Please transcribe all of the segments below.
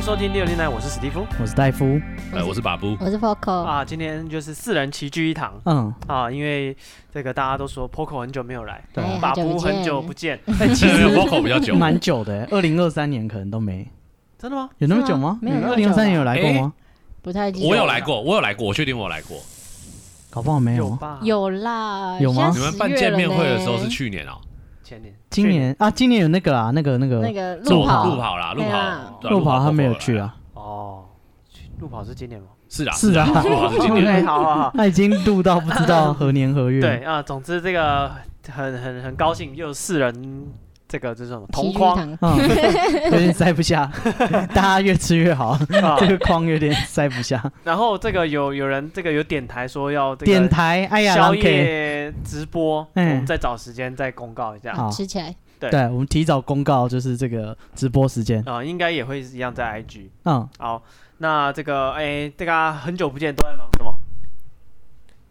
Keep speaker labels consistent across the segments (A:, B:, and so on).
A: 收听六零奶，我是史蒂夫
B: 我是戴夫。
C: 哎，我是把布，
D: 我是 Foco，
A: 啊，今天就是四人齐聚一堂
B: 嗯，
A: 啊，因为这个大家都说 Poco 很久没有来，
B: 对
D: 哎
A: 把
D: 好久不
A: 布很
D: 见
A: 久不见，
B: 哎，其
C: 其实
B: 实
C: vocal 比较久，
B: 蛮久的，欸二零二三年可能都没
A: 真的吗？
B: 有那么久吗？
D: 是吗没有
B: 二零二三年有来过
A: 哎
B: 吗？
D: 不太记得。
C: 我有来过，我有来过，我确定我有来过。
D: 哦
B: 搞不好没有。啊
A: 吧？
D: 有啦，
B: 有吗
D: 现
C: 你
D: 在
C: 们
D: 10
C: 办
D: 月
C: 见面
D: 了
C: 会的
D: 呢
C: 时候是去年哦，
A: 前年，
B: 今
A: 去
B: 年啊，今年有那个啦，那个那
D: 那
B: 个
D: 个
C: 路
D: 路
B: 跑
C: 路跑啦，路
D: 对啊
C: 跑，对啊
B: 路跑他没有去
C: 跑
B: 啊，
A: 哦，去路跑是今年吗？
C: 是啊，
B: 是啊
C: 路 跑是今年。
A: 对，好好好。
B: 他已经录到不知道 何年何月。
A: 对，啊，总之这个很很很高兴，又有四人这个这是什么
D: 齐
A: 同
D: 聚
A: 框
D: 堂
B: 嗯， 有点塞不下， 大家越吃越好，
A: 啊，
B: 这个框有点塞不下。
A: 然后这个有有人这个有点台说要 这
B: 电
A: 个
B: 台，哎呀，
A: 宵
B: 狼 K，
A: 夜直播，我
B: 嗯
A: 们再找时间再公告一下
B: 好
D: 吃起来，
A: 对
B: 对我们提早公告就是这个直播时间。
A: 啊，应该也会一样在 IG。
B: 嗯，
A: 好，那这个哎，大家很久不见，都在忙什么？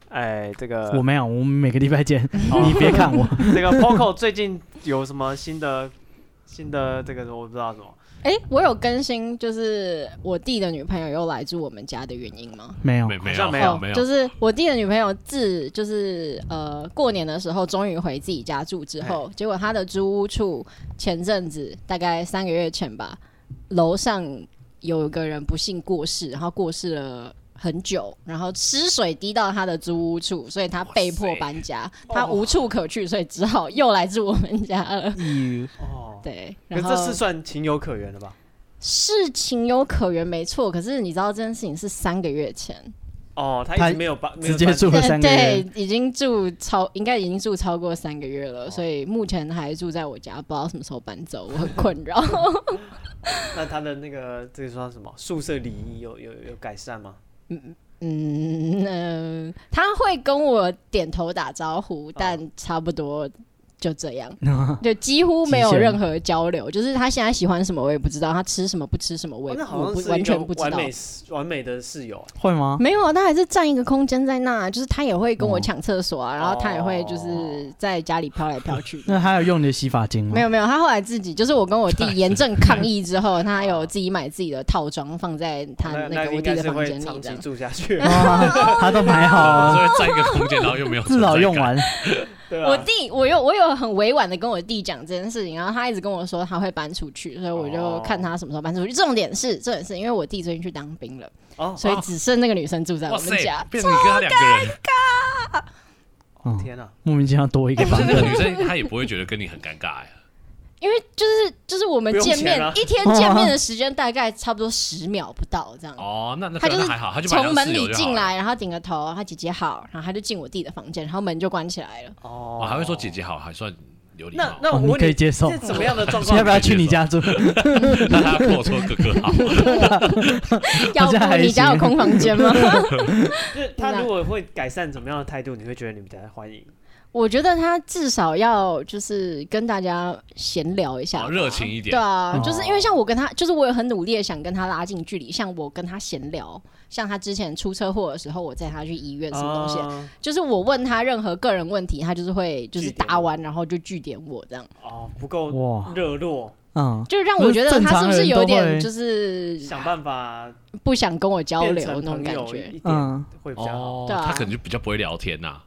A: 哎，这个
B: 我没有，我们每个礼拜见，
A: 哦
B: 你别 看我，
A: 这个 Poco 最近有什么新的新的这个我不知道什么
D: 哎，我有更新，就是我弟的女朋友又来住我们家的原因吗？
B: 没有
C: 没，没
A: 好像
C: 有
A: 没有
D: 哦
C: 没
D: 就
C: 有，
D: 是我弟的女朋友自就是呃过年的时候终于回自己家住之后，结果他的租屋处前阵子大概三个月前吧，楼上有一个人不幸过世，然后过世了。很久，然后吃水滴到他的租屋处，所以他被迫
C: 哇塞
D: 搬家，他
A: 哦
D: 无处可去，所以只好又来住我们家了。
A: 哦。
D: 对，
A: 可
D: 然后
A: 这是算情有可原的吧？
D: 是情有可原，没错。可是你知道这件事情是三个月前，
A: 哦，他
B: 他
A: 一直没有搬，没有
B: 直接
A: 搬
B: 住了三个月
D: 对，，已经住超，应该已经住超过三个月了，
A: 哦
D: 所以目前还住在我家，不知道什么时候搬走，我很困扰。
A: 那他的那个这个算什么宿舍礼仪有有有改善吗？
D: 嗯，呃他会跟我点头打招呼，但差不多就这 样，
B: 哦
D: 就几乎没有
B: 极限
D: 任何交流。就是他现在喜欢什么我也不知道，他吃什么不吃什么我
A: 哦
D: 也
A: 那好
D: 我
A: 像
D: 不
A: 是
D: 完
A: 一个
D: 全不知
A: 完
D: 道。
A: 美室完美的室友啊。
B: 会吗？
D: 没有啊，他还是占一个空间在那，就是他也会跟我
B: 哦
D: 抢厕所啊，然后他也会就是
A: 哦
D: 在家里飘来飘去。
B: 那他有用你的洗发精吗？
D: 没有没有，他后来自己就是我跟我弟严正抗议之后，他有自己买自己的套装放在他
A: 那
D: 那个我
A: 应
D: 弟
A: 该
D: 的
A: 是
D: 房
A: 会
D: 间里
A: 长
D: 这
A: 期
D: 样。
A: 住下 去，
B: 哦，他都买好
C: 所
B: 了，
C: 以占一个空间，然后又没有
B: 至少用完。
A: 对啊
D: 我
A: 吧？
D: 弟，我有我有很委婉的跟我弟讲这件事情，然后他一直跟我说他会搬出去，所以我就
A: 哦
D: 看他什么时候搬出去。重点是，重点是因为我弟最近去当兵了，
A: 哦，
D: 所以只剩那个女生住在
C: 哇
D: 我
C: 塞
D: 们家，。
C: 变成你跟他两个人，
B: 嗯，
A: 天哪，
B: 莫名其妙多一个
C: 不
B: 房
C: 是那个
B: 间，
C: 女生，她也不会觉得跟你很尴尬呀。欸
D: 因为就是就是我们
A: 不用
D: 见
A: 钱
D: 面
A: 啊
D: 一天见面的时间大概差不多十秒不到这样。
C: 哦，那那
D: 她就是
C: 那还好，她就把她
D: 从门
C: 室友
D: 里
C: 就好
D: 进
C: 了。
D: 来，然后顶个头，他姐姐好，然后他就进我弟的房间，然后门就关起来了。
A: 哦
C: 我还会说姐。姐好，还算有礼
A: 那
C: 貌。
A: 那我
B: 哦
A: 问
B: 你可以接受
A: 是怎么样的状况？
B: 要不要去你家 住？
C: 那她跟我说哥哥 好，
D: 要
B: 好像
D: 不
B: 还
D: 你家有
B: 行
D: 空房 间吗？
A: 就是他如果会改善怎么样的态度，你会觉得你们家欢迎？
D: 我觉得他至少要就是跟大家闲聊一下吧，
C: 哦热情一点
D: 对啊
B: 哦，
D: 就是因为像我跟他，就是我有很努力的想跟他拉近距离，像我跟他闲聊，像他之前出车祸的时候，我载他去医院什么东
B: 哦
D: 西，
A: 啊
D: 就是我问他任何个人问题，他就是会就是
A: 据点
D: 答完然后就据点我这样，
A: 哦，不够
B: 哇，
A: 热络，
B: 嗯，
D: 就让我觉得他是不是有
B: 不
D: 点
B: 是正常人都会
D: 就是
A: 想办法
D: 不想跟我交
A: 变
D: 流
A: 成
D: 那种
A: 朋
D: 感
A: 友
D: 觉，
A: 一点，
B: 嗯，
A: 会比较好。
C: 哦，
D: 对啊
C: 她可能就比较不会聊天呐。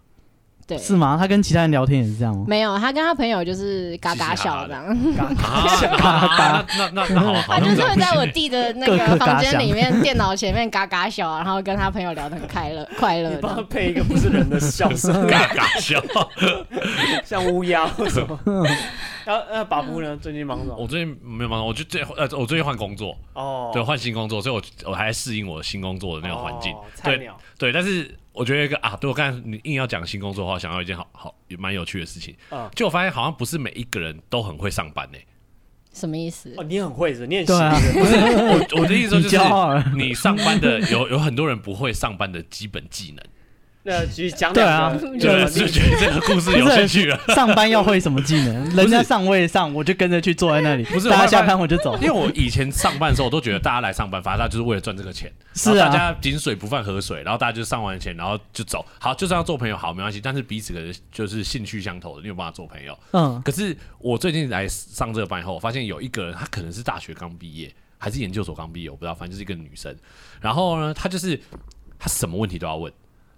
D: 对。
B: 是吗？他跟其他人聊天也是这样吗？
D: 没有，他跟他朋友就是嘎嘎
C: 嘻嘻哈哈
D: 笑
C: 的
D: 这样，
C: 啊， 那那那那好，好
D: 他就
C: 像
D: 是会
C: 这样不
D: 在我
C: 行。
D: 弟的那
B: 各
D: 个
B: 个嘎
D: 房间
B: 响
D: 里面， 电脑前面嘎嘎笑，然后跟他朋友聊得很快 乐，快乐
A: 你帮他
D: 的。
A: 配一个不是人的笑声，
C: 嘎嘎笑，
A: 像乌鸦或什 么。然后呃，把布呢？最近忙什
C: 我
A: 么？
C: 最近没有忙，我就最呃，我最近换工作，
A: 哦，
C: 对，换新工作，所以我我还在适应我新工作的那个环境
A: 哦。菜
C: 对
A: 鸟
C: 对，但是我觉得一个啊，对我刚才你硬要讲新工作的话，想要一件好好也蛮有趣的事情
A: 嗯。
C: 就我发现好像不是每一个人都很会上班呢。
D: 什么意思
A: 哦，？你很会是不是你很
B: 对啊
A: 行是不 是
C: 我我的意思 说
B: 你
C: 就是
B: 骄傲了，
C: 你上班的有有很多人不会上班的基本技能，
A: 那其实讲
B: 对
A: 两
B: 啊
A: 个
B: 有
C: 对，
A: 人
C: 是觉得这个故事有兴趣了。
B: 上班要会什么技能？人家上我也上，我就跟着去坐在那里，
C: 不是
B: 大家
C: 我还
B: 下班我就走
C: 因。为我以前上班的时候，我都觉得大家来上班，反正大家就是为了赚这个钱，
B: 是
C: 然
B: 啊
C: 后大家井水不犯河水，然后大家就上完钱，然后就走，好，就算要做朋友，好，没关系，但是彼此可能就是兴趣相投的，你有办法做朋友。
B: 嗯，
C: 可是我最近来上这个班以后，我发现有一个人，他可能是大学刚毕业，还是研究所刚毕业，我不知道，反正就是一个女生。然后呢，她就是她什么问题都要问，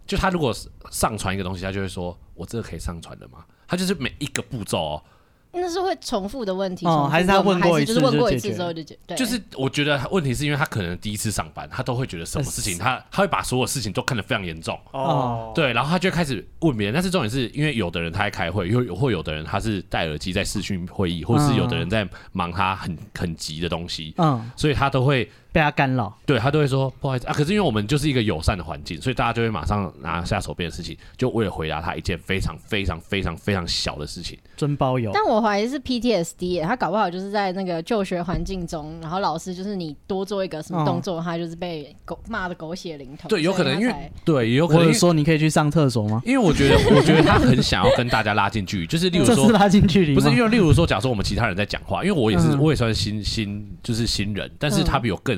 C: 就她如果上传一个东西，她就会说：“我这个可以上传的吗？”她就是每一个步骤哦，
D: 那是会重复的问题
B: 哦
D: 重复
B: 还是他问
D: 吗
B: 过
D: 还
B: 一次
D: 是就是问
B: 就
D: 过
B: 解
D: 一次
B: 决
D: 之后就解，对，
C: 就是我觉得问题是因为她可能第一次上班，她都会觉得什么事情，她她会把所有事情都看得非常严重。
A: 哦，
C: 对，然后他就开始问别人，但是重点是因为有的人他在开会，有或有的人他是戴耳机在视讯会议，或是有的人在忙他很很急的东西，
B: 嗯，
C: 所以他都会
B: 被他干扰，
C: 对他都会说不好意思啊。可是因为我们就是一个友善的环境，所以大家就会马上拿下手边的事情，就为了回答他一件非常非常非常非常小的事情。
B: 尊包邮。
D: 但我怀疑是 PTSD，耶他搞不好就是在那个就学环境中，然后老师就是你多做一个什么
B: 哦
D: 动作，他就是被狗骂的狗血淋头。
C: 对，有可能因
D: 哦所以
C: 为
D: 他才
C: 对，也有可
B: 我
C: 能
B: 有
C: 因为。
B: 说你可以去上厕所吗？
C: 因为我觉得，我觉得他很想要跟大家拉近距离，就是例如
B: 这
C: 说，
B: 是拉近距离吗？
C: 不是因为，例如说，假设我们其他人在讲话，因为我也是，
B: 嗯
C: 我也算新新，就是新人，但是他比我更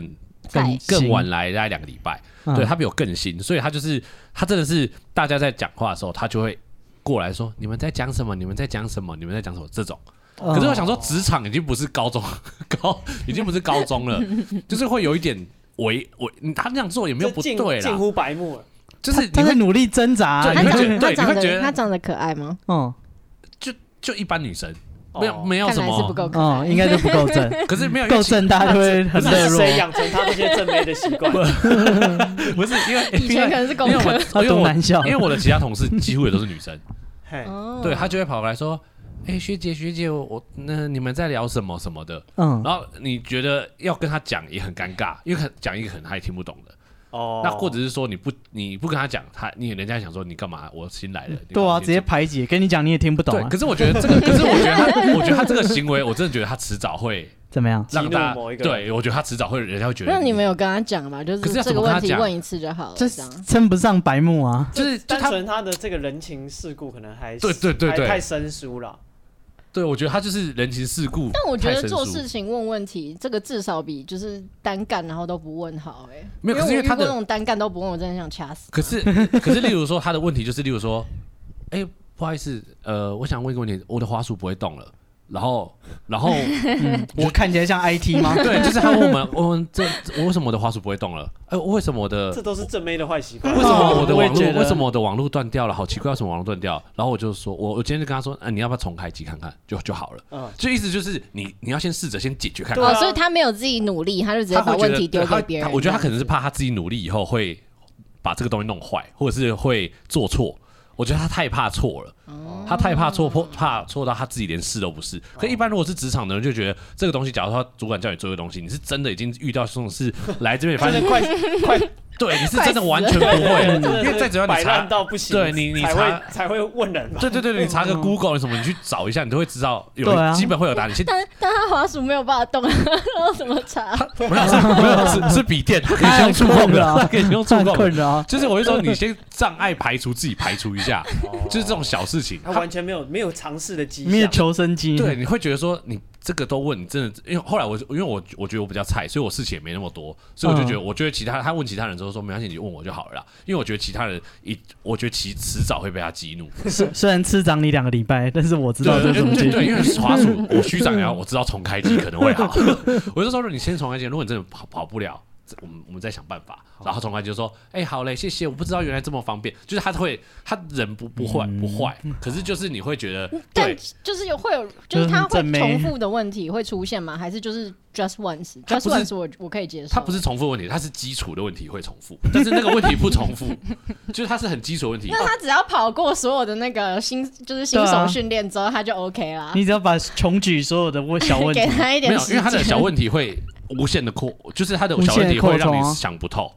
B: 更
C: 更
B: 新
C: 晚来大概两个礼拜，
B: 嗯
C: 对他比我更新，所以他就是他真的是大家在讲话的时候，他就会过来说你们在讲什么，你们在讲什么，你们在讲什么这种。
B: 嗯
C: 可是我想说，职场已经不是高中 高，已经不是高中了，就是会有一点违违，他那样做也没有
A: 这
C: 不
A: 近
C: 对
A: 近
C: 啦，
A: 乎白目了。
C: 就是
B: 他
C: 你
B: 在
C: 会
B: 努力挣扎啊，
C: 对
B: 你
D: 他
B: 会觉
C: 觉
B: 得
C: 得
D: 长他长
C: 对你会觉
D: 得
C: 得
D: 他长得可爱吗？
B: 嗯
C: 就就一般女生，
A: 哦
C: 没有没有
D: 看
C: 什
D: 来是不
C: 么，
D: 够可
B: 嗯，
D: 爱。
B: 应该就不够正，
C: 可是没有因为
B: 够
C: 其
B: 正大家就会很
A: 不
B: 热
A: 是
B: 络。
A: 谁养成他这些正妹的习惯？
C: 不是 因为
D: 以
C: 因为
D: 前可能是工
C: 因为我
D: 科
C: 们，
B: 他
C: 因为
B: 东
C: 我
B: 南校
C: 因为我的其他同事几乎也都是女生，
A: 嘿，
D: 哦
C: 对他就会跑过来说：“哎、学姐学姐，我我那你们在聊什么什么的。”
B: 嗯，
C: 然后你觉得要跟他讲也很尴尬，因为可讲一个可能他也听不懂的。
A: 哦，
C: 那或者是说你不你不跟他讲，他你人家想说你干嘛？我新来的。你干
B: 对
C: 嘛
B: 啊，直接排挤，跟你讲你也听不懂
C: 对。
B: 啊
C: 可，是我觉得这个，可是我觉得他，我觉得他这个行为，我真的觉得他迟早会
B: 怎么样？
C: 让
A: 激
C: 大
A: 怒某一
C: 家。
A: 个人
C: 对，我觉得他迟早会，人家会觉得
D: 那你们有跟他讲吗？就
C: 可是要
D: 这
C: 怎么
D: 个
C: 跟他
D: 问题
C: 讲
D: 问一次就好了，
B: 这
D: 这样。
B: 称不上白目啊。
C: 就是就
A: 单
C: 他
A: 纯他的这个人情世故可能还
C: 对对对
A: 还
C: 对
A: 太生疏了。
C: 对我觉得他就是人情世故。
D: 但我觉
C: 太
D: 得
C: 生
D: 做
C: 疏
D: 事情问问题，这个至少比就是单干然后都不问好哎、欸。
C: 没有可是因为
D: 我遇
C: 他的
D: 过那种单干都不问，我真的想掐死。
C: 可是， 可是，例如说他的问题就是，例如说，哎、不好意思，呃，我想问一个问题，我的花束不会动了。然后，然后，
B: 嗯， 我看起来像 IT 吗？
C: 对，就是他问我们，我们这我为什么我的花束不会动了？哎、为什么我的
A: 这都是正妹的坏习惯
C: 为。什 么我的
B: 哦我也
C: 网络
B: 觉得
C: 为什么我的网络断掉了？好奇怪，为什么网络断掉？然后我就说，我我今天就跟他说，啊，你要不要重开机看看，就就好了。
B: 哦
A: 嗯，
C: 就意思就是你你要先试着先解决看
A: 对啊
C: 看。
D: 哦，所以他没有自己努力，他就直接
C: 他
D: 把
C: 会觉
D: 问题
C: 得
D: 丢
C: 他
D: 给别
C: 他
D: 人。
C: 我觉得他可能是怕他自己努力以后会把这个东西弄坏，或者是会做错。我觉得他太怕错了。
D: 哦
C: 他太怕错，怕怕错到他自己连试都不是。可一般如果是职场的人，就觉得这个东西，假如说主管叫你做一个东西，你是真的已经遇到这种事来这边，发
A: 真
C: 现
A: 的快快，
C: 对，你是真的完全不会，因为再只要
A: 摆
C: 你
A: 烂
C: 查，
A: 到不行，
C: 对你你
A: 才
C: 查
A: 会才会问人嘛。
C: 对对对，你查个 Google 什么，你去找一下，你都会知道有
B: 对啊
C: 基本会有答案。你先
D: 但但 他滑鼠没有办法动， 然后怎么查？
C: 不是是不是是是笔电，它可以先用触控的，它可以先用触
B: 很
C: 控
B: 困
C: 的。
B: 扰啊。
C: 就是我就说，你先障碍排除，自己排除一下，就是这种小事情。
A: 他完全没有没有尝试的迹
B: 没有
A: 象。
B: 求生机，
C: 对，，你会觉得说你这个都问，你真的，因为后来我因为我我觉得我比较菜，所以我事情也没那么多，所以我就觉得，我觉得其他他问其他人之后说没关系，你就问我就好了啦，因为我觉得其他人一，我觉得其迟早会被他激怒，
B: 虽虽然吃长你两个礼拜，但是我知道
C: 对
B: 这是什么
C: 对
B: 结
C: 对，
B: 局。
C: 因为 滑鼠我虚长，然后我知道重开机可能会好， 我就说你先重开机，如果你真的跑跑不了。这我们我们再想办法，然后重开机就说：“哎、好嘞，谢谢，我不知道原来这么方便。”就是他会，他人不不坏不坏，
B: 嗯
C: 可是就是你会觉得，
D: 嗯但
C: 对，
D: 就是有会有，
B: 就
D: 就是是他会
B: 正妹
D: 重复的问题会出现吗？还是就是 just
C: 他
D: once，just
C: 不是
D: once 我我可以接受。
C: 它不是重复问题，它是基础的问题会重复，但是那个问题不重复， 就是它是很基础的问题。
D: 那他只要跑过所有的那个新，就是新
B: 对啊
D: 手训练之后，他就 OK 啦。
B: 你只要把穷举所有的问小问题
D: 给，他一
C: 没
D: 点
C: 有，
D: 时
C: 因
D: 间，
C: 为它的小问题会无限的 扩，就是它的
B: 无限
C: 小
B: 地
C: 问题会让
B: 扩充
C: 你
B: 啊
C: 想不透。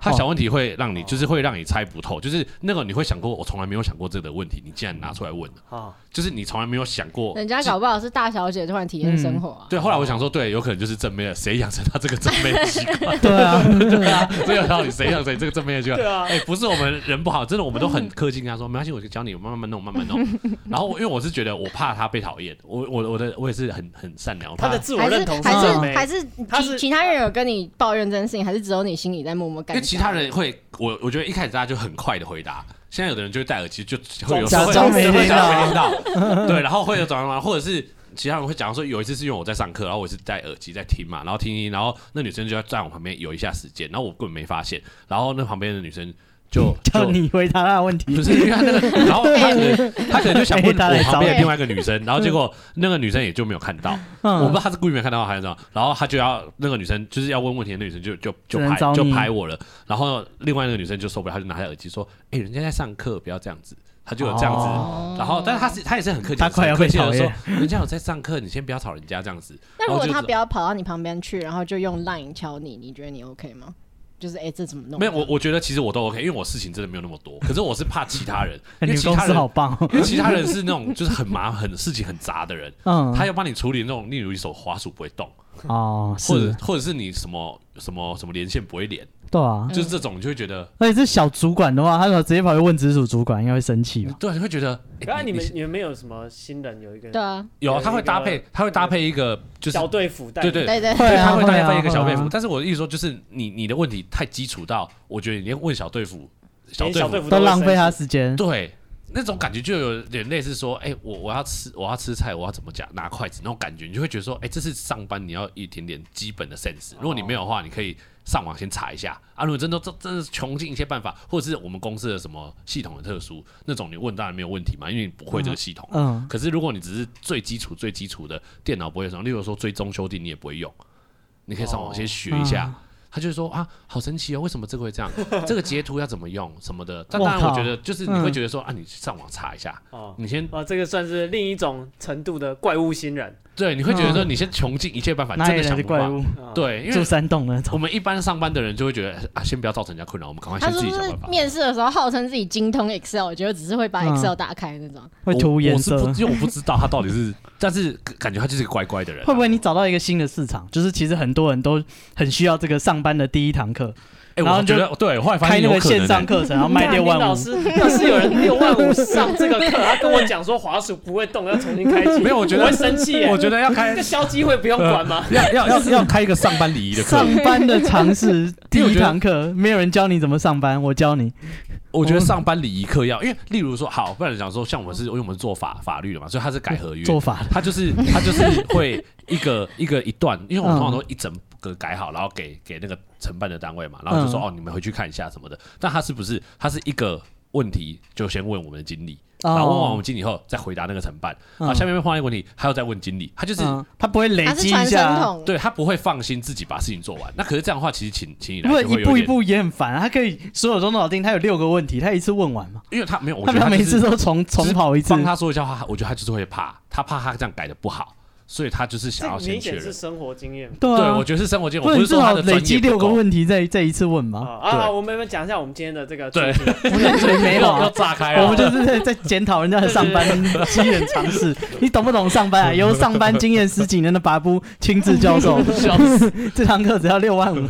C: 它小问题会让你，就是会让你猜不透，就是那个你会想过，我从来没有想过这个问题，你竟然拿出来问了，
A: 啊，
C: 就是你从来没有想过。
D: 人家搞不好是大小姐突然体验生活啊。
C: 对，后来我想说，对，有可能就是正妹了，谁养成他这个正妹的习 惯？
B: 对啊，
C: 对啊，这有道理，谁养成这个正面的习惯？
A: 对啊
C: 哎、不是我们人不好，真的，我们都很客气跟他说，没关系，我就教你，慢慢弄，慢慢弄。然后，因为我是觉得我怕他被讨厌，我我我的我也是很很善良，我
A: 他
C: 怕
A: 的自我
D: 还
A: 认
D: 是
A: 同
D: 还
A: 正
D: 是
A: 妹，
D: 还是
A: 他是
D: 其其他人有跟你抱怨这件事情，还是只有你心里在默默
C: 因
D: 感
C: 为
D: 慨？
C: 其他人会，我我觉得一开始大家就很快的回答，现在有的人就会戴耳机，就会有
B: 假装没
C: 会有
B: 听到
C: 假装没听到，对，然后会有转弯，或者是其他人会讲说，有一次是因为我在上课，然后我是戴耳机在听嘛，然后听一听，然后那女生就要站我旁边有一下时间，然后我根本没发现，然后那旁边的女生 就
B: 叫
C: 就
B: 你回答他的问题
C: 不。是因为他那个，然后他可能他可能就 想问
B: 哎他来
C: 我
B: 找
C: 旁边
D: 我
C: 的另外一个女生，然后 结果那个女生也就没有看到，我不知
B: 嗯，
C: 道他是故意没看到还是怎么样，然后他就要那个女生就是要问问题的那女生就就
B: 只
C: 就
B: 能
C: 拍
B: 找
C: 就
B: 你
C: 拍我了，然后另外那个女生就受不了，她就拿下耳机说：“哎、人家在上课，不要这样子。”她就有这样子，
D: 哦
C: 然后但是她是她也是很客气，
B: 她 快要
C: 很客
B: 被
C: 气
B: 讨
C: 的说哎
B: 厌：“
C: 人家有在上课，你先不要吵人家这样子。
D: 那如
C: 然后
D: 果
C: 就
D: 他不要跑到你旁边去，然后就用 Line 敲你，你觉得你 OK 吗？就是哎、这怎么”弄？
C: 没有，我我觉得其实我都 OK，因为我事情真的没有那么多，可是我是怕其他人，
B: 嗯你
C: 因为
B: 们
C: 其
B: 公
C: 他
B: 司
C: 人
B: 好棒哦。
C: 因为其 他人是那种就是很麻很事情很杂的人，
B: 嗯，
C: 他要帮你处理那种，例如一手滑鼠不会动，
B: 哦，
C: 或者
B: 是，
C: 或者是你什么什么什么连线不会连，
B: 对啊。
C: 就是这种你就会觉得。
B: 而且是小主管的话，他如果直接跑去问直属主管，应该会生气吧？
C: 对，你会觉得，
A: 可
C: 哎
A: 是你们
C: 是
A: 你们没有什么新人有一个
D: 对啊，
C: 有啊，
A: 有
C: 他会
A: 一个
C: 搭配，他会搭配一个就是
A: 小，队服带，
C: 对对
D: 对对
B: 会啊
C: 他会搭
B: 会啊
C: 配一个小队
B: 会
C: 服
B: 啊。
C: 但是我的意思说，就是你你的问题太基础到，我觉得你连问小队服，
A: 连
C: 队
A: 小
C: 服，
A: 服
B: 都
A: 会
B: 浪费他
A: 生气，
B: 时间。
C: 对，那种感觉就有点类似说，哎，我我要吃我要吃菜，我要怎么夹拿筷子那种感觉，你就会觉得说，哎，这是上班你要一点点基本的 sense，如果你没有的话，你可以。上网先查一下啊！如果真的真真的是穷尽一些办法，或者是我们公司的什么系统很特殊，那种你问当然没有问题嘛，因为你不会这个系统。
B: 嗯，
C: 可是如果你只是最基础、最基础的电脑不会用，例如说追踪修订你也不会用，你可以上网先学一
B: 嗯
C: 下。他就说啊，好神奇哦，为什么这个会 这样？这个截图要怎么用什么的？但
B: 我
C: 当然，我
B: 靠
C: 觉得就是你会觉
B: 嗯
C: 得说、啊，你上网查一下，
A: 哦
C: 你先
A: 啊，这个算是另一种程度的怪物新人，
C: 对，你会觉得说你先穷尽一切办法，
B: 哪
C: 真
B: 里
C: 的
B: 来
C: 想
B: 的
C: 不
B: 怪
C: 到。
B: 物？
A: 啊，
C: 对，因
B: 住
C: 为
B: 山洞的那种。
C: 我们一般上班的人就会觉得啊，先不要造成人家困扰，我们赶快
D: 他
C: 先
D: 是
C: 自己
D: 不
C: 想
D: 是
C: 办法。
D: 面试的时候号称自己精通 Excel，我觉得只是会把
B: 嗯
D: Excel 打开那种？
B: 会涂颜色
C: 我， 我是不，因为我不知道他到底是，但是感觉他就是一个乖乖的人啊、
B: 会不会你找到一个新的市场？就是其实很多人都很需要这个上班的第一堂课，
C: 哎、
B: 然后
C: 我
B: 就
C: 觉得对，我后来发
B: 开
C: 现
B: 那
C: 有
B: 个
C: 可能
B: 线
C: 欸
B: 上课程，然后 啊卖
A: 干
B: 六
A: 林
B: 万
A: 老
B: 五。
A: 师，要是有人六万五上这个课，他跟我讲说滑鼠不会动，要重新开机，
C: 没有我觉得
A: 会生气耶，
C: 我觉得要 呃开
A: 这消机会不用管吗？
C: 要要要要开一个上班礼仪的课
B: 上。班的常识，第
C: 因为我
B: 一
C: 觉得
B: 堂课没有人教你怎么上班，我教你。
C: 我觉得上班礼仪课要，因为例如说，好，不然讲说，像我们是因为我们是做法法律的嘛，所以他是改合约，
B: 做法
C: 他就是他就是会一个 一个一段，因为我们通常都一整个改好，然后给给那个承办的单位嘛，然后就说、
B: 嗯
C: 哦，你们回去看一下什么的。但他是不是他是一个问题就先问我们的经理，
B: 哦
C: 然后问完我们经理后再回答那个承办，啊
B: 嗯
C: 然后下面会换一个问题，他又再问经理，他就是。
B: 嗯，他不会累
D: 他啊是
B: 积
D: 传
B: 一
D: 声
B: 下。
D: 筒，
C: 对他不会放心自己把事情做完，那可是这样的话，其实请请你来
B: 如果
C: 就会有
B: 一步一
C: 点
B: 步也很烦啊，他可以所有中脑定，他有六个问题，他一次问完嘛？
C: 因为他没有，我
B: 他
C: 觉
B: 不
C: 得
B: 要
C: 他
B: 每
C: 就
B: 次
C: 是
B: 都重重跑一次
C: 帮。他说一下话，我觉得他就是会怕，他怕他这样改的不好，所以他就是想要
A: 这
C: 先
A: 明
C: 确
A: 显是
C: 认。
A: 生活经验
B: 对
C: 对，
B: 啊
C: 我，觉得是生活经验，
B: 不
C: 我
B: 然
C: 不
B: 你
C: 是
B: 至
C: 说
B: 少
C: 他的专
B: 累
C: 业
B: 积
C: 不
B: 六个
C: 够，
B: 问题再再一次问
A: 啊
B: 嘛。
A: 啊！好我们讲一下我们今天的这个主
C: 对
A: 题，
B: 我们吹没有啊
C: 要炸开
B: 我
C: 了
B: 们。 就是在在检讨人家的上班基本常识，你懂不懂上 班啊？有上班经验十几年的拔布亲自教授， 这堂课只要六万 五，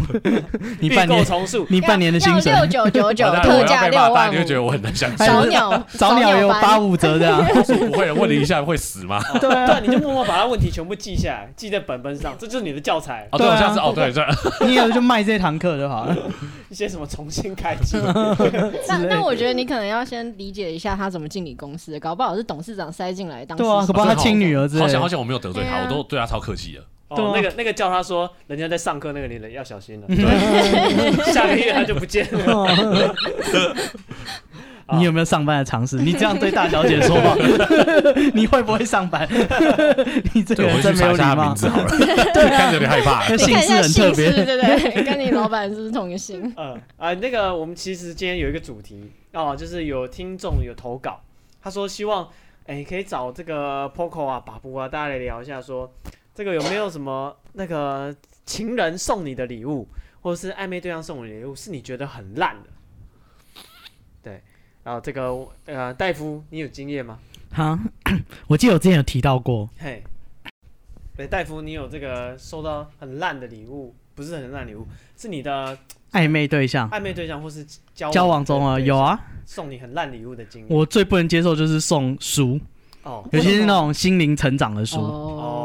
B: 你
A: 预
B: 半
A: 购
B: 年
A: 重塑，
B: 你半年的薪水，
D: 六九九九
C: 完蛋了
D: 特
C: 我要
D: 价
C: 被
D: 六
C: 骂
D: 万
C: 蛋，你会觉得
D: 五，
C: 我很难哦相信
B: 还。有啊
D: 早鸟
B: 早鸟也有
D: 班
B: 八五折这样，
C: 不会问了一下会死吗？
A: 对啊，你就默默把他问题全部记下来，记在本本上，这就是你的教材。
C: 哦，
B: 对
C: 对，
B: 啊
C: 我下次哦，对，这
B: 你以后就卖这堂课就好了。
A: 一些什么重新开机，
D: 那
B: 之类的
D: 那我觉得你可能要先理解一下他怎么进你公司的，搞不好是董事长塞进来当
B: 对啊，
D: 实习
B: 可不好他亲女儿之类
C: 好险好
B: 的。
C: 险，我没有得罪他，
D: 对啊
C: 我都对他超客气的。
B: 对啊
A: 哦，那个那个叫他说，人家在上课那个女人要小心了， 下个月他就不见了。
B: 你有没有上班的常识？你这样对啊大小姐说 话，你会不会上班？ 你这个
C: 对，我
B: 人
C: 回
B: 真
C: 去
B: 没有
C: 查一
B: 礼
C: 下他
B: 貌
C: 名。字好 了，
B: 啊
C: 看着有点害怕。
B: 那
D: 你
B: 姓
D: 看一
B: 氏
D: 下
B: 很
D: 姓
B: 特
D: 氏，
B: 别，
D: 对 对对，跟你老板是不是同一个姓？
A: 嗯啊，那个我们其实今天有一个主题哦，就是有听众有投稿，他说希望哎可以找这个 Poco 啊、巴布啊，大家来聊一下说，这个有没有什么那个情人送你的礼物，或者是暧昧对象送你的礼物，是你觉得很烂的？对，然后这个呃，戴夫，你有经验吗？
B: 哈， 我记得我之前有提到过，
A: 嘿，对，戴夫，你有这个收到很烂的礼物，不是很烂的礼物，是你的
B: 暧昧对象
A: 暧昧对象或是交往
B: 交往中啊，
A: 的对
B: 有啊，
A: 送你很烂礼物的经验。
B: 我最不能接受就是送书，
A: 哦，
B: 尤其是那种心灵成长的书。
A: 哦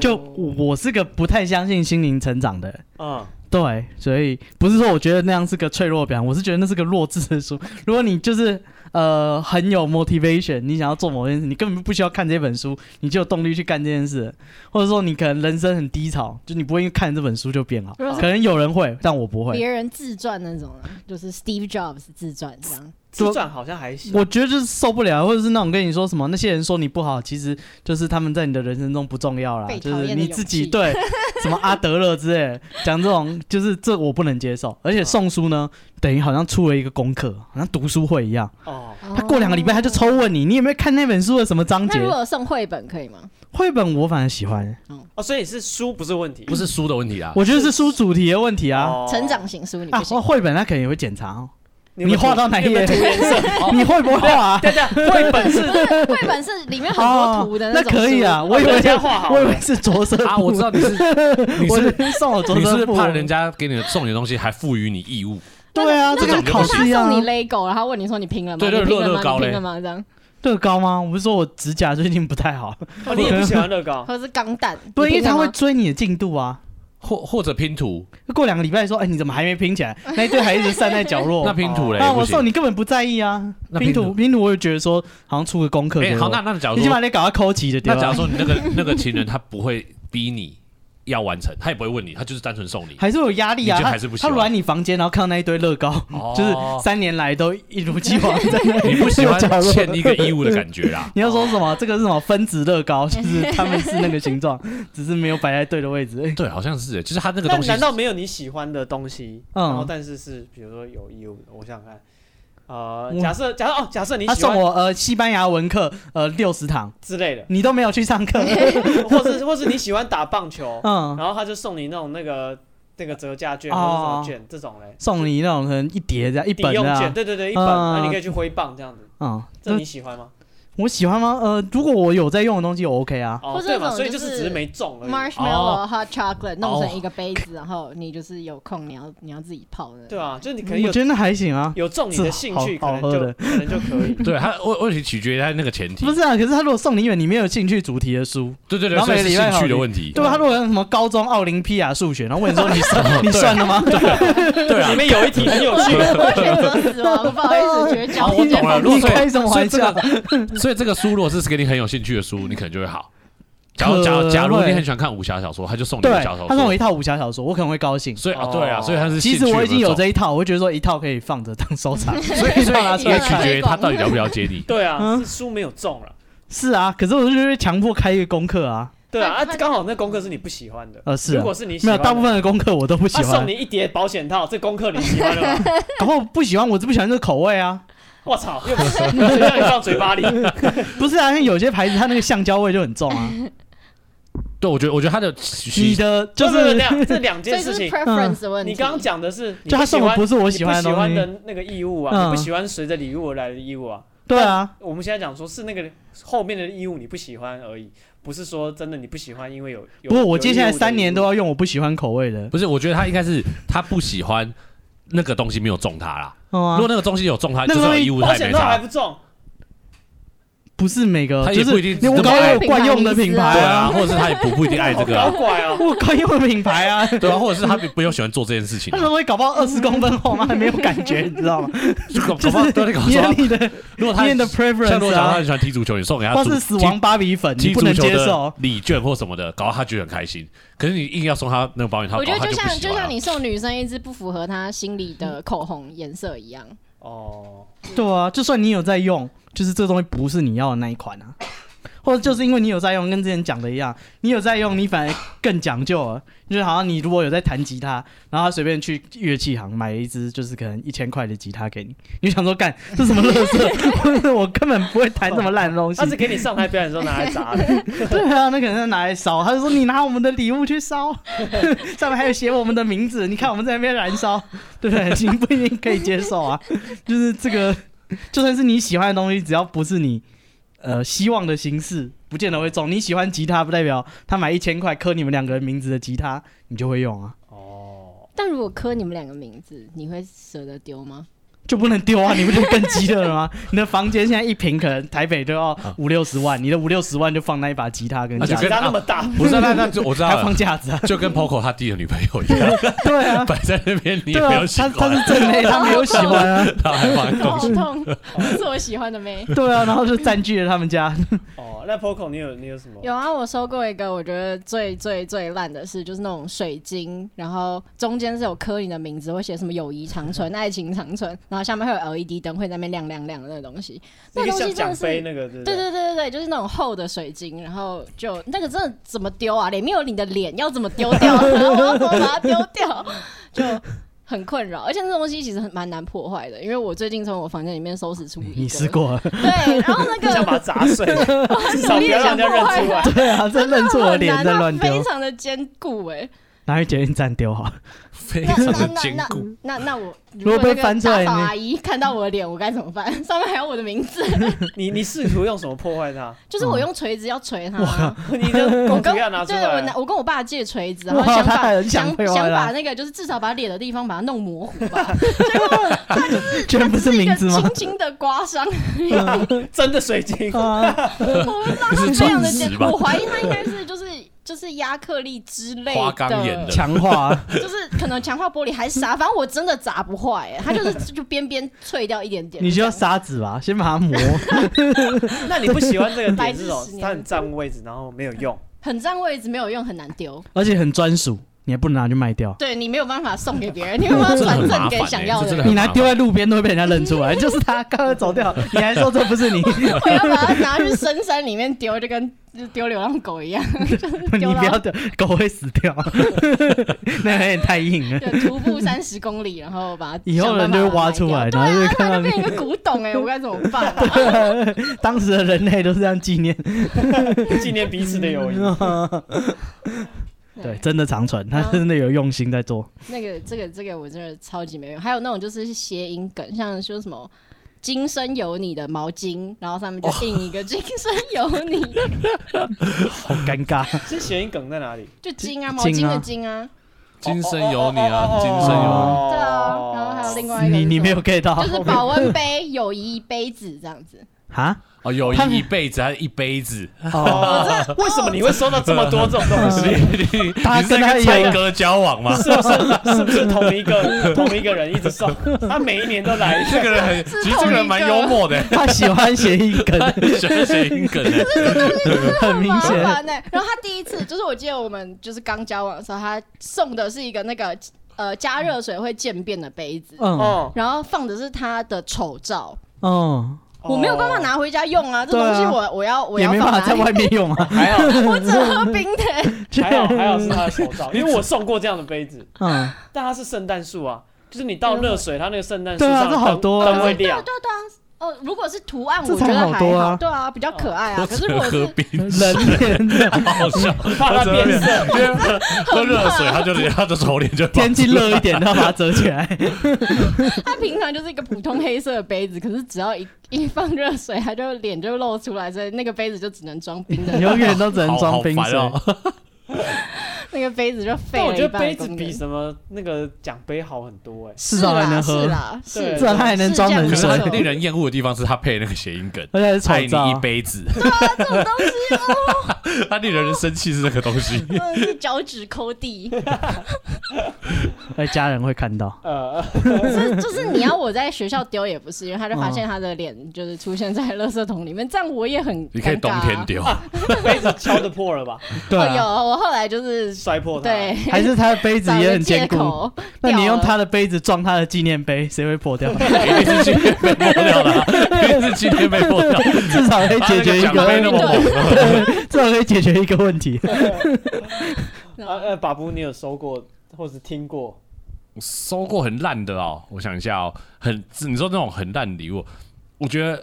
B: 就我是个不太相信心灵成长的人，
A: 嗯，
B: 对，所以不是说我觉得那样是个脆弱的表现，我是觉得那是个弱智的书。如果你就是呃很有 motivation，你想要做某件事，你根本不需要看这本书，你就有动力去干这件事了，或者说你可能人生很低潮，就你不会因为看这本书就变好，
D: 如果是
B: 可能有人会，但我不会。
D: 别人自传那种啊，就是 Steve Jobs 自传这样。
A: 自传好像还行。
B: 我觉得就是受不了，或者是那种跟你说什么那些人说你不好，其实就是他们在你的人生中不重要啦
D: 被，
B: 就
D: 讨
B: 是
D: 厌的
B: 你
D: 勇
B: 自己
D: 气
B: 对什么阿德勒之类的讲这种，就是这我不能接受。
A: 嗯
B: 而且宋书呢，等于好像出了一个功课，好像读书会一样，
A: 哦，
B: 他过两个礼拜他就
D: 哦
B: 抽问你，你有没有看那本书的什么章
D: 那
B: 节
D: 如？果送绘本可以吗？
B: 绘本我反而喜欢，
A: 哦，所以是书不是问题，
C: 不是书的问题啊，
B: 我觉得是书主题的问题啊。
A: 哦
D: 成长型书你
B: 啊，
D: 不行，
B: 绘本他肯定也会检查哦，
A: 有没有
B: 你画
A: 涂
B: 到哪
A: 你有没有
B: 页
A: 涂颜色？
B: 你会不会画啊？哦
A: 对对，绘本是
D: 绘本是里 面很多图的
B: 那
D: 种。
B: 可以啊，， 我以为
A: 人家画好
B: 我以
A: 了
B: 为。是着色
C: 啊，我知道你是 你
B: 我
C: 是
B: 送 我
C: 你
B: 着
C: 是不
B: 色
C: 是
B: 布，
C: 怕人家给你的送你的东西还赋予你义务，
B: 对啊，这
D: 那
B: 跟
C: 种
B: 考
D: 他
B: 试一样啊
D: 送你。lego，然后问你说你拼了吗？
C: 对对
D: 你拼了
C: 乐乐
D: 吗？
C: 高
D: 你
C: 嘞
D: 拼了吗？这样，
B: 乐高吗？我不是说我指甲最近不太好，
A: 哦，你也不喜欢乐高，
D: 或者是钢弹？
B: 对，因为
D: 你拼
B: 他
D: 了吗
B: 会啊追你的进度啊。
C: 或或者拼图，
B: 过两个礼拜说，哎，你怎么还没拼起 来？那一堆还一直散在角
C: 那
B: 落。
C: 拼图嘞
B: 啊，
C: 不
B: 我送
C: 行。
B: 你根本不在意啊。
C: 那
B: 拼
C: 拼
B: 图
C: 图
B: 拼图，我也觉得说好像出个功课给
C: 哎，好，那
B: 我，
C: 那假如
B: 你起码
C: 说
B: 得搞到抠级的对
C: 那假
B: 吧
C: 如？说你那个 那个情人他不会逼你要完成，他也不会问你，他就是单纯送你。
B: 还是有压力啊。
C: 你就
B: 他
C: 还是不喜
B: 他
C: 欢
B: 来你房间，然后看到那一堆乐高，
C: 哦
B: 就是三年来都一如既往在那
C: 你不 喜欢
B: 角落。
C: 欠一个义务的感觉啦
B: 你要说什么？这个是什么分子乐高？就是他们是那个形状，只是没有摆在对的位置而已。
C: 对，好像是耶，就是他那个
A: 但
C: 东西
A: 难，道没有你喜欢的东西？
B: 嗯
A: 然后但是是比如说有义务的，我想想看。呃，
B: 我
A: 假设假设哦，假设你
B: 他
A: 喜
B: 送
A: 欢
B: 我呃西班牙文课呃六十堂，
A: 之类的，
B: 你都没有去上课。
A: 或是或是你喜欢打棒球，
B: 嗯，
A: 然后他就送你那种那个那个折价券
B: 哦
A: 或者什么券这种嘞，
B: 送你那种可能一叠这样一
A: 抵
B: 本
A: 用
B: 的、
A: 券，
B: 啊，
A: 对对对，一本，
B: 嗯
A: 那你可以去挥棒这样子，
B: 嗯，
A: 这
B: 这
A: 你喜欢吗？
B: 我喜欢吗？呃，如果我有在用的东西，我 OK 啊。
A: 哦
D: 或，者
A: 对
D: 那
A: 嘛，
D: 种
A: 所以就
D: 就是
A: 是只是没中而已，
D: marshmallow
C: 哦
D: hot chocolate 弄
B: 哦
D: 成一个杯子，然后你就是有空你要你要自己泡的。
A: 对啊，就是
C: 哦
A: 你可能
B: 我
A: 有
B: 觉得那还行啊，
A: 有中你
B: 这
A: 的兴趣，可
B: 好好
A: 能
B: 喝
A: 就
B: 的
A: 可能就可以。
C: 对他问问题取决于他那个前提
B: 不。是啊。可是他如果送你一本你没有兴趣主题的书，
C: 对对对，
B: 然后
C: 所以是
B: 每个礼拜
C: 兴
B: 好
C: 趣的
B: 你
C: 问题。
B: 对吧？他如果有什么高中奥林匹亚数学，然后问你说你算你算了吗？
C: 哦对啊
A: 里，面有一题很有 趣，
D: 我选择死亡，不好意思，觉得讲
B: 哦
C: 好啊我懂了如果
B: 你
C: 所以
B: 开什么玩笑？
C: 所以这个书如果是给你很有兴趣的书，你可能就会好。假
B: 可
C: 如假如假如
B: 会
C: 你很喜欢看武侠小说，他就送你武
B: 对
C: 侠小，
B: 他送我
C: 说。
B: 一套武侠小说，我可能会高兴。
C: 所以啊，
A: 哦
C: 对啊，所以他是
B: 其实
C: 兴趣
B: 我已经
C: 没
B: 有
C: 中，
B: 这一套，我会觉得说一套可以放着当收 藏，所
C: 所
B: 拿
C: 以
B: 出
D: 所以
C: 也
B: 来
D: 你
C: 取
B: 看。
C: 决于他到底了不了解你。
A: 对啊，
B: 嗯
A: 是书没有中了，
B: 是啊，可是我就觉得强迫开一个功课啊，
A: 对啊，啊
D: 那
A: 刚好那功课是你不喜欢的，
B: 呃是
A: 如
B: 啊，
A: 果是你喜
B: 没
A: 欢的，
B: 有大部分的功课我都不喜
A: 他送
B: 欢
A: 你，一叠保险套，这功课你喜欢了吗？
B: 然后不喜欢我就不喜欢这个口味啊，
A: 我 操， 又不是谁让你放嘴巴里？
B: 不是啊，像有些牌子它那个橡胶味就很重 啊，
C: 对，我觉得我觉得他的
B: 你
C: 取
B: 的就
A: 不不
B: 是
A: 不这样，这 两
D: 所
A: 件
D: 以这
A: 事
D: 是
A: 情。
D: preference 的问题。
A: 你刚刚讲的是，你
B: 就他送我
A: 不
B: 不是我
A: 喜
B: 喜
A: 欢
B: 欢
A: 你不喜
B: 东
A: 欢
B: 西，
A: 的那个义务啊，你
B: 嗯
A: 不喜欢随着礼物而来的义务啊。
B: 对啊，
A: 我们现在讲说是那个后面的义务你不喜欢而已，不是说真的你不喜欢，因为有。有
B: 不过我
A: 有
B: 接下来
A: 义务的
B: 三年
A: 义务
B: 都要用我不喜欢口味的，
C: 不是，我觉得他应该是他不喜欢那个东西没有中他
B: 嗯
C: 啦。如
B: 啊
C: 果，那个东西有中他，
B: 那
C: 就
B: 个
C: 算
B: 东
C: 有
B: 西
C: 义务
A: 保
C: 他也
A: 险
C: 没
A: 套还
C: 差。
A: 不中，
B: 不是每个
C: 它
B: 就
C: 也不
B: 是
C: 一定
B: 我
C: 这么
B: 搞
C: 爱
B: 有惯用的品牌
C: 对啊，
B: 啊，
C: 或者是他也不不一定爱这
A: 好
C: 个
A: 搞
C: 啊，
A: 怪哦。
B: 我惯用的品牌 啊，
C: 对啊，或者是他不不又喜欢做这件事情
B: 他怎
C: 啊。
B: 么会搞不好二十公分厚吗？还没有感觉，你知道吗？
C: 就 搞
B: 就是
C: 搞不好对那个
B: 因为
C: 说，
B: 你的
C: 如果
B: 因
C: 他
B: 为你的
C: 像如
B: preference
C: 果讲他
B: 啊
C: 很，喜欢踢足球，你送给他
B: 或
C: 足
B: 是死亡芭比粉，
C: 踢
B: 你不
C: 足
B: 能
C: 球
B: 接
C: 的
B: 受。
C: 礼券或什么的，搞到他觉得很开心。可是你硬要送他那个保险套，
D: 我觉得
C: 搞到
D: 就
C: 他
D: 像
C: 就不喜
D: 就
C: 欢啊
D: 像你送女生一支不符合她心里的口红颜色一样，
A: 哦，
B: 对啊，就算你有在用，就是这东西不是你要的那一款啊，或者就是因为你有在用，跟之前讲的一样，你有在用，你反而更讲究了。就是好像你如果有在弹吉他，然后他随便去乐器行买了一支，就是可能一千块的吉他给你，你就想说干这什么乐色，或 者我根本不会弹这么烂的东西
A: 他。是给你上台表演的时候拿来砸 的。
B: 对啊，那可能是拿来烧，他就说你拿我们的礼物去烧， 上面还有写我们的名字，你看我们在那边燃烧，对不对？ 你不一定可以接受啊，就是这个，就算是你喜欢的东西，只要不是你呃希望的形式，不见得会中。你喜欢吉他，不代表他买一千块刻你们两个人名字的吉他，你就会用啊。
A: 哦，
D: 但如果刻你们两个名字，你会舍得丢吗？
B: 就不能丢啊！你不就更鸡了吗？你的房间现在一平可能台北都要五六十万，你的五六十万就放那一把吉他跟
C: 而且啊
B: 架
A: 吉
B: 子，
A: 他那么大，
C: 不是那 那就我知道
B: 还放
C: 了，
B: 架子啊？
C: 就跟 Poco 他弟的女朋友一 样，
B: 对啊，
C: 摆在那边你也
B: 对
C: 没
B: 啊
C: 有，喜
B: 他他
C: 欢，
B: 是正妹，他没有喜欢 啊，
C: 然后还放在
D: 头
C: 东
D: 好
C: 西，
D: 痛， 是我喜欢的妹。
B: 对啊，然后就占据了他们家。
A: 哦，那 Poco 你有你有什么？
D: 有啊，我收过一个，我觉得最最最烂的是，就是那种水晶，然后中间是有刻你的名字，会写什么友谊长存、爱情长存，然后下面会有 LED 灯，会在那边亮亮亮的那个东西。
A: 那
D: 那
A: 个
D: 东
A: 像
D: 西真
A: 奖
D: 的是，
A: 杯那个，对不
D: 对对对对对，就是那种厚的水晶，然后就那个真的怎么丢啊？里面有你的脸，要怎么丢 掉？然后我要怎么把它丢掉？就很困扰，而且那东西其实很蛮难破坏的，因为我最近从我房间里面收拾出一个，
B: 你试过啊了？
D: 对，然后那个
A: 想把它砸碎， 至少不要让人家认出来。
B: 对啊，这认错我
D: 很
B: 脸
D: 难
B: 在
D: 啊，
B: 乱
D: 非
B: 丢，
D: 常的坚固哎、
B: 拿去捷运站丢好了。
C: 非
D: 那
C: 常
D: 那
C: 的
D: 那
C: 坚固。
D: 那那那我
B: 如果被
D: 那个
B: 翻出来
D: 打扫
B: 你
D: 阿姨看到我的脸，我该怎么办？上面还有我的 名字，
A: 你你试图用什么破坏它？
D: 就是我用锤子要锤他。
A: 你就
D: 我
A: 工具
D: 跟
A: 要拿出
D: 对我拿
A: 来。
D: 我跟我爸借锤子，然
B: 哇
D: 后想
B: 他还
D: 把
B: 很想
D: 想
B: 被挖
D: 想
B: 啦
D: 把那个就是至少把脸的地方把它弄模糊吧，
B: 居然不是
D: 一
B: 名
D: 个
B: 字吗
D: 轻？轻的刮伤，
A: 真的水晶，
B: 啊，
D: 我不知道
C: 是
D: 是这样的结
C: 钻石吧
D: 果，我怀疑他应该是就是就是亚克力之类
C: 花岗岩的
B: 强化 啊
D: 就是可能强化玻璃还是啥，反正我真的砸不坏、欸，它就是就边边脆掉一点点。
B: 你需要砂纸吧，先把它 磨。
A: 那你不喜欢这个
D: 白
A: 点
D: 痴
A: 是
D: 十
A: 种
D: 年
A: 它很占位置，然后没有用。
D: 很占位置没有用，很难丢。
B: 而且很专属，你还不能拿去卖掉。
D: 对你没有办法送给别 人，你没有办法传赠给想要的
C: 这很麻烦欸这真的
D: 人。
B: 你拿丢在路边都会被人家认出来，就是他刚刚走掉，你还说这不 是你，
D: 我要把它拿去深山里面丢，就跟就丢流浪狗一样，
B: 你
D: 丢
B: 不要
D: 到
B: 丢，狗会死掉， 那有点太硬了。
D: 就徒步三十公里，然后把它
B: 以后人就会挖出来，
D: 想办
B: 然
D: 法把它卖掉
B: 后就看
D: 对啊，
B: 到
D: 它就
B: 那
D: 变一个古董哎、我该怎么办啊？
B: 个，当时的人类都是这样纪念。
A: 纪念彼此的友谊。
D: 嗯
B: 对，真的长存，他真的有用心在 做。
D: 那个这个这个我真的超级没用。还有那种就是谐音梗，像说什么。今生有你的毛巾，然后上面就印一个“今生有你
B: 好尴尬，
A: 这谐音梗在哪里？”，
D: 就巾 啊，
B: 巾
D: 毛巾
B: 啊
D: 的巾啊，
C: 今生有你啊，今生有
B: 哦
C: 你。
D: 对啊。然后还有另外一个是什么，
B: 你你没有 get 到
D: 就是保温杯、友谊杯子这样子。
B: 啊？
C: 哦，友
B: 他
C: 谊一辈子还是一辈子？
B: 哦，
A: 哦，为什么你会收到这么多这种东西？
C: 你你
B: 他
C: 你是在
B: 跟他有
C: 跟蔡哥交往吗？
A: 是不是是不是同一个同一个人一直送？他每一年都来一
C: 这
A: 个。
C: 个人很，
D: 是
C: 其实这个人蛮幽默的，
B: 他喜欢谐音 梗，
C: 喜欢谐音梗的。
B: 很明
D: 麻
B: 显。
D: 烦呢、欸然后他第一次就是我记得我们就是刚交往的时候，他送的是一个那个呃加热水会渐变的杯子，
B: 嗯
A: 哦，
D: 然后放的是他的丑照，
B: 嗯，
A: 哦
D: 我没有办法拿回家用啊，这
B: 对啊
D: 东西我我要
C: 嗯
D: 我
B: 也
D: 要
B: 没
D: 放
B: 办法在
D: 哪里？
B: 外面用啊。
A: 还好，
D: 我只喝冰 的、
A: 还好，还好是他的手照，因为我送过这样的杯子，
B: 嗯，
A: 但它是圣诞树啊，就是你倒热水，它那个圣诞树
B: 对啊
A: 上
B: 这好多啊
A: 灯会
D: 对啊
A: 亮，
D: 对啊对啊。哦，如果是图案，
B: 这
D: 我觉
B: 才
D: 得
B: 好
D: 还
B: 多啊
D: 好，对啊，比较可爱
A: 哦
D: 啊。
C: 我
D: 可
C: 只
D: 是如
C: 能
D: 果
C: 喝
D: 是
C: 冰水，
B: 人脸的
C: 好好笑。
A: 怕它变色。
C: 色，因为喝热水，他就脸，他的头脸就爆
B: 天气热一点，都要把它折起 来。
D: 他平常就是一个普通黑色的杯子，可是只要一一放热水，他就脸就露出来，所以那个杯子就只能装冰的，
B: 永远都只能
C: 好
B: 装冰水。
C: 好烦哦
D: 那个杯子就废
A: 但我
D: 了
A: 觉
D: 一
A: 得
D: 半的
A: 杯
D: 功
A: 子
D: 能。
A: 比什么那个奖杯好很 多哎，
B: 至少还啊能喝
D: 是啊啦，是啦
A: 对
D: 是
A: 至
B: 少它还能装冷
C: 可
D: 是
C: 是
D: 这
C: 他
D: 样啊没
C: 令
D: 错
C: 人厌恶的地方是他配那个谐音梗，
B: 而且
C: 爱
B: 还是丑啊
C: 你一
B: 照，
C: 辈子。
D: 这种东西哦
C: 他令人生气是这个东西。
D: 真的是脚趾抠地，
B: 而且家人会看到。
A: 呃，
D: 就是就是你要我在学校丢也不是，因为他就发
B: 嗯
D: 现他的脸就是出现在垃圾桶里面，这样我也很
C: 你可以冬天
D: 丢。
C: 丢，
A: 杯子敲得破了吧，
B: 对
D: 哦哦，有
B: 啊，
D: 我后来就是
A: 摔破它。
D: 对，
B: 还是他的杯子
D: 找
B: 也
D: 了
B: 很
D: 借
B: 坚固。
D: 口，
B: 那你用
D: 掉了
B: 他的杯子撞他的纪念碑，谁会破掉？
C: 一直今天被破掉了，一直今天被破掉。
B: 至少可以解决一
C: 啊他那个奖杯 那
B: 个，
C: 么猛，
B: 至少可以解决一个问题。
A: 呃呃，巴布，你有收过或是听过？
C: 我收过很烂的哦，我想一下哦，很你说那种很烂的礼物，我觉得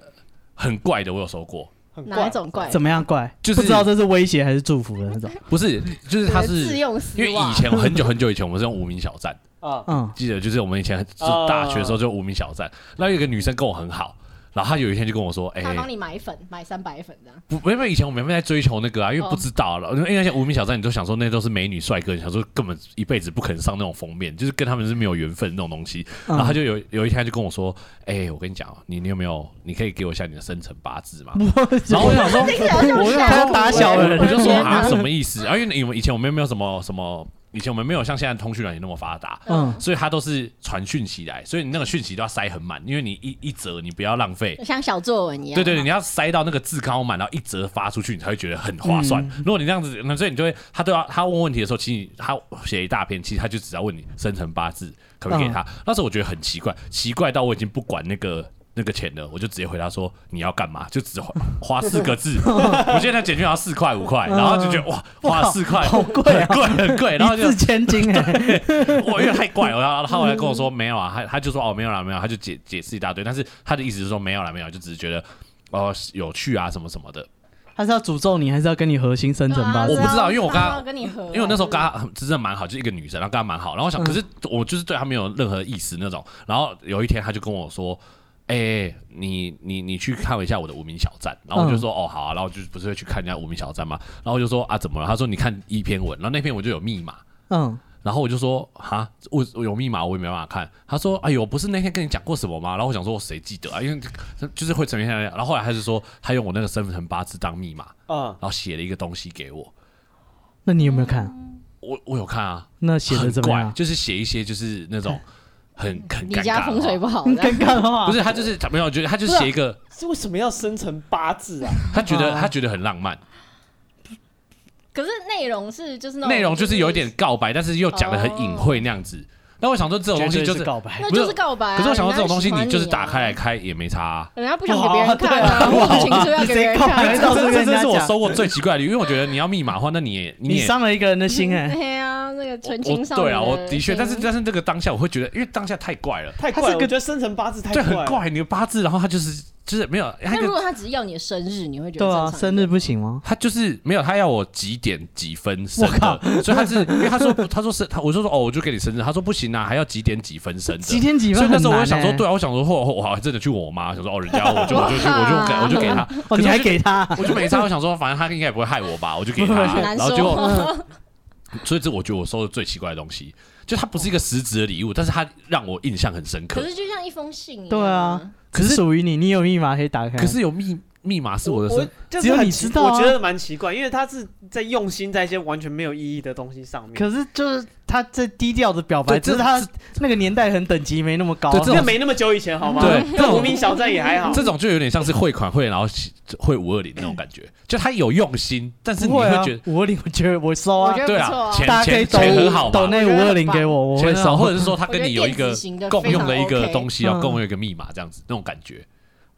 C: 很怪的，我有收过，
A: 很
D: 哪
A: 怪
D: 一，种怪？
B: 怎么样怪？
C: 就是
B: 不知道这是威胁还是祝福的 那种。
C: 不是，就是它是
D: 自啊用丝
C: 因为
D: 袜
C: 以前我很久很久以前，我们是用无名小站，
A: 啊，
B: 嗯，
C: 记得就是我们以前就
A: 啊
C: 大学的时候就无名小站，然后有一个女生跟我很好，然后他有一天就跟我说：“哎、
D: 他帮你买粉，买三百粉这样。
C: 不，没有以前我们没在追求那个啊，因为不知道了，因为那些无名小站你都想说那都是美女帅哥，你想说根本一辈子不可能上那种封面，就是跟他们是没有缘分那种东西。
B: 嗯
C: 然后他就有有一天他就跟我说：“哎、我跟你讲哦，你你有没有，你可以给我一下你的生辰八字吗？”然后我想说，
D: 这个好像
C: 我就
D: 小
C: 想说
B: 他打小人
C: 我就说
D: 天哪
C: 啊什么意思？啊因为你们以前我们没有什么什么，以前我们没有像现在通讯软件那么发达，
B: 嗯，
C: 所以它都是传讯息来，所以你那个讯息都要塞很满，因为你一一折你不要浪费。
D: 像小作文一样。
C: 对对，对，你要塞到那个字高满，然后一折发出去，你才会觉得很划算。
B: 嗯
C: 如果你这样子，那所以你就会，他都要他问问题的时候，其实你他写一大篇，其实他就只要问你生辰八字可不可以给
B: 嗯
C: 他。那时候我觉得很奇怪，奇怪到我已经不管那个。那个钱了，我就直接回答说你要干嘛，就只花花四 个字。我现在简讯好像四块五块，然后就觉得哇，花四块
B: 好贵啊
C: 很贵很贵，然后
B: 一
C: 就
B: 字千金 哎，
C: 我因为太怪了，然后他后来跟我说没有啊，他他就说哦没有啦没有啦，他就解解释一大堆，但是他的意思是说没有啦没有啦，就只是觉得哦有趣啊什么什么的，
B: 他是要诅咒你，还是要跟你核心生
D: 啊
B: 辰八
C: 我不
B: 字？
C: 知道因为我刚
D: 刚跟你合，
C: 因为我那时候跟他很真的蛮好，就是一个女生，然后跟他蛮好，然后我想可是我就是对他没有任何意思那种，然后有一天他就跟我说。哎、你你你去看一下我的无名小站，然后我就说、哦好啊，然后我就不是会去看人家无名小站嘛，然后我就说啊怎么了？他说你看一篇文，然后那篇我就有密码，
B: 嗯，
C: 然后我就说哈，我我有密码，我也没办法看。他说哎呦，不是那天跟你讲过什么吗？然后我想说，谁记得啊？因为就是会呈现下来。然后后来他就说，他用我那个身份八字当密码，
A: 嗯
C: 然，后写了一个东西给我。
B: 那你有没有看？
C: 我我有看啊，
B: 那写的
C: 很
B: 怎么
C: 怪，
B: 样？
C: 就是写一些就是 那种很很
D: 你
C: 尴
D: 家
C: 尬
D: 风水
C: 的话。
D: 不好，
B: 很尴尬的话，
C: 不是他就是他没有，觉得他就写一个，
A: 这为什么要生成八字 啊？
C: 他觉得
B: 啊
C: 他觉得很浪漫，
D: 可是内容是就是 那种
C: 内容就是有一点，告白，但是又讲的很隐晦那样子。那我想说这种东西
A: 绝
C: 就
A: 对
C: 是，
A: 告白
D: 那就是告白啊。
C: 可是我想到这种东西，
D: 人家
C: 你
D: 喜欢
C: 就是
D: 啊
C: 打开来，开也没差啊。
D: 人家不想给别人看啊，
B: 对啊
D: 或者情书要给别人看
B: 谁告白
D: 啊。
C: 这
B: 到
C: 这真是我收过最奇怪的礼物，因为我觉得你要密码的话，那你也
B: 你
C: 也。
B: 伤了一个人的心哎。
D: 对啊，那个纯
C: 我
D: 情少女。
C: 对啊，我的确，但是但是这个当下我会觉得，因为当下太怪了，
A: 太
B: 他
A: 怪
B: 是
A: 了，我
B: 个
A: 觉得生成八字太
C: 对，
A: 了
C: 很。怪你的八字，然后他就是就是没有，他
D: 那如
C: 就
D: 果他只是要你的生日，你会觉得
B: 啊对啊，
D: 正常
B: 生日不行吗？
C: 他就是没有，他要我几点几分生
B: 我靠
C: 的，所以他是因为他说他说是他，我就说哦，我就给你生日，他说不行啊，还要几点几分生
B: 几
C: 的。
B: 天几
C: 所以
B: 分
C: 那
B: 很
C: 时候我
B: 难
C: 就想说，
B: 欸
C: 对啊，我想说，后我好像真的去问我妈，想说哦，人家我就我就去我就给我就给 他，可
B: 哦，
C: 是
B: 你还
C: 我就
B: 给他？
C: 我就没差，我想说，反正他应该也不会害我吧，我就给他。
D: 很难
C: 然后结果，
D: 说。
C: 所以这我觉得我收的最奇怪的东西，就它不是一个实质的礼物，但是它让我印象很深 刻
D: 可。是就像一封信一样。
B: 对啊，
C: 可是
B: 只属于你，你有密码可以打开。
C: 可是有密密码是我的
A: 我
C: 身，
A: 就是
B: 只有
A: 很
B: 你
A: 奇
B: 知道啊
A: 我觉得蛮奇怪，因为他是在用心在一些完全没有意义的东西上面，
B: 可是就是他在低调的表白，
C: 嗯对这
B: 只是他那个年代很等级没那么高
C: 对这种
A: 那没那么久以前好吗？
C: 对 这
A: 那
C: 种
A: 无名小站也 还好。
C: 这种就有点像是汇款会，然后汇五二零那种感觉，就他有用心，但是你
B: 不会
C: 会
B: 啊
C: 觉得。
B: 五二零，我觉得我收
D: 我
B: 啊，
D: 觉得
C: 对
D: 不错
C: 啊，
D: 啊。
C: 钱
B: 大家可以
C: 钱
B: 抖
C: 钱很好
B: 抖
C: 嘛，
B: 那
D: 我觉
B: 五
D: 得
B: 二
D: 很
B: 零
D: 棒
B: 给我，我
C: 钱
B: 会啊
C: 很好，
B: 收，
C: 或者是说他跟你有一
D: 我觉得
C: 个
D: 电子型的
C: 共用的一
D: 非
C: 个
D: 常 OK
C: 东西啊，
B: 嗯
C: 共用一个密码这样子那种感觉。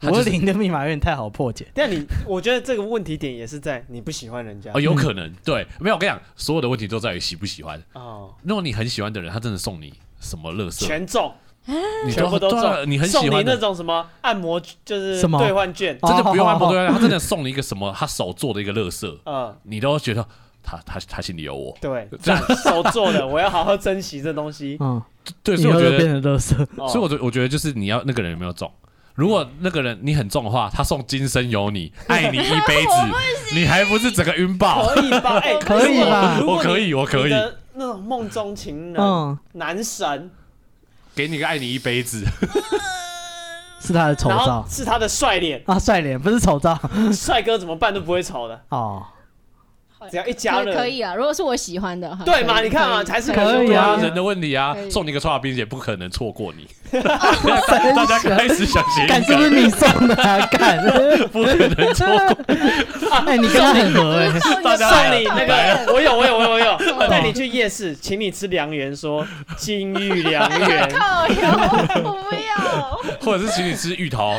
B: 五
C: 他就
B: 二
C: 是
B: 零的密码有点太好破解。
A: 但你，我觉得这个问题点也是在你不喜欢人家
C: 哦，
B: 嗯
C: 有可能对，没有我跟你讲，所有的问题都在于喜不喜欢。
A: 哦，
C: 如果你很喜欢的人，他真的送你什么乐色，
A: 全中，
C: 你
A: 全部都
C: 对啊
A: 中。
C: 你很喜
A: 送
C: 欢
A: 你那
C: 的，
A: 种什么按摩，就是
B: 什么
A: 兑换券，
B: 哦
C: 真的不用按摩对啊，他真的送你一个什么他手做的一个乐色，
A: 嗯，
C: 你都觉得他他他心里有 我。
A: 对，
C: 这
A: 赞，手做 的，我要好好珍惜这东西。
B: 嗯，
C: 对，
B: 以
C: 所以我
B: 后
C: 觉
B: 就
C: 得
B: 变，成乐色。
A: 哦
C: 所以我觉得我觉得就是你要那个人有没有中。如果那个人你很重的话，他送今生有你，爱你一辈子，你还不是整个晕爆？
A: 可以吧？ 哎，
B: 可以吧
A: 如果
C: 我啊可以我可以。
A: 如果你你 的那种梦中情人、
B: 嗯，
A: 男神，
C: 给你个爱你一辈 子，
B: 是他的丑
A: 然后
B: 照
A: 是他的帅 脸，
B: 啊，帅脸不是丑照
A: 帅哥怎么办都不会丑的，
B: 哦。
A: 只要一加热，
D: 可以啊，如果是我喜欢的话，
A: 对嘛
D: 可以
A: 你看嘛
D: 可以
A: 才是
D: 可以
B: 可以
C: 对啊，
B: 啊
C: 人的问题啊
D: 可，以
C: 送你个搓冰也不可能错过你。啊大家开始想谐
B: 干
C: 音
B: 是不是
C: 梗，
B: 你送的 啊？干，
C: 不可能错过。
B: 哎，你跟他很合哎。
C: 大家
A: 送你那
C: 来啊
A: 个， 我有，我有，我有， 我有，
D: 了，
A: 带你去夜市，请你吃良缘，说金玉良缘
D: 靠呀，我不要，
C: 或者是请你吃芋头，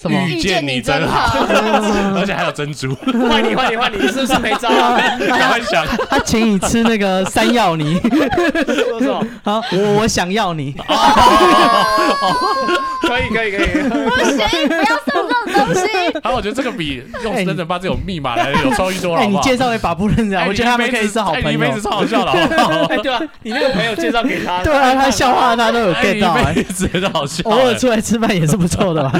B: 什么？
C: 遇见你真好， 而且还有珍珠，
A: 换你换你换你，你是不是没招 啊？
C: 开玩笑。
B: 哎他请你吃那个山药泥，
A: 说什么？
B: 好，我我想要你，
C: 哦
A: 可以可以可
B: 哦
A: 以，
D: 不行，不要送这种东西。
C: 啊然后我觉得这个比用真人吧这种密码来的有收益多了，
B: 哎，
C: 好不
B: 你
C: 好？
B: 介绍给把布认识啊，我觉得他们可以是好
C: 哎
B: 朋
C: 你妹子
B: 友。
C: 超好 笑的，好不好？
A: 哎对啊，你那个朋友介绍给他，
B: 对啊，他笑话他都有
C: 哎
B: get 到，
C: 你
B: 哎
C: 妹子很好笑，哦
B: 偶尔出来吃饭也是不错的吧？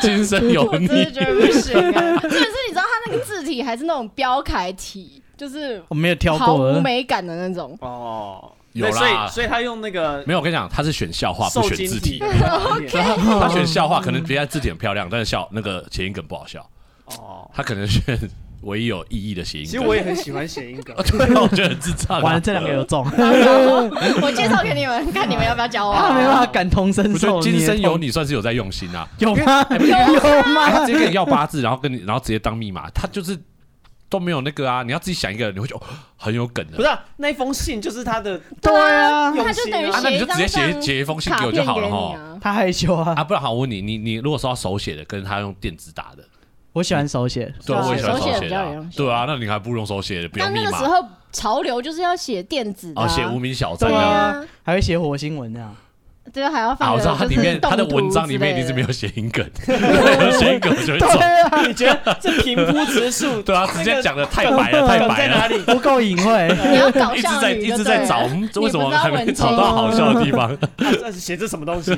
C: 今生 有
D: 我真
C: 你。
D: 的觉得不行啊！ 重点是你知道他那个字体还是那种标楷体，就是
B: 我没有挑
D: 毫
B: 过
D: 无，美感的那种。
A: 哦，
C: 有
A: 对所
C: 啦
A: 以所以他用那个
C: 没有，我跟你讲，他是选笑话，
A: 受
C: 不选
A: 精
C: 字
A: 体。，
C: 体所以他他选笑话，可能别人字体很漂亮，但是笑那个谐音梗不好笑，
A: 哦，
C: 他可能选唯一有意义的谐音
A: 其实
C: 梗。
A: 我也很喜欢谐音梗
C: 啊，对 啊，我觉得很智障啊。
B: 完了这两个有 中，
D: 我介绍给你们，看你们要不要啊 交
B: 他啊没
D: 往。
B: 办法感同身
C: 我觉得
B: 受。
C: 今生
B: 你也
C: 有
B: 痛
C: 你算是有在用心啊，
B: 有 吗？有
C: 他
D: 啊
B: 吗？
C: 直 接跟你要八字，然后跟你，然后直接当密码，他就是都没有那个啊，你要自己想一个，你会觉得、哦、很有梗
A: 不
C: 的。
A: 是啊那一封信就是他的
B: 对啊，
A: 用
D: 他就
A: 心
D: 等于
C: 啊，那你
D: 写一
C: 就直
D: 张
C: 接写
D: 像
C: 写一封信
D: 卡
C: 给我就
D: 片
C: 好
D: 给
C: 了
D: 你
C: 哈。
D: 啊。
B: 他害羞啊。
C: 啊，不然好，我问你，你你如果说要手写的，跟他用电子打的，
B: 我喜欢手写，
C: 对啊，
D: 手
C: 我也喜欢
D: 手写
C: 写
D: 比
C: 的
D: 较有
C: 啊
D: 用，心
C: 对啊，那你还不如用手写的，不用
D: 但
C: 密
D: 那个时
C: 码，
D: 候潮流就是要写电子的啊，
C: 啊，写无名小站
B: 对
C: 啊。
D: 啊，
B: 还会写火星文这样。
D: 这个还要
C: 啊，
D: 放
C: 我
D: 个
C: 知道它
D: 就
C: 里
D: 是
C: 面它的
D: 动图
C: 文章里
D: 之
C: 面一
D: 类
C: 定是
D: 的
C: 没有谐音梗， 有谐音梗我就会走。
B: 对啊，
A: 你觉得这平铺直 述，
C: 对啊，
A: 这个
C: 直接讲的太白了，太
A: 梗
C: 白
A: 在哪
C: 了，
A: 里？
B: 不够隐晦。
D: 你要搞
C: 一直
D: 笑
C: 在
D: 女
C: 一
D: 就
C: 直在
D: 对
C: 找，
D: 了
C: 嗯
D: 不
C: 为什
D: 知
C: 么
D: 道
C: 还没
D: 文
C: 找到
D: 青
C: 好笑的地方？
A: 啊这是写这什么东西？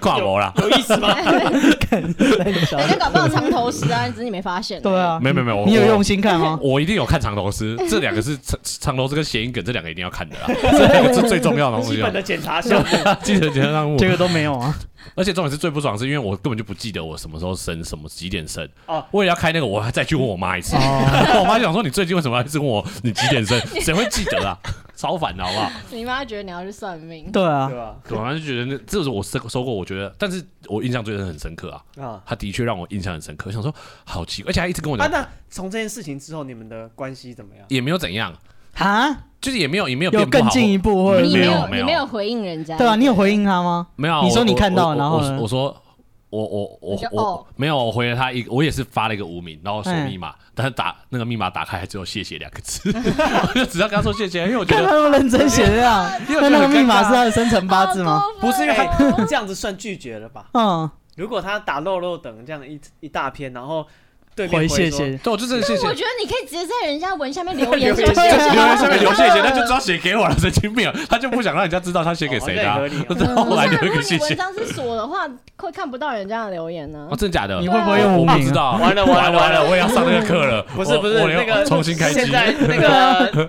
C: 挂毛啦。
A: 有意思吗？
D: 人家搞不好藏头诗啊，只是你没发现。
B: 对，啊，
C: 没有没有没有，我
B: 你有用心看哦。
C: 我一定有看长头诗，这两个是长长头诗跟谐音梗，这两个一定要看的啦， 这两个是最重要的东
A: 基
C: 西
A: 本
C: 啊。
A: 的检查 项目，
C: 记得记得让我，
B: 这个都没有啊，
C: 而且重点是最不爽，是因为我根本就不记得我什么时候生，什么几点生。
A: 哦
C: 我也要开那个，我还再去问我妈一次。 我妈就想说，你最近为什么还是问我你几 点生？谁会记得啊？超烦的好不好？
D: 你妈觉得你要去算命，
B: 对啊
A: 对， 吧？
C: 对，反正就觉得那这是我收收过，我觉得，但是我印象最深很深刻啊，
A: 啊
C: 他的确让我印象很深刻，我想说好奇怪，而且他一直跟我
A: 啊，
C: 讲、
A: 那从这件事情之后，你们的关系怎么样？
C: 也没有怎样，
B: 啊，
C: 就是也没有也没有
B: 有
C: 变不
B: 更
C: 好，
B: 进一步或者
D: 你
C: 没
D: 没
C: 有
D: 有
C: 没
D: 你
C: 有
D: 没有回应人家，
B: 对啊，你有回应他吗？
C: 没有啊，
B: 你说
C: 我
B: 你看到
C: 我我
B: 然后呢
C: 我我说我我我
D: 你就
C: 我
D: 哦
C: 没有，我回了他一，我也是发了一个无名，然后说
B: 嗯
C: 密码，但是打那个密码打开还只有谢谢两 个字，我就只要跟他说谢谢，因为我觉
B: 看
C: 得
B: 他那么认真写这样，
C: 因
B: 那
C: 为我觉
B: 那个
C: 得很尴尬
B: 密码是他的生辰八字吗？？
A: 不是因为他
D: 他
A: 哎这样子算拒绝了吧？
B: 嗯，
A: 如果他打肉肉等这样一一大篇，然后对面
B: 回
A: 说
B: 谢。谢。
C: 对，我就真的 谢谢
D: 我。觉得你可以直接在人家文下面留 言，
A: 留
D: 说
A: 言
D: 谢
B: 下
D: 谢
B: 面
C: 留言下面留谢谢，他就知道写给我了，神经病啊！他就不想让人家知道他写给谁的啊
A: 哦那也合 理。
C: 后来
D: 不是啊
C: 留一
D: 如
C: 个
D: 果
C: 谢
D: 你
C: 谢
D: 文。章是锁的话，会看不到人家的留言呢
C: 哦，。真的假的？
B: 你会不会用无
C: 我不
B: 名
C: 知
B: 啊？
C: 道，
A: 完了
C: 完
A: 完了
C: 完
A: 完
C: 了，
A: 了
C: 我也要上那个课了。
A: 不是
C: 我
A: 不是
C: 我连
A: 那个
C: 重新开机
A: 现，在那 个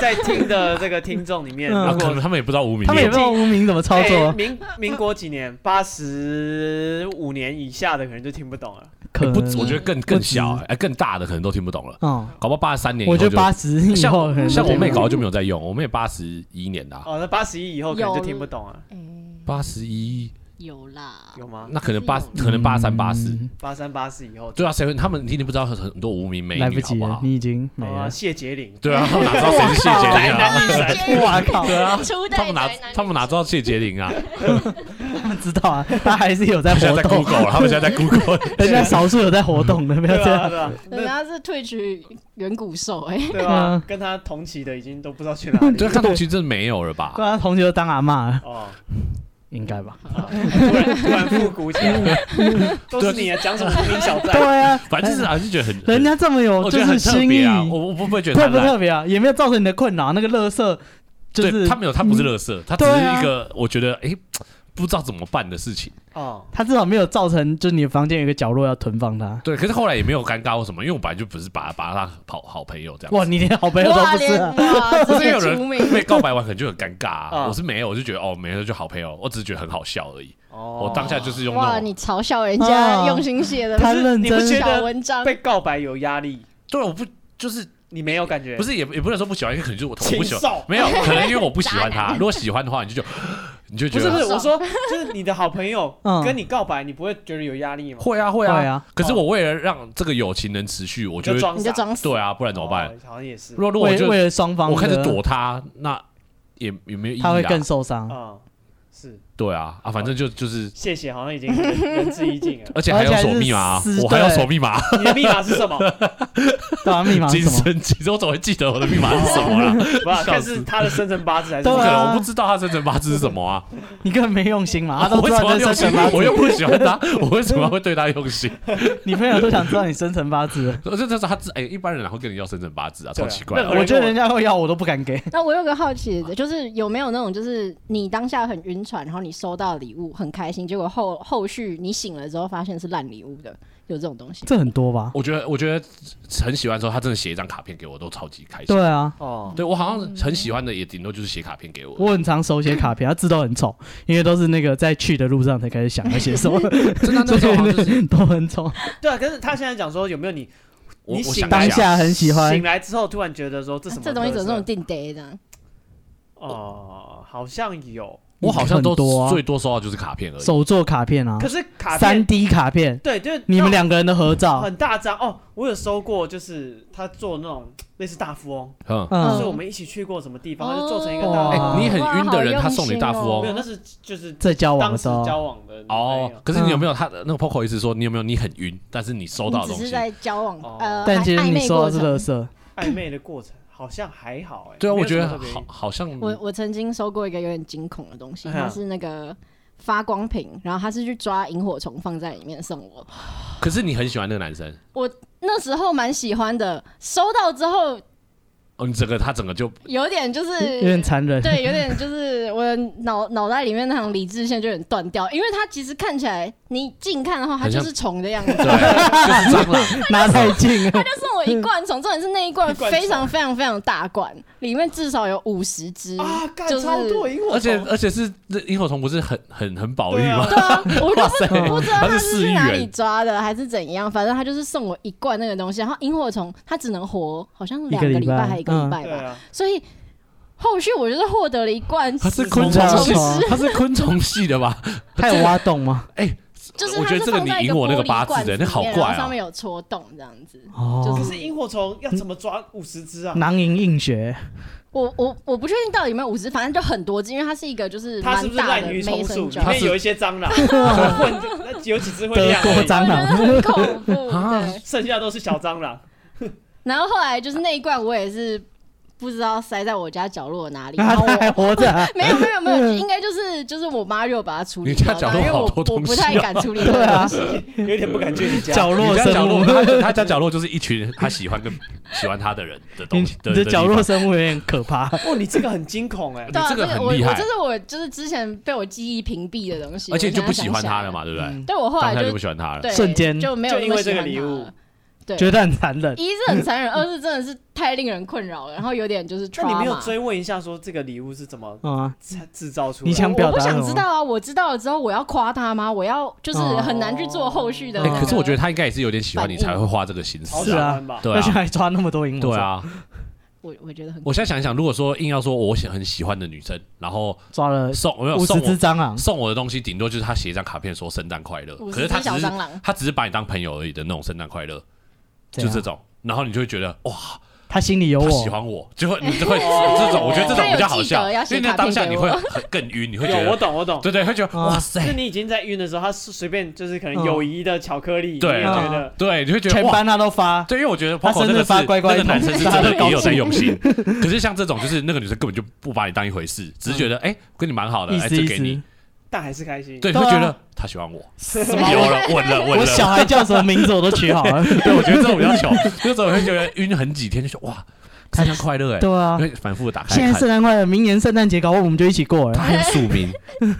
A: 在听的这个听众里面，
B: 嗯
C: 然
A: 如
C: 后啊可
A: 果
C: 能他们也不知道无名。
B: 他们也不知道无名怎么操
A: 哎
B: 作，
A: 民民国几年？八十五年以下的可能就听不懂了。
B: 可能
C: 哎不止，我觉得更更
B: 不止
C: 小，哎，更大的可能都听不懂了。
B: 嗯，
C: 搞不好八十三年以
B: 我
C: 后
B: 觉
C: 就，
B: 得八十以后可能
C: 像像我妹搞
B: 搞
C: 到就没有在用，我妹八十一年的啊，
A: 哦，那八十一以后可能
D: 有
A: 就听不懂了，
D: 嗯
C: 八十一，
D: 有啦，
A: 有吗？
C: 那可能八可能八三八四，
B: 嗯
A: 八三八四以后，
C: 对啊，谁会他们一定不知道很很多无名美
B: 来不
C: 女，好
B: 及
C: 不
B: 了
C: 好，？
B: 你已经没
A: 啊，
B: 了。
A: 谢杰林，
C: 对啊，他们哪知道谁是谢杰林啊？
B: 哇 靠！
C: 对啊，
D: 初代
C: 他们哪
D: 宅男
C: 他们哪知道谢杰林 啊？
B: 他们知道啊，他还是有在
C: 他们
B: 活
C: 现在在嗯
B: 动，
C: Google 了，他 们现在在 Google
B: 人家少数有在活动的，不要
A: 对
B: 这
A: 啊，
B: 样。
A: 对啊，
D: 人家是退取远古兽哎，
A: 对
B: 嗯
A: 吧？跟他同期的已经都不知道去哪里
C: 对，啊
A: 了。
C: 看同其实真的没有了吧
B: 不？然他同学都当阿妈了，
A: 哦，
B: 应该吧？
A: 啊突然突然复古起来，都是你啊，讲什么无名小站？
B: 对啊，
C: 反正就是还是觉得很，
B: 人家这么有
C: 我
B: 就
C: 觉得
B: 是
C: 很特
B: 心意
C: 别，啊，我我不会觉得
B: 特
C: 他
B: 不
C: 烂。
B: 特别啊？也没有造成你的困扰，那个乐色就
C: 对
B: 是
C: 他没有，他不是乐色，他只是
B: 对啊
C: 一个我觉得哎不知道怎么办的事情。
A: 哦，
B: 他至少没有造成，就是你的房间有一个角落要囤放它。
C: 对，可是后来也没有尴尬或什么，因为我本来就不是把他把他当好好朋友这样子。
B: 哇，你连好朋友都
D: 哇
B: 不是
D: 连
B: 啊！
D: 哇，
C: 不
D: 直
C: 是
D: 接
C: 有
D: 出名
C: 人被告白完可能就很尴尬啊，
A: 啊
C: 我是没有，我就觉得哦，没了就好朋友，我只是觉得很好笑而已。
A: 哦
C: 我当下就是用
D: 哇，
C: 那种，
D: 你嘲笑人家
B: 啊
D: 用心写的
B: 他认
A: 你不觉
B: 真
A: 得
D: 小文章，
A: 被告白有压力，
C: 对，我不就是
A: 你没有感觉？
C: 不是也也不能说不喜欢，因为可能就是我我
A: 禽
C: 不喜欢
A: 兽，
C: 没有，可能因为我不喜欢
D: 渣
C: 他。
D: 男
C: 如果喜欢的话，你就就 你就
A: 不
C: 觉
A: 是不
C: 得
A: 是，我说就是你的好朋友
B: 嗯
A: 跟你告白，你不会觉得有压力吗？
C: 会啊会
B: 对
C: 啊。
B: 啊，
C: 可是我为了让这个友情能持续，我
A: 我
C: 觉得
A: 装
D: 你就
A: 傻，
D: 装死
C: 对啊，不然怎么办？
A: 哦？好像也是
C: 如，果如果我
B: 为
C: 就
B: 为了双方，
C: 我开始躲，他，那也也没有意义啊。
B: 他会更受伤。
A: 啊，是
C: 对啊，啊，反正就就是，
A: 谢谢，好像已经仁至义尽了。
C: 而且还要
B: 而且还
C: 锁
B: 是
C: 密码啊
B: 私，
C: 我还要
B: 对
C: 锁密 码，
A: 你的密码是什么？
B: 对啊，密码是
C: 今
B: 什么？
C: 生今生，我怎么会记得我的密码是什么啦？
A: 不是，
C: 笑
A: 看
C: 死
A: 是他的生辰八字还是
C: 不
B: 对
C: 可
B: 啊
C: 能，我不知道他生辰八字是什么啊！
B: 你根本没用心 嘛，他都
C: 我为
B: 知
C: 什
B: 道
C: 么
B: 你
C: 要
B: 的生
C: 用心啊
B: 辰八？
C: 我
B: 字，
C: 又不喜欢他， 我为什么会对他用心？
B: 你朋友都想知道你生辰八字 了。
C: 我这这是他自哎，一般人哪会跟你要生辰八字啊？
A: 对
C: 超
A: 啊
C: 奇怪的
A: 任何。人
B: 我觉得人家会要我都不敢 给，
D: 那我有个好奇的，就是有没有那种，就是你当下很晕船，然后你收到礼物很开心，结果后后续你醒了之后发现是烂礼物的，有这种东西？啊
B: 这很多吧？
C: 我觉得我觉得很喜欢的时候，他真的写一张卡片给我，都超级开心。
B: 对啊，
A: 哦，
C: 对我好像很喜欢的，也顶多就是写卡片给我。
B: 我很常手写卡片，它字都很丑，因为都是那个在去的路上才开始想要写什么，
C: 真的那哎时候好像就是
B: 对，都很丑。
A: 对啊，可是他现在讲说有没有你
C: 我
A: 你
C: 我
A: 醒来
C: 想
B: 当
C: 一
B: 下很喜欢
C: 啊
A: 醒，来之后突然觉得说这什么
D: 这东西怎么这
A: 垃圾
D: 么定得这样？
A: 哦，好像有，
C: 我好像
B: 很
C: 都
B: 多啊
C: 最多收到就是卡片而已。
B: 手作卡片啊
A: 可，是卡
B: 三
A: 片
B: D 卡片，
A: 对，就是
B: 你
A: 那
B: 们啊
A: 种
B: 两个人的合照，
A: 很大张哦。我有收过，就是他做那种类似大富翁，
C: 嗯，
A: 就是
B: 嗯，
A: 我们一起去过什么地方，他就做成一个
B: 哦
A: 大富
C: 哎，
A: 翁。
C: 你很晕的人，
D: 哇好用心哦
C: 他送你大富
A: 没有，
C: 翁。
A: 那是就是
B: 在交往
A: 当
B: 的
A: 时
B: 时候，
A: 交往的女朋
C: 哦
A: 友，
C: 可是你有没有他的那个 Poco 意思说你有没有你很晕，但是你收
D: 你
C: 到的
D: 只
C: 东
D: 是
C: 西？
D: 在交往
A: 哦，
D: 呃，
B: 但其实
D: 暧
B: 你
D: 昧
B: 收到
D: 过
B: 是
D: 程
B: 垃。圾，
A: 暧昧的过程，好像还好哎。
C: 对啊，
A: 没
C: 我
A: 有
C: 觉
A: 什么
C: 得
A: 特别
C: 好好像
D: 我我曾经收过一个有点惊恐的东
B: 哎
D: 西，
A: 嗯
D: 它是那个发光瓶，然后他是去抓萤火虫放在里面送我。
C: 可是你很喜欢那个男生
D: 那时候蛮喜欢的，收到之后
C: 哦，你整个他整个就
D: 有点就是
B: 有点残 忍。
D: 对，有点就是我的脑脑袋里面那种理智线就有点断掉，因为它其实看起来你近看的话，它
C: 很像
D: 就是虫的样子
C: 。对，就是蟑螂。
B: 拿太近 了，
D: 它送我一罐虫，重点是那一
A: 一
D: 罐
A: 罐
D: 非常非常非常大罐，里面至少有五十只。
A: 啊，干
D: 就是
A: 超多萤火
C: 而且呃
A: 虫
C: 而且是那萤火虫不是很很很保育
A: 对啊
C: 吗？
D: 对啊，我就
C: 哇
D: 是
C: 塞，
D: 不知道
C: 它
D: 它
C: 是
D: 是
C: 四亿
D: 去哪里
C: 元，
D: 抓的，还是怎样，反正他就是送我一罐那个东西。然后萤火虫它只能活好像两
B: 一个
D: 个
B: 礼
D: 礼
B: 拜
D: 拜还一个
B: 嗯
D: 礼拜
A: 对
D: 吧，
A: 啊，
D: 所以后续我就是获得了一罐
C: 它是
D: 死
C: 昆
D: 虫
C: 虫
B: 虫
C: 系
B: 虫，
C: 它是昆虫系的吧？哎
B: 它有挖洞 吗？
D: 就是
C: 我
D: 它
C: 觉得
D: 是
C: 这个
D: 放
C: 你
D: 在一
C: 赢我那
D: 玻
C: 个
D: 璃
C: 八字
D: 罐
C: 的
D: 子
C: 那
D: 里
C: 好
D: 面
C: 怪
D: 然后
C: 啊
D: 上面有戳洞这样子。
B: 哦
A: 可，是萤火虫要怎么抓五十只啊？
B: 囊萤映雪，
D: 我我我不确定到底有没有五十，反正就很多只，因为它是一个就是
A: 它是
D: 蛮
A: 不是
D: 大
A: 滥
D: 的
A: 竽
D: mason
A: 充数？里
D: jar
C: 它
A: 面
C: 是
A: 有一些蟑螂， 混那有几只会
B: 德
A: 亮
B: 国
A: 而已，
B: 蟑螂，
D: 我觉得很恐怖。
C: 啊
D: 对，
A: 剩下都是小蟑螂。
D: 然后后来就是那一罐，我也是不知道塞在我家角 落 哪里，
B: 然
D: 然后
B: 后它
D: 我
B: 还活着啊，
D: 没有没有没有，应该就是就是我妈就把它处理
C: 你家
D: 掉，
C: 角落
D: 因为我
C: 好多
D: 我
C: 东西
D: 不
C: 哦
D: 太敢 处理这
B: 对
D: 个
B: 啊
D: 东西。，
A: 有点不敢去你家。
B: 角
C: 你
B: 落
C: 家角
B: 生
C: 落，
B: 物，
C: 他他家角落就是一群他喜欢跟喜欢他的人的
B: 你
C: 东西。
B: 你的角落生物有点可怕。
A: 哦，你这个很惊恐 哎、
D: 对啊，
C: 你这个
D: 我
C: 很厉害
D: 我这是我就是之前被我记忆屏蔽的东西，
C: 而且你就
D: 我
C: 不
D: 现
C: 喜
D: 在
C: 欢
D: 想起来
C: 他了？嘛，对不
B: 嗯
D: 对，
C: 对？
D: 我后
C: 当
D: 来
C: 下就
D: 就
C: 不喜欢他了。
D: 对
B: 瞬间
D: 就没有
A: 就
D: 那
A: 因
D: 么
A: 为这
D: 喜
A: 个
D: 欢
A: 礼
D: 它
A: 物
D: 了。对，
B: 觉得很残忍。
D: 一是很残忍，二是真的是太令人困扰了，然后有点就是
A: 那你没有
D: trauma。
A: 追问一下说这个礼物是怎么
D: 嗯
B: 啊，
A: 才制造出
B: 你
A: 来的？
B: 想
D: 我
B: 表
D: 不
B: 达什
D: 想
B: 么
D: 知道啊！我知道了之后，我要夸他吗？我要就是很难去做后续的
B: 哦
D: 那
C: 哎
D: 个、，
C: 可是我觉得他应该也是有点喜欢你才会花这个心
A: 好
C: 思
A: 喜
C: 啊。
A: 欢吧？
C: 对
B: 而且
C: 啊，
B: 还抓那么多萤火
C: 对
B: 虫，
C: 啊。
D: 我我觉得很
C: 我现在想一想，如果说硬要说我喜很喜欢的女生，然后
B: 抓了
C: 送我没有
B: 五
C: 送
B: 十只
C: 我
B: 蟑螂，
C: 送我的东西，顶多就是他写一张卡片说圣诞快乐，
D: 五
C: 可
D: 十只
C: 是他
D: 小
C: 只是
D: 蟑螂，
C: 他只是把你当朋友而已的那种圣诞快乐，
B: 怎
C: 就
B: 样
C: 这种。然后你就会觉得哇，
B: 他心里有
C: 他
B: 我，
C: 喜欢我，就会你就会这种，我觉得这种比较好笑，
D: 他有记得要写
C: 因为那当下
D: 卡
C: 你
D: 片给
C: 会
D: 我
C: 很更晕，你会觉
A: 有，我
C: 得
A: 懂，我懂。
C: 对对，会觉得
B: 啊
C: 哇
A: 就是
C: 塞，
A: 你已经在晕的时候，他是随便就是可能
B: 嗯
A: 友谊的巧克力，
C: 对啊
A: 你也觉得
C: 对，你会觉得
B: 全
C: 哇。
B: 班他都发，
C: 对，因为我觉得
B: 他
C: Poco
B: 生
C: 那
B: 日
C: 个
B: 发
C: 是
B: 乖乖
C: 那个
B: 桶
C: 男生是
B: 大家
C: 真
B: 都
C: 的
B: 高
C: 也有在
B: 兴
C: 用心，可是像这种就是那个女生根本就不把你当一回事，只是觉得哎跟你蛮好的，
B: 意
C: 哎
B: 思
C: 这
B: 意
C: 给你
B: 思，。
A: 但还是开心。
C: 对，
B: 对
C: 会
B: 啊
C: 觉得他喜欢我，
B: 什
C: 有了，稳了，稳
B: 我
C: 了。
B: 小孩叫什么名字我都取好了。
C: 对，我觉得这种比较糗，这种会觉得晕很几天，就说哇，圣诞快乐哎，
B: 对啊
C: 因，为反复地打开
B: 现在
C: 看
B: 圣。诞快乐，明年圣诞节搞不好我们就一起过
C: 他
B: 了。
C: 还有署名，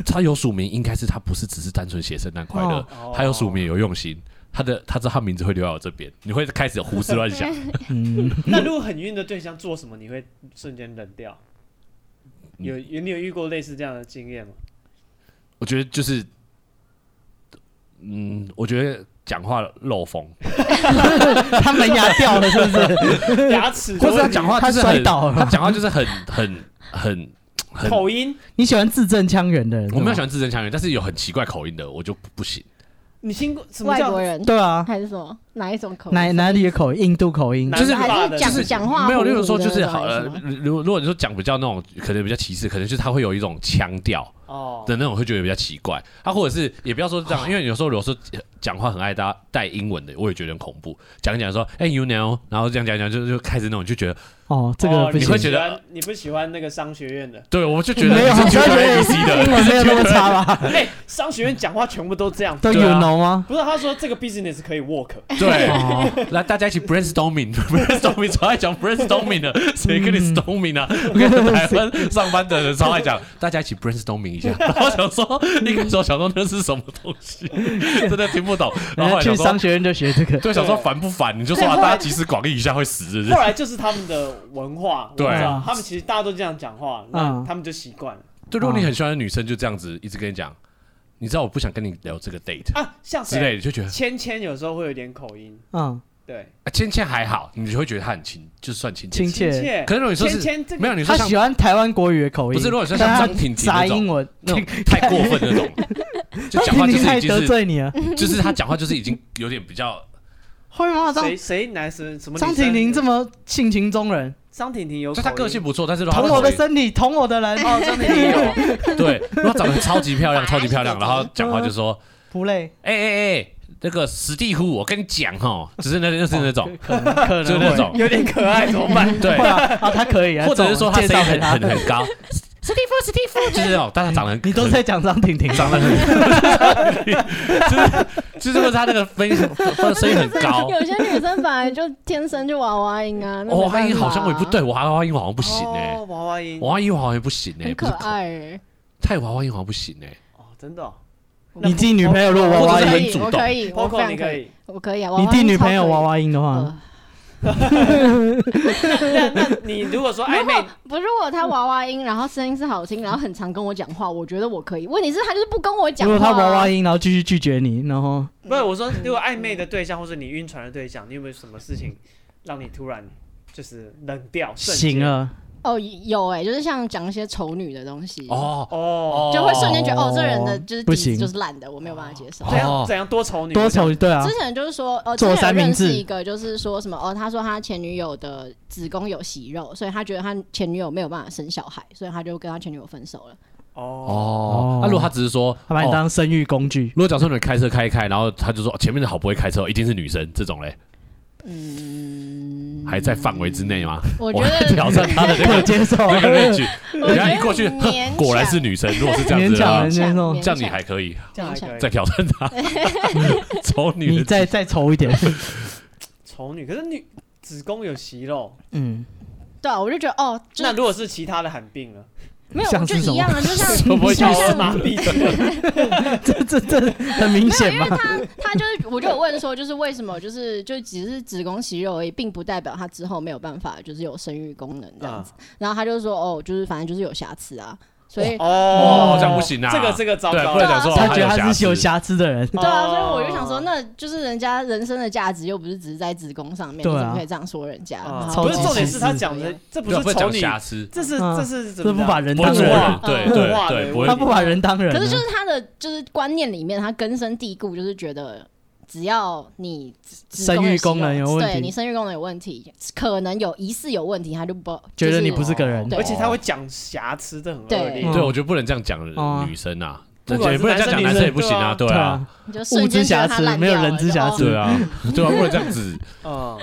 C: 他有署名，应该是他不是只是单纯写圣诞快乐，
A: 哦
C: 他有署名有用心，他的他知道他名字会留在我这边，你会开始胡思乱想，
B: 嗯，
A: 那如果很晕的对象做什么，你会瞬间冷掉？
C: 嗯
A: 有有你有遇过类似这样的经验吗？
C: 我觉得就是，嗯，我觉得讲话漏风，
B: 他门牙掉了是不是？
A: 牙齿的
C: 或者他
A: 问题
C: 讲话
B: 他
C: 就是
B: 摔
C: 很，
B: 倒了
C: 他讲话就是很很很很，
A: 口音，
B: 你喜欢字正腔圆的人？
C: 我没有喜
B: 欢。
C: 欢字正腔圆，但是有很奇怪口音的我就不不行。
A: 你听过什么
D: 外
A: 叫
D: 国人
B: 对啊，
D: 还是什么？哪一种口音？
B: 哪哪里有口音？印度口音
A: 哪？
C: 就是
D: 还是
C: 就是
D: 讲讲话
C: 没有，例如
D: 糊
C: 说
D: 糊的
C: 就是
D: 那种
C: 好了
D: 还是，
C: 如果如果你说讲比较那种可能比较歧视，可能就是他会有一种腔调
A: 哦，
C: 的那种，会觉得比较奇怪。他、或者是也不要说这样，因为有时候有时候讲话很爱搭带英文的，我也觉得很恐怖。讲一讲说，哎、y o u know，然后这样讲一讲就就开始那种就觉得，
B: 哦，这个
A: 哦
B: 不
A: 你
C: 你
B: 行
C: 会
A: 会。
C: 觉
A: 觉
C: 得
A: 得你不喜欢那个商学院 的？
C: 对我就觉得
B: 没有，
C: 你
B: 我
C: 是
B: 觉
C: Tutor
B: 得
C: ABC 的，
B: 英文没有那么差吧？
A: 哎，商学院讲话全部都这样，
B: 都
C: 对
B: you
C: 啊
B: know 吗？
A: 不是他说这个 business 可以 work，
C: 哎对。
B: 哦，
C: 来，大家一起 brainstorming，brainstorming 超爱讲 brainstorming 的，谁跟你 storming 啊？我跟台湾上班的人超爱讲，大家一起 brainstorming 一下。然后想说，一开始我想说那是什么东西，真的听不懂。然后后
B: 人家
C: 来想
B: 去商
C: 说，
B: 学院就学这个。
C: 对，想说烦不烦？你就说啊，大家集思广益一下会死，是不是
A: 后？来就是他们的文化，
C: 对
A: 我知道他们其实大家都这样讲话，那
B: 嗯
A: 他们就习惯了
C: 就如果你很喜欢的女生，就这样子一直跟你讲，你知道我不想跟你聊这个 date
A: 啊。像
C: 之
A: 谁？
C: 类的，就觉得
A: 芊芊有时候会有点口音，
B: 嗯，
A: 对，
C: 啊芊芊还好，你就会觉得她很亲，就算亲
B: 亲
C: 切。
A: 亲
B: 切。
A: 切。
C: 可是如果你说
A: 芊
C: 是
A: 芊这
C: 没
A: 个
C: 有，你说
B: 他
C: 像
B: 喜欢台湾国语的口音。
C: 不是，如果你说像
B: 但他
C: 张婷婷
B: 杂
C: 那种
B: 英。文，
C: 那种太过分那种， 就 讲
B: 张
C: 话
B: 婷婷
C: 就是
B: 太
C: 已经
B: 得
C: 是，
B: 罪你了，
C: 就是他讲话就是已经有点比较，
B: 会吗？张
A: 谁谁男生什么女生？
B: 张婷婷这么性情中人，
A: 张婷婷有
C: 就
A: 口
C: 是
A: 音，
C: 他个性不错，但是如果
B: 捅
C: 啊他
B: 我的
C: 口音
B: 身体，捅我的人，
A: 哦，张婷婷有。
C: 对，如果长得超级漂亮，超级漂亮，然后讲话就说，
B: 不累，
C: 哎哎哎，那个史蒂夫，我跟你讲哦，只是那就是 那种，
B: 可能可
C: 就是
B: 能
C: 那
B: 会
C: 种，
A: 有点可 爱，怎么办？
C: 对
B: 会，啊，啊他可以啊，
C: 或者是说他
B: 这
C: 声
B: 种
C: 音
B: 介
C: 很
B: 绍
C: 很
B: 给他。
C: 很高，史蒂夫史蒂夫就是那种，但他长得很
B: 你 都是在讲张婷婷，
C: 长得很，就是就是他那个分声音很 高。
D: 有些女生本来就天生就娃娃音啊，那没
C: 娃娃哦音
D: 办法
C: 好
D: 啊
C: 像我也不，对，娃娃音好像不行哎、
A: 哦，娃娃音
C: 娃娃音好像也不行哎、
D: 很可
C: 不是
D: 爱欸。
C: 太娃娃音好像不行哎、
A: 哦，真的哦。
B: 你自己女朋友如果娃
C: 我
B: 娃
C: 只是
D: 可
B: 音，
D: 以，
C: 很主
D: 我
C: 动
D: 可以，我非
A: Poco
D: 常
A: 你
D: 可
A: 可
D: 以，
A: 以，
D: 我可以啊。娃娃
B: 你弟
D: 音
B: 女
D: 超
B: 朋友
D: 可以
B: 娃，娃音的话，
D: 呃
A: 那那你如果说暧昧，
D: 不，如果他娃娃音，然后声音是好听，然后很常跟我讲话，我觉得我可以。问题是，他就是不跟我
B: 如
D: 讲话
B: 果
D: 啊。
B: 他娃娃音，然后继续拒绝你，然后
A: 不是我说，如果暧昧的对象或是你晕船的对象，你有没有什么事情让你突然就是冷掉？瞬间
B: 醒。了，
D: 哦，有哎，就是像讲一些丑女的东西，
C: 哦
A: 哦，
C: 哦，
D: 就会瞬间觉得哦，这人的
B: 哦
D: 就是
B: 不
D: 底子
B: 行
D: 就是烂的，我没有办法接
A: 怎
D: 受。
C: 哦
A: 样怎样多丑女？
B: 多丑对啊
D: 之，前就是说，呃，之
B: 做
D: 前
B: 三
D: 有
B: 明
D: 认识
B: 治
D: 一个，就是说什么，哦，他说他前女友的子宫有息肉，所以他觉得他前女友没有办法生小孩，所以他就跟他前女友分手了。
A: 哦，
C: 哦。那、如果他只是说，
B: 他把你
C: 哦
B: 当生育工具，
C: 如果假设你开车开一开，然后他就说、哦前面的好不会开车哦，一定是女生这种嘞，
D: 嗯，
C: 还在范围之内吗？
D: 我觉
C: 我
D: 得，
C: 挑战他的那
B: 不 可
C: 个
B: 接受，啊
C: 那个 range，
D: 我觉
C: 人家一
D: 得
C: 过去，呵
D: 勉强
C: 果然是女生。如果是这样
B: 勉
C: 子
B: 强
C: 啊的话
B: 人，接受
D: 勉，
C: 这样你还可以
A: 这样还可
C: 再
A: 以。
C: 挑战他，丑女
B: 你
C: 的
B: 再再丑一点，
A: 丑女，可是女子宫有息肉，
B: 嗯，
D: 对啊，我就觉得哦，就
A: 那
D: 是
A: 如果是其他的很病了，
D: 没有，
B: 像
D: 我
B: 是
D: 就
B: 什么
D: 一样啊，就像
C: 什么
D: 就像
C: 意思
A: 小儿麻痹之类的，
B: 这这这很明显嘛，
D: 他就是，我就有问说，就是为什么，就是就只是子宫息肉而已，并不代表他之后没有办法，就是有生育功能这
A: 啊
D: 样子。然后他就说，哦，就是反正就是有瑕疵啊，所以、
A: 哦
B: 哦这样
C: 不行啊
A: 这个这个糟
C: 对，
A: 糕
C: 不能
A: 了，
C: 讲说
B: 他
C: 哦
B: 觉得他是有瑕疵的人，
D: 对啊，所以我就想
A: 哦
D: 说，那就是人家人生的价值又不是只是在子宫上面，
B: 对啊
D: 你怎么可以这样说人家？
A: 啊
D: 然后
B: 超
A: 不
B: 级
A: 是重点
B: 歧视
A: 是他讲的，这不
C: 对，不
A: 是
C: 会
A: 丑
C: 讲
A: 女，
C: 瑕疵，
A: 这是
B: 嗯
A: 这是怎
B: 这
A: 么
B: 不把
A: 讲
B: 人
C: 不会
B: 当
C: 做
A: 物
B: 人，
A: 化
C: 人，对对对，不会
B: 他不把人当人啊，
D: 可是就是他的就是观念里面，他根深蒂固就是觉得。只要你子
B: 生育功能
D: 有
B: 有问
D: 对
B: 题
D: 你生育功能有问题，可能有疑似有问题，他就不
B: 觉得你
D: 就是
B: 不是个人
D: 对
A: 哦而且他会讲瑕疵，这很恶
D: 对
A: 劣。
B: 嗯
C: 对，我觉得不能这样讲
B: 哦
C: 女生啊，
A: 不管
C: 也
A: 是
C: 不能这样讲男
A: 男生
C: 生也不行啊，
A: 女生
C: 对啊，，
D: 你就瞬间觉得他烂
B: 物质瑕疵没
D: 掉
B: 有
D: 了哦
B: 人之瑕疵
C: 对啊，对啊，不能这样子
A: 嗯，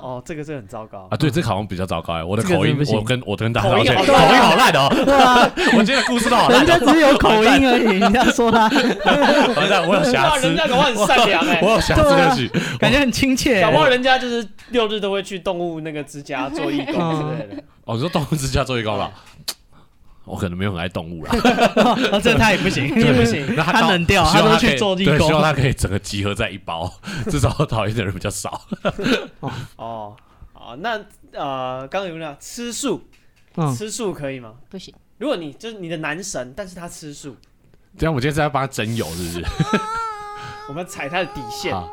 A: 哦，这个是很糟糕
C: 啊，。对，这个好像比较糟糕哎，我的
B: 这个
C: 口音
B: 真的不，行
C: 我跟我跟大家道歉，
A: 口
C: 口
A: 音
C: 音
A: 好
C: 好烂哦，
B: 对啊，
C: 我今天的故事都好烂
B: 人家只是有口音而已，你这样 说他，
C: 哦，完蛋，我有瑕
A: 哇，
C: 疵
A: 人，家搞不好很善良哎
C: 我，有瑕疵，
B: 对
C: 对
B: 啊
C: 不起，
B: 感觉很亲切
A: 搞，不好人家就是六日都会去动物那个之家做义工之类的。
C: 哦，你说动物之家做义工了。 我可能没有很爱 动物啦，
B: 哦这他也不行，
A: 你也不行
C: 那
B: 他
C: 搞
B: 冷掉
C: 希望
B: 他都
C: 可以
B: 去做义
C: 对
B: 工
C: 希望他可以整个集合在一包， 至少讨厌的人比较少。
A: 哦，啊，那呃，刚刚有没有讲吃素？
B: 嗯，
A: 吃素可以吗？
D: 不行。
A: 如果你就是你的男神，但是他吃素，
C: 这样我今天是在帮他增油，是不 是？
A: 我们踩他的底线。
C: 好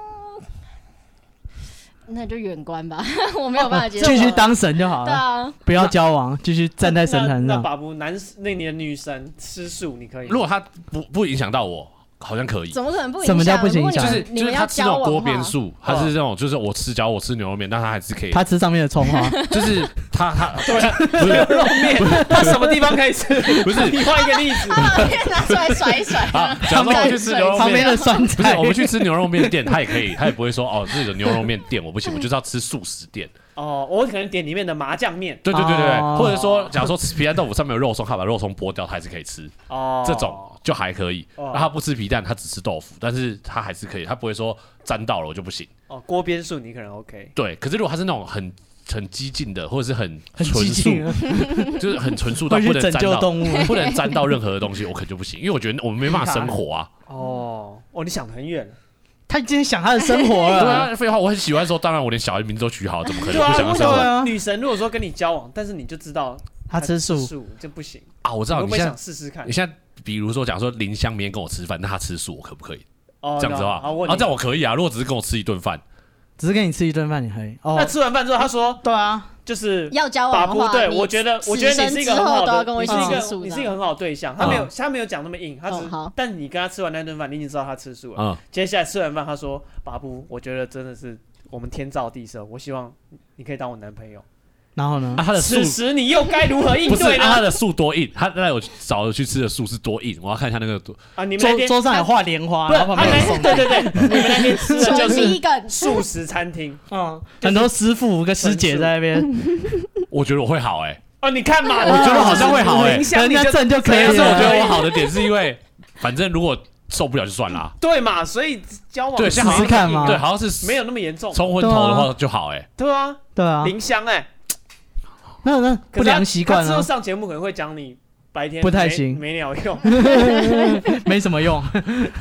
D: 那就远观吧， 我没有
A: 嗯
D: 办法接受。
B: 继续当神就好
D: 对
B: 了，
D: 啊，
B: 不要交往，继续站在神坛
A: 那那
B: 上。
A: 把不男那你的女神吃素，你可以吗？
C: 如果他不不影响到我，好像可以。
D: 怎么可能不影响？
B: 什么叫不
D: 如果
B: 影响
C: 就
D: 你
C: 是
D: 你
C: 就是
D: 们
C: 他
D: 要
C: 吃那
D: 交
C: 种
D: 往
C: 锅
D: 的
C: 边
D: 话，
C: 素，还
A: 嗯
C: 是那种就是我吃饺，我吃牛肉面，但他还是可以，
B: 他吃上面的葱啊 花，
C: 就是他他不是
A: 肉面，它什么地方可以吃？
C: 不是，
A: 你换一个例子，
D: 他把面啊拿出来甩一甩
C: 啊，假如说我去吃牛肉
B: 旁
C: 面
B: 边，的酸
C: 不是
B: 菜
C: 我。们去吃牛肉面店，他也可以，他也不会说哦，这个牛肉面店我不行，我就是要吃素食店。
A: 哦，我可能点里面的麻酱面，
C: 对对对对，
B: 哦
C: 对或者说，假如说吃皮蛋豆腐上面有肉松，他把肉松剥掉，他还是可以吃，
A: 哦，
C: 这种就还可以。
A: 哦
C: 然后他不吃皮蛋，他只吃豆腐，但是他还是可以，他不会说沾到了我就不行。
A: 哦，锅边素你可能 OK，
C: 对，可是如果他是那种很很激进的，或者是很
B: 很
C: 纯
B: 激
C: 素，
B: 进，
C: 就是很 纯素到
B: 会去
C: 不能
B: 拯
C: 沾
B: 救
C: 到。
B: 动物。
C: 不能沾到任何的东西，我可能就不行，因为我觉得我们没办法生活 啊。
A: 哦，哦，你想得很远，
B: 他今天想他的生活
C: 对
B: 了，
C: 啊，废话，我很喜欢说，当然我连小孩名字都取好，怎么可
A: 对
C: 能
A: 啊
C: 不想要，
A: 为
C: 生
A: 什
C: 活
B: 对啊
A: 么女神如果说跟你交往，但是你就知道
B: 他吃素，
A: 素就不行，
C: 啊？我知
A: 你
C: 道
A: 会
C: 你
A: 不会
C: 现在
A: 想试试看
C: 你？现在比如说，假如说林香明天跟我吃饭，那他吃素，我可不可以
A: 哦，
C: 这样子的话？
A: 啊，问
C: 啊，
A: 你
C: 这样我可以啊。如果只是跟我吃一顿饭，
B: 只是跟你吃一顿饭，你可以
A: 那
B: 哦。
A: 吃完饭之后，他说
B: 对啊，
A: 就是
D: 要交往的
A: 把
D: 话，
A: 不对，
D: 你
A: 我觉得，我觉得你是一个
D: 此
A: 很
D: 生之
A: 好
D: 后都要
A: 的，
D: 跟我
A: 你
D: 一
A: 是
D: 起
A: 一
D: 吃
A: 个，
D: 素
A: 你
D: 的
A: 是一个很好的对象。他没
C: 嗯
A: 有，他没有讲那么硬，他只
D: 哦好，
A: 但你跟他吃完那顿饭，你已经知道他吃素了。
C: 嗯，
A: 接下来吃完饭，他说：“巴布，我觉得真的是我们天造地设，我希望你可以当我男朋友。
B: 然后”呢
C: 啊，？他的
A: 此
C: 素
A: 时你又该如何应
C: 不是
A: 对
C: 啊，他
A: 呢？
C: 的素多硬？他那我找我去吃的素是多硬？我要看一下那个多。
A: 啊，你们那
B: 桌
A: 天
B: 桌上有画莲花，
A: 不是
B: 然
A: 他
B: 后旁边有
A: 那
B: 送。
A: 对对对，你们那天吃 的就
D: 纯
A: 是
D: 一梗，
A: 素食餐厅
B: 嗯，很多师傅跟师姐在那
A: 嗯
B: 边，
C: 我觉得我会好哎，
A: 哦，你看嘛，
C: 我觉得好像会好哎
A: 影响
B: 人
A: 你
B: 家
A: 就
B: 正就可以
A: 对
B: 啊
C: 但
A: 但
C: 是
A: 是
C: 我觉
A: 我觉
C: 得
A: 得
C: 我
A: 我
C: 好
A: 好
C: 的点是因为，反正如果受不了就算啦。
A: 对嘛，所以交往
C: 对
A: 是
C: 像
A: 没那么
B: 试试看嘛
A: 硬
C: 对，好像是
A: 没有那么严重，
C: 冲昏头的话就好哎。
A: 对啊，
B: 对啊，
A: 林香哎，
B: 那那
A: 可
B: 不
A: 是他
B: 良习惯
A: 他之后
B: 啊，
A: 上节目可能会讲你白天
B: 不太
A: 没
B: 行
A: 没鸟 用，
B: 没什么用。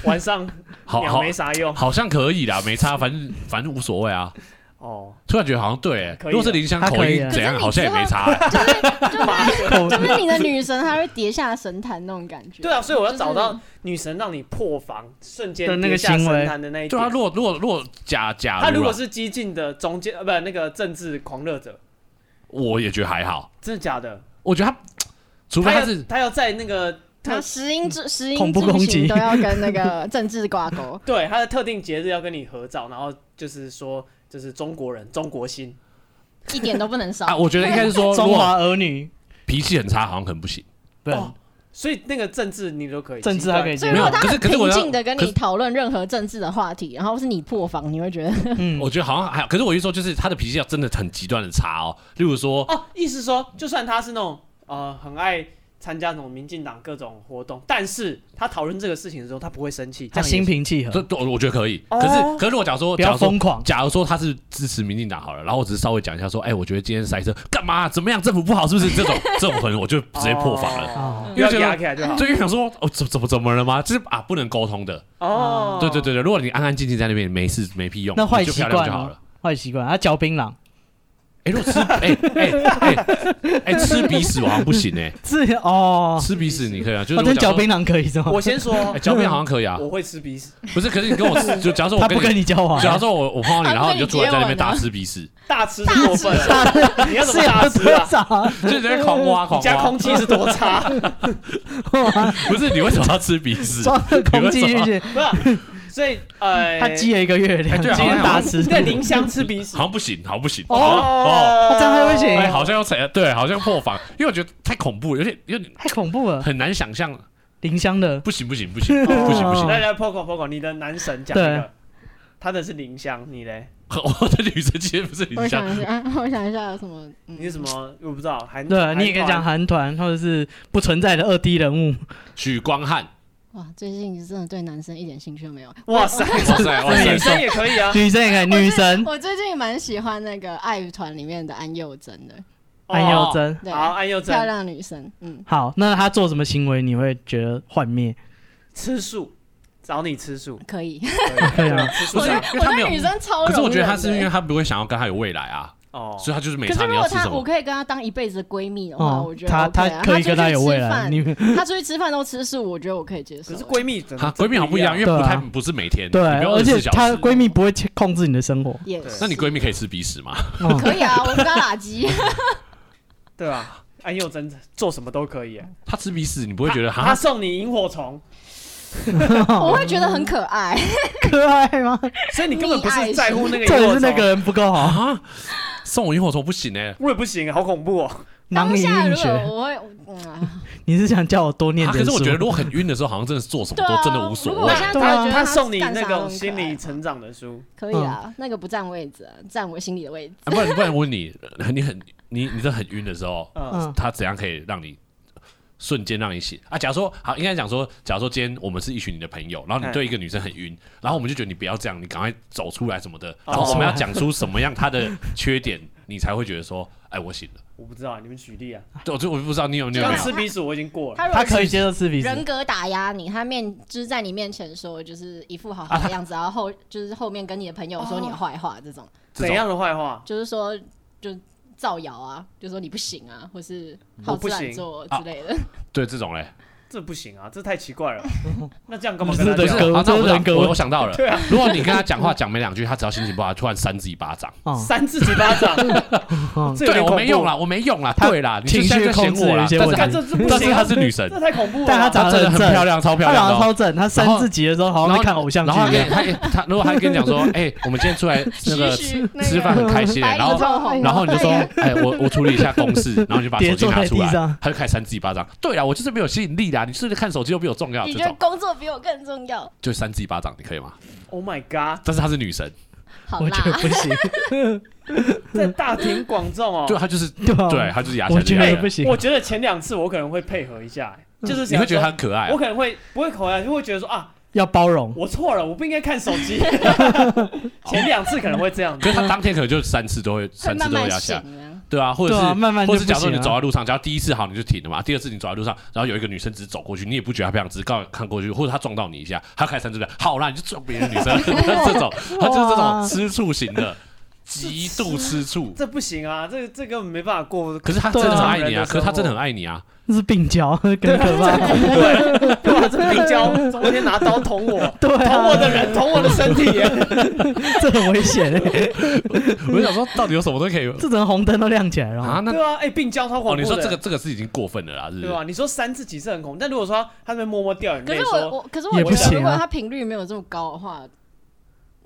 A: 晚上
C: 好
A: 鸟
C: 好
A: 没啥用
C: 好像可以啦，没差，反正反正无所谓啊。
A: 哦，
C: 突然觉得好像对哎，
A: 可以
C: 如果是林香
B: 他
C: 口
B: 可以
C: 音
B: 啊
C: 怎样，好像也没差哎。
A: 妈
D: 就是你的女神，她会跌下神坛那种感觉。
A: 对啊，所以我要找
D: 就
A: 到
D: 是
A: 女神让你破防，瞬间
B: 的那
A: 跌
B: 个
A: 下
B: 行为
A: 神坛的那一
C: 对啊，
A: 点。
C: 如果如果如果假假
A: 他如
C: 啊
A: 果是激进的中间呃，不那个政治狂热者，
C: 我也觉得还好，
A: 真的假的？
C: 我觉得他除非
A: 他
C: 他
A: 要
C: 是
A: 他要在那个
D: 她
A: 特。
D: 十音
C: 嗯
D: 之十
B: 恐
D: 音
B: 怖攻
D: 之
B: 击
D: 行都要跟那 个政治挂钩
A: 对他的特定节日要跟你合照，然后就是说就是中国人中国心
D: 一点都不能少
C: 啊，。我觉得应该是说，如
B: 中
C: 果
B: 华儿女，
C: 脾气很差，好像可能不行。
B: 对，
A: 哦所以那个政治你都可以，
B: 政治
A: 还
B: 还可以
D: 啊所以
B: 接
D: 如
C: 没
D: 果
C: 有
B: 受。
D: 她
C: 可是
D: 很
C: 可是
D: 平
C: 我要
D: 静的跟
C: 可
D: 你
C: 是
D: 讨论任何政治的话题，然后是你破防，你会觉得
B: 嗯，
C: 我觉得好像还，可是我一说就是他的脾气要真的很极端的差哦。例如
B: 嗯
C: 说，
A: 哦，意思说，就算他是那种呃很爱参加那种民进党各种活动，但是他讨论这个事情的时候，他不会生气，这
B: 他
A: 样也
B: 心
A: 是
B: 平气和，
C: 这这我我觉得可以。
A: 哦
C: 可是可是如果假如说，
B: 不
C: 假
B: 要
C: 如说
B: 疯狂。
C: 假如说他是支持民进党好了，然后我只是稍微讲一下说，哎，我觉得今天塞车干嘛？怎么样？政府不好是不是？这 种这种可能我就直接破防了。
A: 哦
B: 哦
A: 不要压起来就好。
C: 就因为想说，哦，怎怎么怎么了吗？就是啊，不能沟通的。
A: 哦，
C: 对对对对，如果你安安静静在那边，没事没屁用，
B: 那坏
C: 你就
B: 习
C: 漂亮
B: 惯
C: 就好
B: 哦
C: 了。，
B: 坏习惯，他嚼槟榔，
C: 哎，如果吃哎哎哎哎吃鼻屎我好像不行哎，
B: 是哦，
C: 吃鼻屎你可以啊，就是
B: 哦，
C: 如果
B: 但
C: 假
B: 嚼
C: 如说
B: 槟榔可以是吗？
A: 我先说，
C: 哎嚼边好像可以啊，
A: 我会吃鼻屎，
C: 不是，可是你跟我吃就假如说
B: 他
C: 我
B: 不
C: 跟
B: 跟
C: 你，
B: 你交往，
C: 假如 说我我碰到你，
D: 他不跟你
C: 然后你就坐在
D: 接吻
C: 那边大
D: 啊
C: 吃鼻屎，
A: 大吃是过分了，
B: 大是
A: 你要怎么大
B: 有
A: 吃啊
B: 多？少？
C: 就是在那边狂 挖
A: 你
C: 狂
A: 家
C: 挖
A: 空，气是多差？
C: 不是你为什么要吃鼻屎？
B: 装的空气进去，
A: 不是，所以呃，
B: 他积了一个月亮，
C: 哎对啊
B: 今天
C: 好像
B: 打
C: 有
B: 死
A: 对林香吃鼻屎
C: 好，像不行，好像不行。哦，
A: 哦
B: 这样还会行
C: 哎，好像要踩，对，好像破防，因为我觉得太恐怖，有点有点
B: 太恐怖了，
C: 很难想象，
B: 林香的
C: 不行不行不行
A: 哦
C: 不行不行，
A: 来来，Poco Poco，你的男神讲一
B: 对
A: 个，他的是林香，你嘞？
C: 我的女神其实不是
D: 我
C: 林
D: 想
C: 香，
D: 一下，啊我想一下有什么？嗯
A: 你是什？么？我不知道，韩
B: 对，你也可以讲
A: 韩
B: 韩团或者是不存在的二 D 人物，
C: 许 光汉，
D: 哇，最近真的对男生一点兴趣都没有。
A: 团哇塞，
C: 哇塞哇
A: 女
C: 塞，
A: 生也可以啊，
B: 女生也可以，女
C: 哦
B: 神
D: 我最近蛮喜欢那个爱团里面的安宥真的，
B: 安宥真。
D: 对，
A: 哦好，安宥
D: 漂
A: 真
D: 亮女生，嗯，
B: 好，那他做什么行为你会觉得幻灭？
A: 吃素，找你吃素，
D: 可以。
B: 可以啊
A: 吃素
C: 不是啊，因
D: 我
C: 为他
D: 对
C: 没有
D: 女。生超容忍的。欸
C: 可是我觉得他是因为他不会想要跟他有未来啊，
A: 哦，
C: 所以他就是没
D: 可
C: 差
D: 是
C: 你
D: 如果
C: 要吃
D: 他
C: 什
D: 我
C: 么。哦
D: 可以跟他当一辈子闺蜜的话，我觉得
B: 哦他
D: OK 啊
B: 他可以跟他有未来，
D: 他出
B: 你
D: 去吃饭 他出去吃饭都吃素，我觉得我可以接受。
A: 可是闺蜜真的
C: 她啊闺蜜好像不一样，因为不太
B: 对啊
C: 不是每天，
B: 对，
C: 你不要
B: 而且
C: 24小时
B: 她闺蜜不会控制你的生 活，
D: 也
A: 对
C: 那你闺蜜可以吃鼻屎吗？
B: 哦
D: 可以啊，我不跟他打 击。
A: 对啊吧？安宥真做什么都可以，
C: 她吃鼻屎，你不会觉得
A: 他
C: 哈？
A: 送你萤火虫，
D: 我会觉得很可爱。
C: 哦
B: 可爱吗？
A: 所以你根本不是在乎那个萤
B: 重点
A: 火
B: 是
A: 虫，
B: 那个人不够好，
C: 啊，送我萤火虫不行哎、
A: 我也不行，好恐怖哦！
B: 囊
D: 当
B: 萤
D: 下
B: 映
D: 如果
B: 雪。
D: 我会，嗯啊，
B: 你是想叫我多念
C: 啊，可
B: 点
C: 是
B: 书？
C: 我觉得如果很晕的时候，好像真的是做什
D: 对
C: 么
D: 啊
C: 都，真的无所
D: 如果我
C: 谓
D: 现。在
B: 对
D: 突然
B: 啊
D: 觉得
A: 他
D: 他
A: 送你
D: 干啥
A: 那
D: 都
A: 种
D: 很可
A: 心
D: 爱
A: 理成长的书，
D: 可以啊，
C: 嗯
D: 那个不占位置啊，占我心里的位置。
C: 啊不然不然我问你，你很你你真的很晕的时候，
A: 嗯，
B: 嗯，
C: 他怎样可以让你瞬间让你醒啊？假如说好，应该讲说，假如说今天我们是一群你的朋友，然
B: 哎
C: 后你对一个女生很晕，然后我们就觉得你不要这样，你赶快走出来什么
B: 哦
C: 的，然后我们要讲出什么样她的缺点，你才会觉得说，哎，我醒了。
A: 我不知道，你们举例啊。
C: 对，我就我就不知道你有没有
A: 像
C: 没
A: 吃
C: 有。
A: 鼻屎我已经过了，
D: 他如
B: 他
D: 果
B: 可以接受吃鼻子。
D: 人格打压你，他面就是在你面前说就是一副好好的
C: 啊
D: 样子，然后后就是后面跟你的朋友说你坏话，这种、
C: 这
A: 怎
C: 种
A: 样的坏话？
D: 就是说就造谣啊，就说你不行啊，或是好
A: 我不
D: 自
A: 行
D: 懒做
C: 啊
D: 之类的。
C: 对这种嘞，
A: 这不行啊，这太奇怪了。那这样干嘛
B: 不
A: 跟
B: 是
A: 他
C: 不
B: 人
C: 是
A: 讲？
B: 格
C: 啊那
B: 这
C: 我知
B: 是
C: 道
B: 人格
C: 我我 想到了
A: 对啊，
C: 如果你跟他讲话讲没两句，他只要心情不好，突然扇自己巴掌，
B: 哦，
A: 扇自己巴掌，
B: 哦
A: 这有
C: 对
A: 点
C: 我
A: 恐
C: 没用
A: 怖。
C: 啦，我没用啦，
B: 他
C: 对啦，你就
B: 情绪
C: 现在在嫌
B: 控制
C: 我啦
B: 有一，些
C: 但是
B: 问
C: 她
A: 看
B: 题
A: 这这不
C: 但是
A: 行
C: 她
A: 啊，
C: 是女神，
A: 这太恐怖了。
B: 但 他长
C: 她真的很
B: 正
C: 漂亮，超漂
B: 他
C: 亮
B: 长
C: 的
B: 得
C: 哦。
B: 超正，他
C: 然
B: 扇
C: 后
B: 自己的时候好像在看偶像剧
C: 然后他
B: 一
C: 跟
B: 样。
C: 他他如果他跟你 讲说，哎、我们今天出来 那个
D: 嘘
C: 吃
D: 嘘那个
C: 吃饭很开心、
D: 白
C: 欸，
D: 里
C: 然后
D: 透红
C: 然后你就说，哎、我我处理一下公事，然后你就把手
B: 叠
C: 机
B: 坐
C: 拿
B: 在
C: 出
B: 地
C: 来，
B: 上，
C: 他就开始扇自己巴掌。对啊啦，我就是没有吸引力啦，你是不是看手机又比我重要？
D: 你
C: 这
D: 觉得
C: 种
D: 工作比我更重要？
C: 就扇自己巴掌，你可以吗？
A: Oh my god！
C: 但是她是女神，
D: 好
B: 我觉得
D: 啦，
B: 不行，
A: 在大庭广众哦， 哎
C: 对，她啊就是
B: 对啊吧？
C: 对，她就是牙
B: 我
C: 签
B: 觉
C: 这
B: 得
C: 样
B: 不
C: 的，
B: 行。
A: 我觉得前两次我可能会配合一下，欸就是
C: 嗯你会觉得她
A: 想
C: 很啊可爱、
A: 说我可能会不会口爱，就会觉得说啊，
B: 要包容，
A: 我错了，我不应该看手机。前两次可能会这样
C: 可
A: 子，
C: 是她当天可能就三次都会，
D: 会
C: 三次
D: 慢
C: 都会
D: 慢
C: 压
D: 醒
C: 下，
D: 啊。
C: 对啊，或者
B: 对
C: 是、
B: 啊，慢慢就不
C: 或是假如说
B: 行
C: 你走
B: 了。
C: 在路上，只要第一次好你就停了嘛，第二次你走在路上，然后有一个女生只是走过去，你也不觉得她不想，只是刚好看过去，或者她撞到你一下，她开始这边，好啦，你就撞别的女生， 这 种，她就是这种吃醋型的，极度吃醋。
A: 这不行啊，这这根本没办法过。
C: 可是她真的很爱你
A: 对
C: 啊，
A: 啊
C: 可是她真的很爱你啊，
B: 那是病娇，更可 怕。
A: 对，对啊吧？这病娇昨天拿刀捅我，
B: 对啊，
A: 捅我的人，捅我的身体耶，
B: 这很危险欸，
C: 我就想说到底有什么都可以
B: 这整个红灯都亮起来了。
C: 啊？那
A: 对啊，哎，病娇超
C: 哦，
A: 恐怖
C: 你
A: 的。
C: 说这个这个是已经过分了啦，是不
A: 对啊
C: 是？
D: 啊
A: 吧？你说扇自己是很恐怖，但如果说他他在那边默默掉眼
D: 可
A: 泪，
D: 是
A: 说
D: 我我，可是我
B: 也
D: 觉
B: 不
D: 得
B: 行啊
D: 如果他频率没有这么高的话，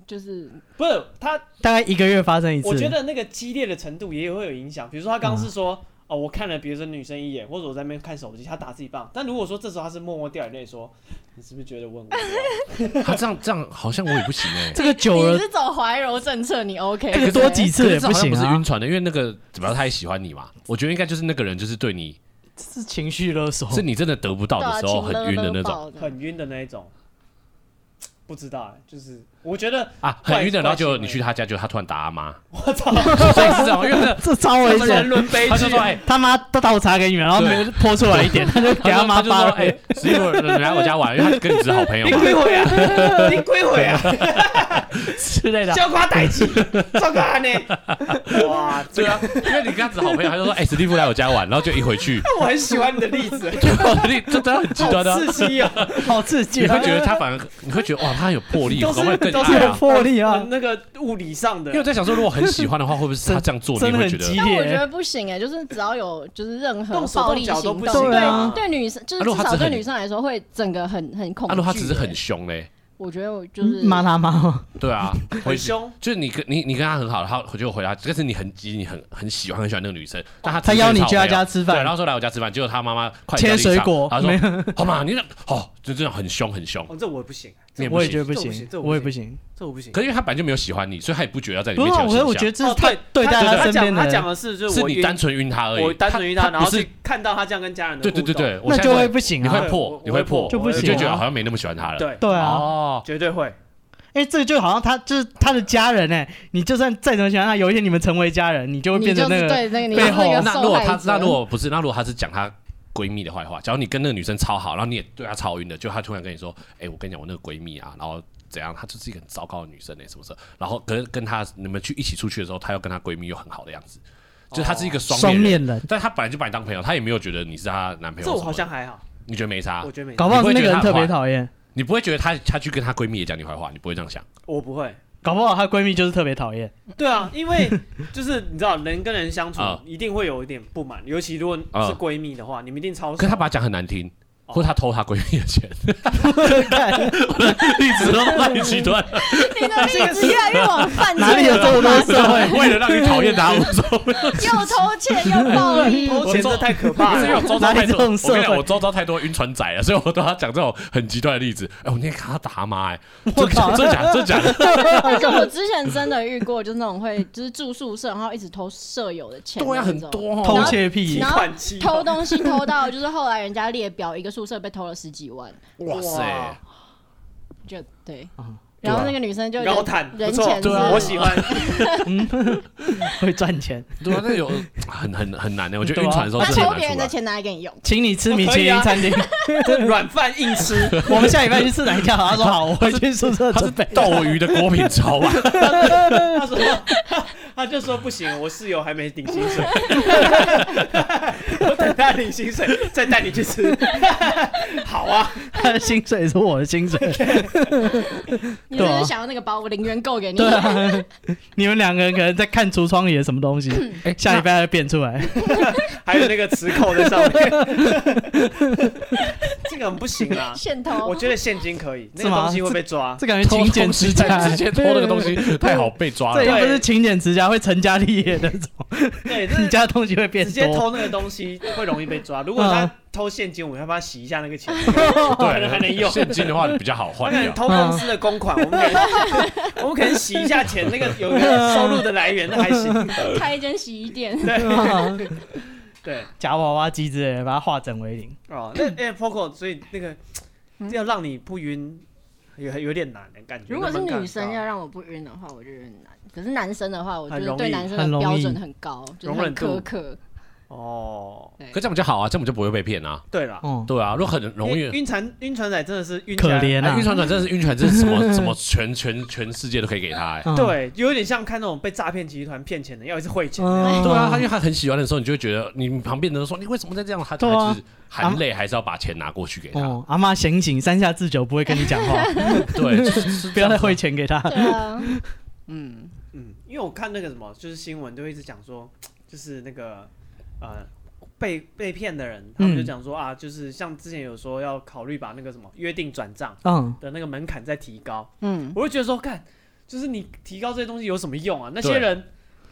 D: 就是
A: 不是他，
B: 大概一个月发生一次。
A: 我觉得那个激烈的程度也会有影响。比如说他刚刚是
B: 嗯
A: 说、哦，我看了别的女生一眼，或者我在那边看手机，他打自己棒。但如果说这时候他是默默掉眼泪说，你是不是觉得我很无聊？
C: 她这样这样好像我也不行哎。
B: 这个久
D: 你
B: 了，
D: 是走怀柔政策，你 OK？
B: 这个多几次
C: 可
B: 也
C: 是这好像
B: 行
C: 不是
B: 啊
C: 晕，船的，因为那个怎么样，他也喜欢你嘛。我觉得应该就是那个人，就是对你，
B: 是情绪勒索。
C: 是你真的得不到
D: 对
C: 的
D: 啊
C: 时候
D: 请
C: 很
D: 勒
C: 晕的
D: 勒
C: 那种。
D: 爆的
A: 很晕的那一种。不知道哎、就是我觉得
C: 啊，
A: 怪
C: 很晕的，然后就
A: 怪行为
C: 你去他家，就他突然打阿 妈，
A: 我操，
C: 所以是这样，因为那
B: 这超危
A: 人
B: 险。
A: 伦悲
C: 他
A: 剧
C: 就说，哎，
B: 他妈都倒茶给你们，然后
C: 对
B: 没有泼出来 一点，他就给他
C: 他说
B: 妈
C: 他就说
B: 发了。
C: 哎，媳妇人来我家玩，因为他跟你是好朋友
A: 你
C: 嘛，
A: 归回 啊，你归回啊，
B: 之类的。
A: 小瓜逮鸡，糟糕啊你！ 哇，这
C: 对
A: 个
C: 啊，因为你跟他是好朋友，他就说哎，史蒂夫来我家玩，然后就一回 去，啊
A: 我很喜欢你的例子，
C: 你这真的很极
A: 好
C: 端的啊，
A: 刺激啊！
B: 好刺激
C: 你
B: 啊！
C: 会觉得他反而你会觉得哇，他很有魄力，
A: 都
C: 我
A: 是
C: 会更
A: 都是
C: 爱
B: 有
C: 啊，
B: 魄力
A: 呃
B: 啊！
A: 那个物理上的，
C: 因为我在想说，如果很喜欢的话，会不会是他这样 做，
B: 真
C: 你
B: 的
C: 会
B: 很
C: 觉得
B: 激？
D: 但我
B: 烈
D: 觉得不行哎、就是只要有就是任何
A: 动手
D: 暴力
A: 动
D: 行
A: 脚都
D: 动，
A: 不
B: 行
D: 对
B: 啊
D: 对女生就是
C: 啊如
D: 至
C: 果他
D: 少
C: 只是
D: 对
C: 很
D: 女生来说会整个很很恐
C: 啊，
D: 惧、
C: 如果他只是
D: 哎
C: 很凶嘞，
D: 我觉得我就是
B: 骂他妈哦吗？
C: 对啊，
A: 很
C: 回去
A: 凶，
C: 就是你跟你你跟他很好，他回就回答，但是你很急，你很很喜欢很喜欢那个女生，但他
B: 他邀你去他家
C: 吃
B: 吃
C: 饭，对，
B: 饭
C: 然，后说来我家吃饭，结果他妈妈快
B: 切水果
C: 他
B: 没
C: 说 好嘛，你那哦，就这样很凶很凶，
A: 哦，这我不行，
C: 你也
B: 我
C: 不
B: 也觉
C: 行。
B: 得不
A: 这我不
B: 行
A: 行这，我不
B: 我也
A: 行
B: 不行。
A: 这我不行
C: 可。是因为他本来就没有喜欢你，所以他也不觉得要在你
B: 不是
C: 面
B: 啊，
C: 前
B: 我
C: 有
B: 觉得我
C: 形
B: 觉
C: 象。
B: 得这是
A: 哦对
B: 对待
A: 他
B: 他身
A: 讲
B: 边的
A: 他
B: 人
A: 讲的是，就是
C: 是
A: 我
C: 你
A: 晕
C: 单纯晕他而已，
A: 我单纯于他，
C: 不
A: 然后
C: 是
A: 去看到他这样跟家人的
C: 对
A: 互
C: 对
A: 动，
C: 对对，我
B: 那
C: 现在
B: 就
C: 会
B: 会不行
C: 你
B: 啊。
C: 会破
A: 我，
C: 你会破，
A: 我
B: 就不
C: 你
B: 行
C: 就
B: 啊
C: 觉得好像没那么喜欢他了。
A: 对，
B: 对啊，
C: 哦，
A: 绝对会。
B: 因为这个就好像他就是他的家人哎，你就算再怎么喜欢他，有一天你们成为家人，你就会
D: 你
B: 变
D: 就
B: 成那
D: 是
B: 个。
D: 对那个你就
B: 背
D: 是
B: 后
D: 那个
C: 那如
D: 受
C: 果
D: 害
C: 他
D: 者，
C: 那如果不是，那如果他是讲他闺蜜的坏话，假如你跟那个女生超好，然后你也对她超晕的，就她突然跟你说，哎、我跟你讲，我那个闺蜜啊，然后怎样，她就是一个很糟糕的女生哎、什么什么，然后可是跟她你们去一起出去的时候，她又跟她闺蜜又很好的样子，就是她是一个双
B: 哦双
C: 面人，
B: 面人，
C: 但她本来就把你当朋友，她也没有觉得你是她男朋友什么的，
A: 这我好像还好，
C: 你觉得没差啊
A: 我，觉得没，
B: 搞不好是那个人特别讨厌，
C: 你不会觉得她她去跟她闺蜜也讲你坏话，你不会这样想，
A: 我不会。
B: 搞不好她闺蜜就是特别讨厌。
A: 对啊，因 为就是你知道，人跟人相处
C: 啊
A: 一定会有一点不满，尤其如果
C: 啊
A: 是闺蜜的话，你们一定超熟。哦
C: 可是她把她讲很难听，或他偷她闺蜜 的钱，
B: 看
C: 一直都太极端了。
D: 你的例子越来越往犯
B: 哪里有这么 多社会？
C: 为了让 你讨厌他，我说
D: 又偷窃又暴力，
A: 偷钱这太可怕
C: 不是因为
A: 了
C: 我。周遭太
B: 哪里
C: 多，
B: 这种
C: 我跟你
B: 社
C: 讲，
B: 会
C: 我周遭太多晕船仔了，所以我都要讲这种很极端的例子。哎，我那天看他打他妈，哎，
B: 我
C: 真
B: 靠
C: 真假真假的，
D: 但是我之前真的遇过，就是那种会就是住宿舍，然后一直偷舍友的钱，
C: 对呀，很。多哦
B: 偷窃癖
A: 提，
D: 然后
A: 款机
D: 偷东西偷到，就是后来人家列表，一个宿舍被偷了十几万，
C: 哇塞，
D: 就对
B: 啊。
D: 然后那个女生就
A: 高谈，不
D: 人
A: 错
D: 前，
C: 对啊
A: 我喜欢。
B: 会赚钱，
C: 对啊，那有很很很难的，我觉得
B: 对啊
C: 晕船的时候
D: 他
C: 是
D: 偷
C: 很
D: 别人的
C: 难出来。
D: 钱拿来给你用，
B: 请你吃米其林餐厅。
A: 这软饭硬吃，
B: 我们下礼拜去吃哪一家？他说好，我回去宿舍
C: 他是
B: 准备。
C: 斗鱼的郭品超吧？
A: 他说 他就说不行，我室友还没领薪水，我等他领薪水再带你去吃。好啊，
B: 他的薪水是我的薪水，
D: 你是不
B: 对啊
D: 是想要那个包，我零元购给你
B: 对。啊，你们两个人可能在看橱窗里的什么东西， 下礼拜会变出来。
A: 还有那个磁扣在上面，这个很不行啊。
D: 现偷，
A: 我觉得现金可以，那
B: 是
A: 个
B: 吗
A: 东西会被抓。
B: 这感觉
C: 偷
B: 勤俭
C: 东西
B: 持家，
C: 直接偷那个东西太好被抓
B: 这
C: 了。
B: 又不是勤俭持家，会成家立业的那种，
A: 对，
B: 你
A: 这
B: 家的东西会变
A: 直接
B: 多。
A: 偷那个东西会容易被抓。如果
B: 嗯
A: 他偷现金，我们要帮他洗一下那个钱，可能还能
C: 对，
A: 用。
C: 现金的话比较好
A: 他
C: 换
A: 可能
C: 掉。
A: 偷公司的公款，我们可能我们可能洗一下钱，那个有一个收入的来源，那还 行。
D: 开一间洗衣店，
A: 对对
B: 夹娃娃机之类的，把它化整为零。
A: 哦，那哎 Poco，所以那个要让你不晕，有有点难的感觉。
D: 嗯如果是
A: 那蛮
D: 女生
A: 尴尬
D: 要让我不晕的话，我就觉得很难。可是男生的话，我觉
A: 很
D: 得
A: 容
D: 对
A: 易
D: 男生
B: 很
D: 的
B: 容
D: 标
B: 易
D: 准很高，就是
A: 容
D: 很
A: 忍度
D: 苛刻。
A: 哦，
D: 对
C: 可这样比较好啊，这样我们就不会被骗啊。
A: 对了，
B: 嗯，
C: 对啊，如果很容易
A: 因为晕船晕船仔真的是晕起
B: 可
A: 来。
B: 怜
C: 哎，
B: 啊
C: 晕。船船真的是晕船，这是什么什么全全全世界都可以给他哎。
B: 嗯，
A: 对，有点像看那种被诈骗集团骗钱的，要一直汇钱。
B: 嗯
C: 对啊，他因为他很喜欢的时候，你就会觉得你旁边的人说你为什么在这样，他
B: 对啊
C: 他就是含泪还是要把钱拿过去给他。
A: 啊嗯
B: 哦，阿妈醒醒，三下智久不会跟你讲话，
C: 对，就是
B: 不要再汇钱给他。
D: 对啊，嗯，
A: 嗯，因为我看那个什么，就是新闻都一直讲说，就是那个呃被被骗的人，他们就讲说、
B: 嗯
A: 啊，就是像之前有说要考虑把那个什么约定转账
B: 嗯，
A: 的那个门槛再提高，
D: 嗯，
A: 我就觉得说，看，就是你提高这些东西有什么用啊？那些
C: 对
A: 人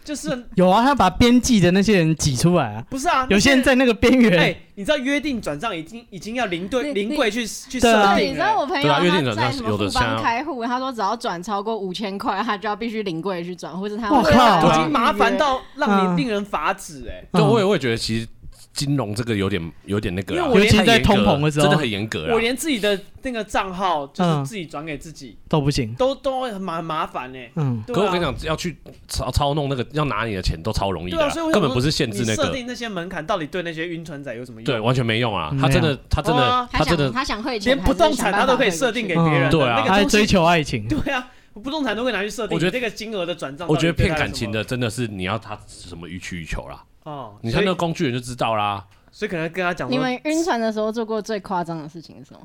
A: 就是
B: 有啊，他把边际的那些人挤出来啊，
A: 不是啊？
B: 有些人在那个边
A: 那些人。哎、
B: 缘，
A: 你知道约定转账已经已经要零对
D: 你
A: 零
D: 你
A: 柜去去
B: 对啊
A: 设
D: 对，你
A: 定
D: 知道
A: 了，
D: 我朋友
C: 对啊约定
D: 他
C: 转
D: 在
C: 账
D: 什
C: 有
D: 么
C: 的
D: 富
C: 像
D: 邦开户，他说只要转超过五千块，他就要必须临柜去转，或者他
B: 我
D: 会
B: 靠
D: 来
C: 对啊
A: 已经麻烦到让
B: 嗯
A: 你令人发指哎、
C: 对，
B: 嗯
C: 我也我也觉得其实金融这个有点有点那个啊，
A: 因为我
B: 尤
A: 连
B: 其在
C: 太严格
B: 通膨的时候
C: 真的很严格
A: 我
C: 啊。
A: 连自己的那个账号就
B: 嗯
A: 是自己转给自己，
B: 都不行。
A: 都都很麻麻烦哎、
B: 嗯，
A: 对
C: 可我
A: 啊，
C: 跟你讲，要去操操弄那个要拿你的钱都超容易的
A: 对
C: 啊
A: 啊所以，我
C: 根本
A: 想
C: 不是限制
A: 你
C: 那
A: 设
C: 个，
A: 定那些门槛，到底对那些晕船仔有什么用？
C: 对，完全没用啊
B: 嗯。
C: 他真
B: 没
C: 的他真的
A: 啊
D: 他
C: 他真
D: 想
C: 的
D: 他想汇钱，
A: 连不动产他都可以设定给别人
B: 嗯
A: 的，
C: 对
A: 那
C: 啊
B: 他
A: 个
B: 还
A: 东西
B: 追求爱情，
A: 对啊，不动产都会拿去设定。
C: 我觉得
A: 你这个金额的转账，
C: 我觉得
A: 到底对
C: 骗
A: 他有
C: 感
A: 什么
C: 情的真的是你要他什么予取予求啦，
A: 哦，
C: 你
A: 所
C: 看
A: 以
C: 那个工具人就知道啦。
A: 所以可能跟他讲
D: 你
A: 说，
D: 们晕船的时候做过最夸张的事情是什么？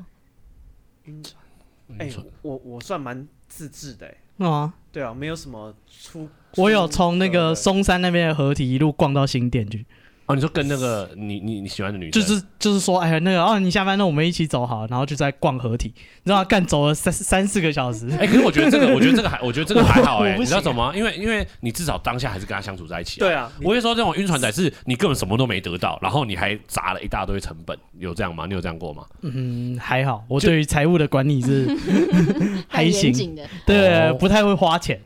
A: 哎
C: 嗯，
A: 我我算蛮自制的，哎
B: 是吗？
A: 对啊，没有什么出。
B: 我有
A: 出
B: 从那个
A: 呃
B: 松山那边的河堤一路逛到新店去，
C: 哦，你说跟那个你你你喜欢的女
B: 就
C: 生，
B: 是就是说，哎呀，那个哦，你下班了，我们一起走好，然后就在逛河堤，你知道吗干走了三三四个小时，
C: 哎、可是我觉得这个，我觉得这个还，我觉得这个还好哎、
B: 我不行
C: 你知道怎么吗？因为因为你至少当下还是跟他相处在一起、啊。
A: 对啊，
C: 我会说这种晕船仔是你根本什么都没得到，然后你还砸了一大堆成本，有这样吗？你有这样过吗？
B: 嗯，还好，我
C: 就
B: 对于财务的管理是 还
D: 很严
B: 行，
D: 谨的，
B: 对
C: 哦，
B: 不太会花钱，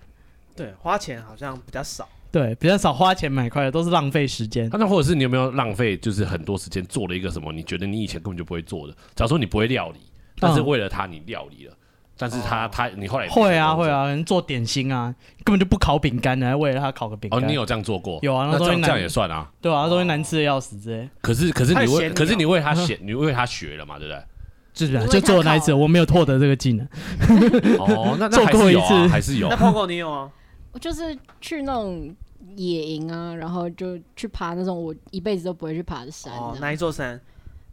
A: 对花钱好像比较少。
B: 对，比较少花钱买快乐，都是浪费时间。
C: 啊那或者是你有没有浪费就是很多时间做了一个什么你觉得你以前根本就不会做的？假如说你不会料理，但是为了他你料理了，但是他、
A: 哦
C: 他你后来也
B: 嗯
C: 没
B: 会啊
C: 成功
B: 会。啊，人做点心啊，根本就不烤饼干的，还为了他烤个饼
C: 哦，
B: 干。
C: 你有这样做过？
B: 有啊那
C: 那
B: 都
C: 这
B: 会
C: 样
B: 拿
C: 这样也算啊。
B: 对啊，东西难吃的要死之类，
C: 可是可是
A: 他
C: 你
A: 也
C: 为
A: 嫌你
C: 可是
A: 啊
C: 你为他写，你为他学了嘛，对不对？
B: 就是啊
D: 因为
B: 就做
D: 他
B: 那一次，
D: 烤
B: 我没有获得这个技能。
C: 哦，那那
B: 做
C: 还
B: 过
C: 是
B: 一
C: 有啊，
B: 次
C: 还是有
A: 那。Poco 你有啊？
D: 我就是去那种野营啊，然后就去爬那种我一辈子都不会去爬的山。
A: 哦，
D: 这样
A: 哪一座山？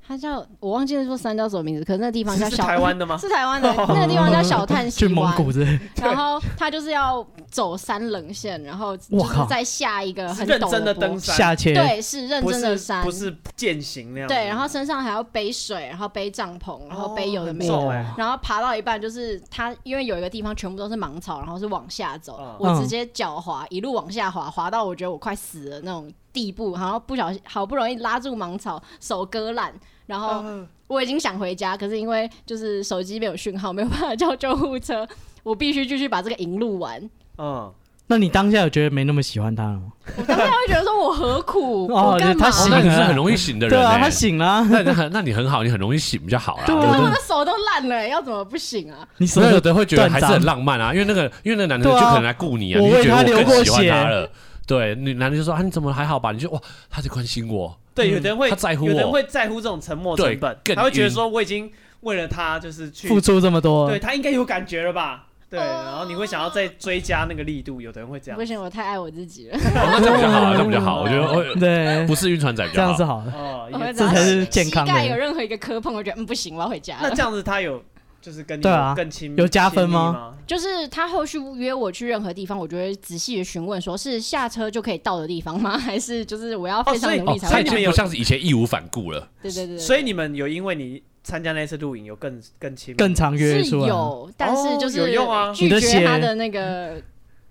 D: 它叫我忘记了说山叫什么名字，可是那地方叫
A: 是是
D: 小
A: 台湾的吗？
D: 是台湾的那个地 方
C: 哦
D: 叫小 叹 息
B: 去蒙
D: 湾，
B: 古的，
D: 然后他就是要走三棱线，然后就
B: 哇靠
D: 是再下一个
A: 是
D: 呃很
A: 认
D: 陡
A: 真的
D: 坡
A: 登山，
B: 下切
D: 对，是认
A: 不
D: 真的
A: 是
D: 山，
A: 不是践行那样子。
D: 对，然后身上还要背水，然后背帐篷，然后背有的没的，
A: 哦很重欸
D: 然后爬到一半就是他，因为有一个地方全部都是芒草，然后是往下走，
A: 嗯
D: 我直接脚滑一路往下滑，滑到我觉得我快死了那种地步，然后不小心好不容易拉住芒草，手割烂，然后
A: 啊
D: 我已经想回家，可是因为就是手机没有讯号，没有办法叫救护车，我必须继续把这个引路完。
A: 嗯，
B: 那你当下有觉得没那么喜欢他了吗？
D: 我当时会觉得说我何苦，
B: 哦
D: 我干嘛？
B: 他
C: 哦
B: 醒，
C: 那你是
B: 了
C: 很容易醒的人
B: 对啊，
C: 欸
B: 他醒了啊，
C: 那你很，那你很好，你很容易醒比较好啦。
B: 对啊
D: 可是我的手都烂了、要怎么不行啊？
B: 你
C: 所以有
B: 说
C: 的会觉得还是很
B: 断
C: 浪漫啊，因为那个因为那个男的
B: 对
C: 就
B: 啊
C: 可能来顾你啊，
B: 我
C: 你就
B: 为
C: 觉
B: 他
C: 得我
B: 流过
C: 更喜欢
B: 血
C: 他了。对，你男的就说啊你怎么还好吧？你就哇他在关心我，哦
A: 对，有的人会
C: 嗯他在乎
A: 有的人
C: 我
A: 会在乎这种沉默
C: 对
A: 成本，
C: 更
A: 他会觉得
C: 晕
A: 说我已经为了他就是去
B: 付出这么多，
A: 对他应该有感觉了吧？对，
D: 哦
A: 然后你会想要再追加那个力度，有的人会这
B: 啊
A: 样
D: 不。行，我太爱我自己了。
C: 哦那这样比较好啊，这样比较好，我觉得我
B: 对
C: 不是晕船仔比
B: 这
C: 较
B: 样
C: 好
B: 是。好的。
A: 哦，
D: 我会
A: 也
D: 只要
B: 哎这才是健康的
D: 膝盖有任何一个磕碰，我觉得嗯不行，我要回家
A: 那
D: 了
A: 这。样子他有就是跟你
B: 对啊
A: 更亲密
B: 有加分吗？
D: 就是他后续约我去任何地方，我就会仔细的询问，说是下车就可以到的地方吗？ 还是就是我要非常
A: 哦所以
D: 努
C: 哦
D: 力，才
C: 他
D: 会
C: 已
D: 到？
C: 经不像是以前义无反顾了。
D: 对对
A: 亲密
D: 对对，
A: 吗所以你们有因为你参加那次露营有更更亲密
B: 更常约
D: 是
B: 出来，哦
D: 有，但是就
A: 有
D: 是
A: 用啊
D: 拒
B: 你的
D: 绝
B: 血
D: 他的那个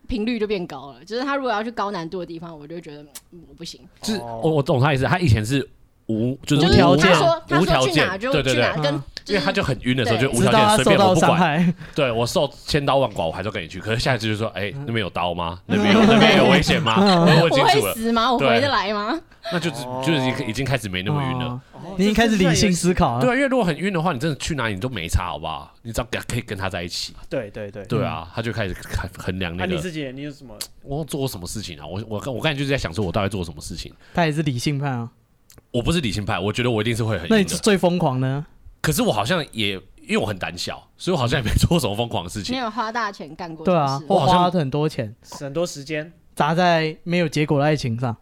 D: 频率就变高了。就是他如果要去高难度的地方，我就会觉得嗯我不行。
C: 就是
A: 哦
C: 我我懂他意思，他以前是无就
B: 无
C: 是
D: 就是
B: 条
C: 无
D: 他
B: 件
D: 说他说
C: 无条
D: 去哪
C: 件，
D: 就
C: 对对
D: 去
C: 对
D: 哪，
B: 对
D: 跟
B: 嗯
D: 就
C: 因为他
D: 是
C: 就很晕的时候就
B: 知
C: 无条
B: 道他
C: 件随
B: 受
C: 便我
B: 到
C: 不
B: 伤
C: 管，
B: 害，
C: 对我受千刀万剐我还是要跟你去。可是下一次就说，哎，那边有刀吗？那边有那边有 危险吗？我问
D: 嗯我
C: 清楚
D: 会
C: 了，
D: 死吗？我
C: 对
D: 回得来吗？
C: 那就是就是已经已经开始没那么晕了。
B: 哦
A: 哦
B: 你已经开始理性思
D: 哦
B: 考
C: 对
B: 了。
C: 啊，因为如果很晕的话，你真的去哪里你都没差，好不好？你只要跟可以跟他在一起，
A: 对对对。
C: 对
D: 嗯
C: 啊，他就开始开衡量
A: 那
C: 那
A: 啊你
C: 个
A: 自己你有什么？
C: 我做过什么事情啊？我我刚我刚才就是在想说，我到底做了什么事情？
B: 他也是理性派啊，
C: 我不是理性派，我觉得我一定是会很
B: 那你
C: 晕的。
B: 最疯狂呢？
C: 可是我好像也因为我很胆小，所以我好像也没做过什么疯狂的事
D: 你
C: 情。
D: 有花大钱干过这
B: 对
D: 种
B: 啊
D: 事，
B: 我
C: 我好像
B: 花了很多钱
A: 很多时间
B: 砸在没有结果的爱情上，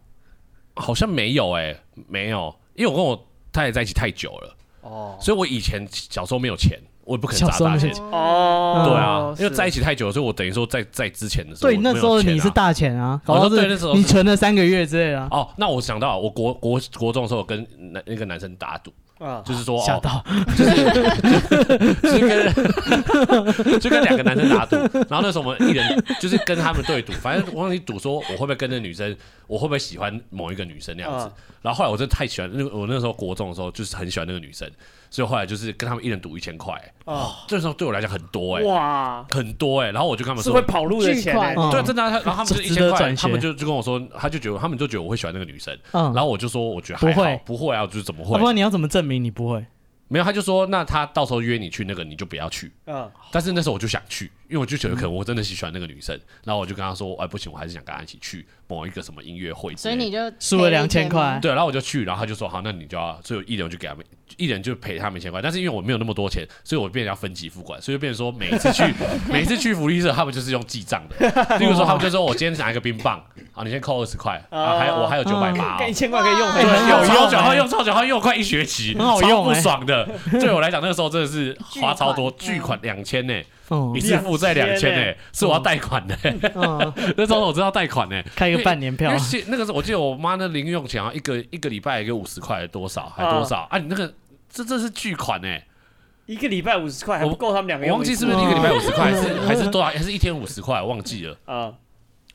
C: 好像没有哎、没有，因为我跟我太太在一起太久了，
A: 哦
C: 所以我以前小时候没有钱，我也不可能
B: 小
C: 砸
B: 时候
C: 大
B: 没
C: 钱
B: 有。
A: 哦，
C: 对啊，因为
A: 是
C: 在一起太久了，所以我等于说在在之前的时候，
B: 对，那时候你
C: 哦
B: 是。大钱
A: 哦
B: 啊，搞
C: 我
B: 到
C: 说对
B: 是
C: 那时候
B: 你
C: 是
B: 存了三个月之类的啊，
C: 哦，那我想到，我国国国中的时候，我跟男那个男生打赌，
A: 啊，
C: 就是说，
B: 吓
C: 哦，
B: 到
C: 就跟就跟两个男生 打赌，然后那时候我们一人就是跟他们对赌，反正我忘记赌说我会不会跟那女生，我会不会喜欢某一个女生那样子
A: 嗯。
C: 然后后来我真的太喜欢，那我那时候国中的时候就是很喜欢那个女生，所以后来就是跟他们一人赌一千块，
A: 啊，
C: 这时候对我来讲很多哎、
A: 哇，
C: 很多哎、然后我就跟他们
A: 是会
C: 说。
A: 跑路的钱
D: 巨
A: 欸
D: 款
C: 对，
B: 嗯
C: 真的啊、他然后他们就
B: 这
C: 一
B: 值得
C: 千块，
B: 转
C: 他们
B: 学
C: 就就跟我说，他就觉得，他们就觉得我会喜欢那个女生，
B: 嗯，
C: 然
B: 啊
C: 后我就说，我觉得还
B: 不
C: 好
B: 会，
C: 不会啊，就是怎么
B: 不
C: 会？
B: 然你要怎么证明你不会？
C: 没有，他就说，那他到时候约你去那个，你就不要去，
A: 嗯，
B: 哦
C: 但是那时候我就想去，因为我就
B: 嗯
C: 觉得可能我真的喜欢那个女生，然后我就跟她说，哎，不行，我还是想跟她一起去某一个什么音乐会之
D: 所
C: 类
D: 以
C: 的。
D: 你就
B: 输了
D: 赔一
B: 2000
D: 千
B: 块
D: 吗
C: 对，然后我就去，然后她就说好，那你就要，所以我一人就给他们，一人就赔他们一千块，但是因为我没有那么多钱，所以我变成要分期付款，所以就变成说每一次 去，每一次去福利社，他们就是用记账的，例如说他们就说我哦今天拿一个冰棒，好，你先扣二十块，啊，还有我还有九百 八，
A: 干一千块可以用很
C: 对，
A: 久
B: 很好
C: 有用，
B: 用
C: 然后
B: 欸
C: 用超久，然后用快一学期，
B: 很好
C: 超
B: 用
C: 不
B: 欸
C: 爽的。对我来讲，那个时候真的是花超多，
D: 巨款
C: 巨款两千呢，
B: 嗯
C: 一次付债两
A: 2000
C: 千呢
A: 欸，
C: 是我要贷款的。
B: 嗯，
C: 那时候我知道贷款呢，
B: 开一个半年
C: 因
B: 票
C: 为，现那个时候我记得我妈那零用钱啊，一个一个礼拜一个五十块，多少还多少啊？你那个这这是巨款呢，
A: 一个礼拜五十块还不够他们两个
C: 我
A: 用
C: 忘记
A: 一次
C: 是不是一个礼拜五十块，还是
B: 嗯
C: 还是多少，还是一天五十块，忘记了。
A: 啊，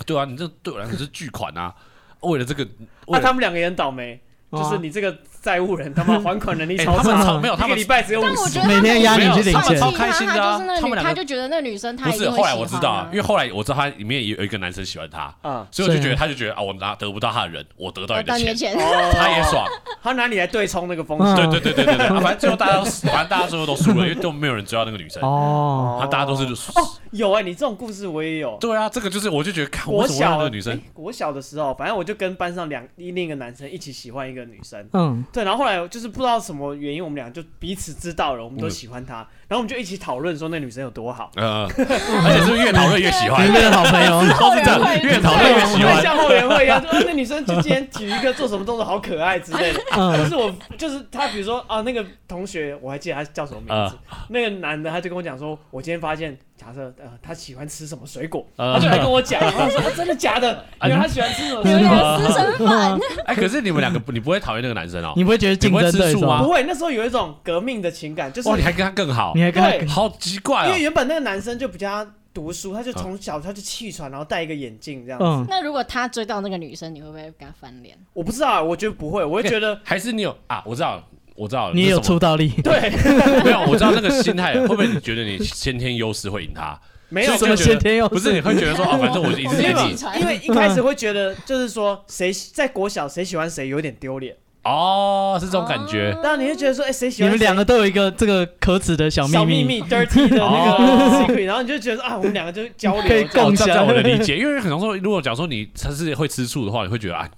C: 对啊，你这对我来讲是巨款啊。为了这个，为
A: 那
C: 了
A: 啊他们两个人倒霉，
B: 哦
A: 就是你这个债务人他妈还款能力
C: 哎
A: 超
C: 他们
A: 差，
C: 超没有他
A: 一个礼
C: 们
A: 拜只有
D: 但
A: 五
D: 我
A: 十
D: 觉得
B: 每天压你去领
C: 没有他们
B: 钱
C: 超，开心的啊
D: 他就是那
C: 他
D: 个
C: 们
D: 女，
C: 两个
D: 他就觉得那女生他
C: 不
D: 一定
C: 是
D: 会
C: 后来
D: 喜
C: 我知
D: 欢
C: 道
D: 啊
C: 啊，因为后来我知道他里面也有一个男生喜欢他，
A: 啊，
C: 所以我就
B: 对
C: 觉得他就觉得啊，我拿得不到他的人，我得到
D: 我
C: 你的
D: 当你的
C: 钱，
D: 钱，
A: 哦
C: 他也爽。
A: 他拿你来对冲那个风险，
B: 嗯
C: 对对对对对对，啊反正最后大家都死，反正大家最后都输了，因为都没有人追到那个女生，
B: 哦，
C: 啊，大家都是
A: 哦，有哎、你这种故事我也有。
C: 对啊，这个就是我就觉得看
A: 国
C: 为什么会让
A: 小
C: 那个女生
A: 诶国小的时候，反正我就跟班上两另一个男生一起喜欢一个个女生。
B: 嗯，
A: 对，然后后来就是不知道什么原因，我们俩就彼此知道了，我们都喜欢她，然后我们就一起讨论说那女生有多好。
C: 呃，而且是不是越讨论越喜
B: 你
A: 哦
C: 欢
B: 们，变成好朋 友
C: 都 是这样，越讨论越喜
A: 对
C: 欢。
A: 像后援会一样，就说 啊那女生就今天体育课做什么动作好可爱之类 的。就
B: 嗯，
A: 是我，就是他，比如说啊，那个同学，我还记得他叫什么名字。
C: 啊
A: 那个男的他就跟我讲说，我今天发现，假设呃，他喜欢吃什么水果，
C: 呃
A: 他就来跟我讲，然后我说、啊真的假的？
C: 啊
A: 因为他喜欢吃什么
D: 你啊
A: 水
D: 们
A: 果。
D: 俩私 生饭，
C: 哎，可是你们两个不，你不会讨厌那个男生哦？
B: 你不会觉得竞争对
C: 你不会吃素
B: 手啊
C: 吗
A: 不会，啊那时候有一种革命的情感，就是
C: 哇，你还跟他更好
B: 你，还跟
A: 对
B: 他
C: 好奇怪
A: 因为
C: 哦。
A: 原本那个男生就比较读书，他就从小他就气喘，然后戴一个眼镜这样。
B: 嗯，
D: 那如果他追到那个女生，你会不会跟他翻脸？
A: 我不知道，啊我觉得不会，我会觉得
C: 还是你有啊？我知道，我知道，
B: 你也有
C: 这是什
B: 出道力，
A: 对，
C: 么没有？我知道那个心态，会不会你觉得你先天优势会赢他？
A: 没有
C: 是
B: 什
C: 这
B: 么
C: 么
B: 先天优势？
C: 不是，你会觉得说啊，反正我一直
A: 没
C: 是
A: 有
C: 你
D: 气喘
A: 因为一开始会觉得就是说谁在国小谁喜欢谁有点丢脸，
C: 哦，是这种感觉。
A: 但你就觉得说哎谁喜
B: 你
A: 欢
B: 们两
A: 个
B: 个都有一个这个可耻的小
A: 小秘密
B: 密，
A: dirty 的那
C: 哦
A: 个 secret，然后你就觉得啊我们两个就交
B: 可以
A: 流这样。
B: 共
C: 哦这
B: 享
C: 样我的理解，因为很常说，如果假如说你他是会吃醋的话，你会觉得啊，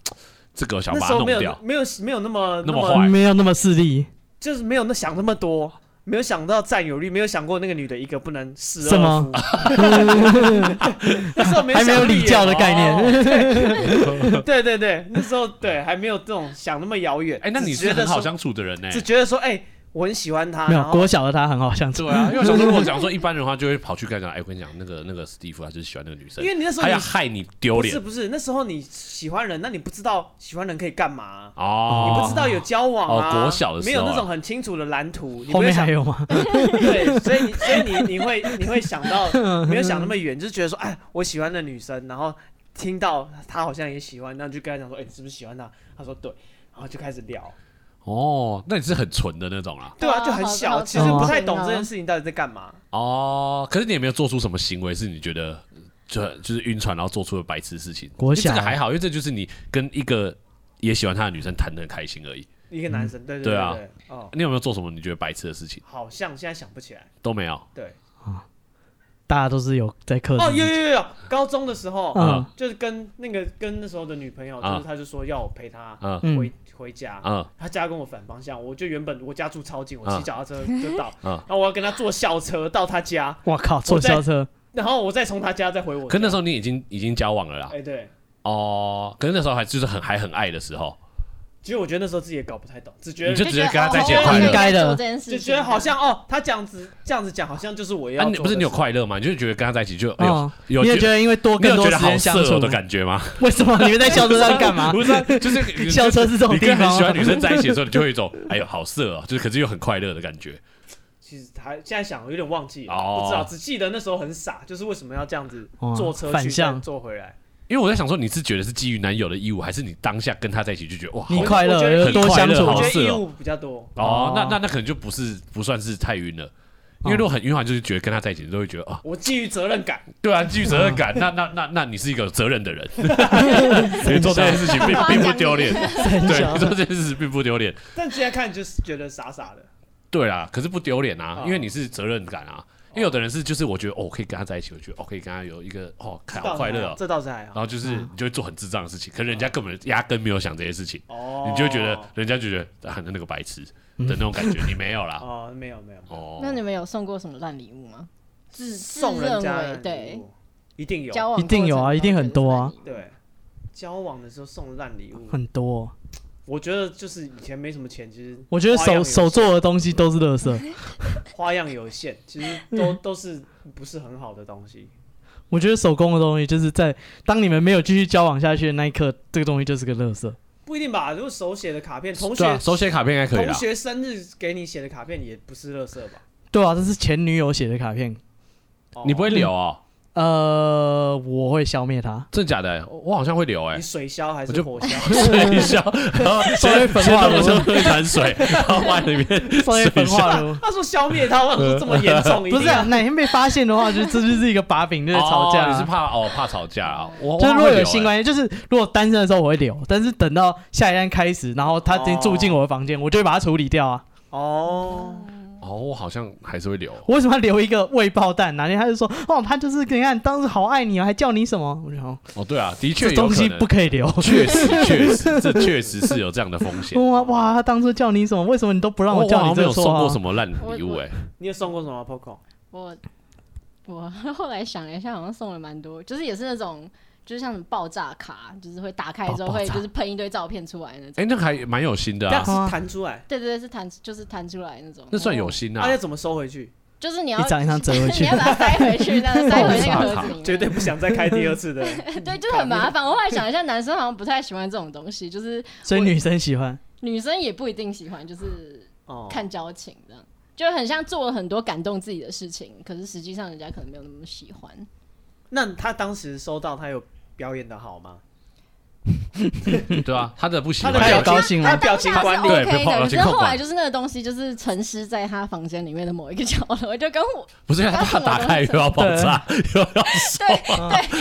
C: 这个想
A: 那
C: 把
A: 时候
C: 它弄
A: 没有
C: 掉。
A: 没有没有那么
C: 那么
A: 么
C: 坏
B: 嗯没有那么势利，
A: 就是没有那想那么多，没有想到占有率，没有想过那个女的一个不能是
B: 什么？
A: 那时候没有
B: 还没有
A: 想
B: 礼教的概
A: 哦
B: 念。
C: 哦
A: 念，对对对，那时候对还没有这种想那么遥远。
C: 哎，那你
A: 只
C: 是
A: 觉得
C: 很好
A: 说
C: 相处的人呢。
A: 只觉得说哎我很喜欢她，
B: 没
A: 然
B: 有
A: 后
B: 国小的他很好相处，
C: 对啊，因为想说如果讲说一般人的话，就会跑去跟他讲，哎，我跟你讲，那个那个史蒂夫他就是喜欢那个女生
A: 因，为你那时候
C: 他
A: 你
C: 要害你丢
A: 不
C: 脸
A: 是不是，那时候你喜欢人，那你不知道喜欢人可以干嘛啊、
C: 哦。
A: 你不知道有交往啊，
C: 哦国小的时候啊
A: 没有那种很清楚的蓝图，你不
B: 后
A: 会
B: 面
A: 想
B: 还有吗？
A: 对，所以你所以你你会你会想到 没有想那么远，就是觉得说，哎，我喜欢的女生，然后听到她好像也喜欢，那就跟她讲说，哎、你是不是喜欢她？她说对，然后就开始聊，
C: 哦，那你是很纯的那种啦。
A: 对啊，
D: 哇
A: 就很
D: 好
A: 小，
D: 哦好
A: 其实不太懂
D: 哦
A: 这件事情到底在干嘛。
C: 哦，可是你也没有做出什么行为是你觉得呃就就是晕船然后做出了白痴事情。
B: 国
C: 因为这
B: 小
C: 个还好，因为这就是你跟一个也喜欢他的女生谈的很开心而已。
A: 一个男生，对
C: 对
A: 对
C: 啊
A: 对，哦，
C: 你有没有做什么你觉得白痴的事情？
A: 好像现在想不起来。
C: 都没有。
A: 对，
B: 大家都是有在
C: 嗯
B: 克
A: 哦，
B: 制
A: 有
B: 自己，
A: 有有有，高中的时候，
B: 嗯
A: 就是跟那个跟那时候的女朋友，就
C: 啊
A: 是她就说要我陪她
C: 嗯
A: 回回家，
C: 嗯
A: 她家跟我反方向，我就原本我家住超近，我
C: 啊
A: 骑脚踏车就到，
C: 啊
A: 然后我要跟她坐校车到她家，
B: 我靠，坐校车，
A: 然后我再从她家再回我。
C: 可那时候你已经已经交往了啦
A: 哎、。对，
C: 哦，可是那时候还就是很还很爱的时候，
A: 其实我觉得那时候自己也搞不太懂，只觉
C: 你
A: 得
C: 就直接跟他再见
D: 哦
C: 快
B: 应
C: 乐。
B: 该的
D: 做这件事
A: 只
D: 情
A: 觉得好像哦，她这样子这样子讲，好像就是我
C: 啊，
A: 要、
C: 你不是你有，快乐吗？你就觉得跟他在一起就哎呦
B: 嗯，
C: 有
B: 你也
C: 有
B: 觉得因为多
C: 你
B: 更
C: 有
B: 多时
C: 觉得好
B: 间相
C: 色
B: 处
C: 哦的感觉吗？
B: 为什么你们在校车上干 嘛？
C: 不是啊，就是
B: 校车是这种
C: 你
B: 地
C: 跟很
B: 方
C: 喜欢
B: 吗，
C: 女生在一起的 时候，你就会有一种哎呦好色哦，就是可是又很快乐的感觉。
A: 其实她现在想有点忘记了，
C: 哦
A: 不知道，只记得那时候很傻，就是为什么要这样子
B: 哇
A: 坐车去
B: 反
A: 再
B: 向
A: 坐回来。
C: 因为我在想说，你是觉得是基于男友的义务，还是你当下跟他在一起就觉得哇
B: 你
C: 好
B: 快
A: 我觉得
B: 乐，
A: 很
B: 多相
C: 快乐
A: 我
C: 好
A: 觉
B: 处，
A: 得
C: 色
A: 义
C: 哦
A: 务比较多，
C: 哦，那那那可能就不是不算是太晕了。因为如果很晕的话，就是觉得跟他在一起，你都会觉得啊，
A: 我基于责任感。
C: 对啊，基于责任 感，那那那那你是一个有责任的 人，你做这件事情并并不丢脸，
B: 很
C: 对，
B: 小
C: 你做这件事情并不丢脸，
A: 但现在看就是觉得傻傻的，
C: 对啦，可是不丢脸啊
A: 哦，
C: 因为你是责任感啊。因为有的人是就是我觉得哦，我可以跟他在一起，我觉得哦，可以跟他有一个哦，看好快乐哦，
A: 这倒是还
C: 然
A: 好。
C: 后就是你就会做很智障的事情，可是人家根本压根没有想这些事情，
A: 哦，
C: 你就会觉得人家就觉得啊，那个白痴的那种感觉，你没有啦。
A: 哦，没有没有，
C: 哦，
D: 那你们有送过什么烂礼物吗？自
A: 送人家
D: 自认为
A: 的礼
D: 对
A: 物一定有，
D: 交往
B: 一定有啊
D: 过程
B: 一
D: 中
B: 定很多啊
D: 觉得是烂礼物。
A: 对，交往的时候送烂礼物，
B: 很多哦。
A: 我觉得就是以前没什么钱，其实
B: 我觉得
A: 花样
B: 手
A: 有
B: 手做的东西都是垃圾。
A: 花样有限，其实都都是不是很好的东西。
B: 我觉得手工的东西就是在当你们没有继续交往下去的那一刻，这个东西就是个垃圾。
A: 不一定吧，如果手写的卡片，同
C: 对啊
A: 学
C: 手写卡片应该可以
A: 同
C: 啦。
A: 学生日给你写的卡片也不是垃圾吧？
B: 对啊，这是前女友写的卡片。
A: 哦
C: 你不会留哦？
B: 呃，我会消灭 它。
C: 真假的？我好像会留哎
A: 你，水消还
C: 我
A: 是
C: 就
A: 火消？
C: 水消，然后
B: 稍微
C: 先
B: 焚
C: 先
B: 化
C: 弄
B: 炉
C: 成一潭水，然后往里面
B: 放在焚化炉。
A: 他说消灭他，我想说这么严重，
B: 不
A: 一
B: 是
A: 定
B: 啊，
A: 要
B: 哪天被发现的话，就这就是一个把柄，就是吵架
C: 哦你
B: 啊、
C: 是怕哦怕吵架啊？我
B: 就是如果有
C: 新
B: 新关系，就是如果单身的时候我会留，但是等
C: 哦
B: 到下一单开始，然后他直接住进我的房间，我就会把它处理掉啊。
A: 哦，
C: 哦，我好像还是会留。
B: 我为什么要留一个未爆弹？哪天他就说哦，他就是你看当时好爱你哦，还叫你什么？我就想
C: 哦，对啊，的确
B: 这
C: 有
B: 东
C: 可
B: 西
C: 能
B: 不，可以留。
C: 确实确实，这确实是有这样的风险。
B: 哇哇，他当初叫你什么？为什么你都 不让我
C: 好
B: 叫你
C: 像没
B: 这
C: 有
B: 个
C: 送
B: 绰号
C: 过
B: 啊
C: 什么烂礼物哎，
A: 你有送过什么 Poco？
D: 我我 后来想了一下，好像送了蛮多，就是也是那种，就是像什么爆炸卡，就是会打开之
B: 爆
D: 后
B: 爆
D: 会
B: 炸
D: 就是喷一堆照片出来那种。
C: 哎，那个还蛮有心的
A: 但
C: 啊，
A: 是
B: 好啊
A: 弹出来，
D: 对对对，是弹就是弹出来那种。嗯
C: 那算有心啊
A: 那。要怎么收回去？
D: 就是你要
B: 一张一张折回去
D: 你要。把它塞回去，那塞回那个盒子里面。。
A: 绝对不想再开第二次的 嗯
D: 对，就是很麻烦。我后来想一下，男生好像不太喜欢这种东西，就是
B: 所以女生喜欢
D: 女生也不一定喜欢，就是
A: 哦，
D: 看交情这样，就很像做了很多感动自己的事情，可是实际上人家可能没有那么喜欢。
A: 那他当时收到，他有表演的好吗？
C: 对啊，他的不喜
A: 他
C: 欢
A: 的
B: 他有
A: 表
B: 高
A: 情，
B: 兴
A: 他
B: 吗
A: 的？表情
D: 他
A: 管
D: 是
A: 理，
C: 对
D: OK
C: 被泡
D: 的，
C: 了
D: 可是
C: 情况
D: 后来
C: 管
D: 就是那个东西就是沉尸在他房间里面的某一个角落，就跟我
C: 不是他怕打开又要爆炸，又要
D: 对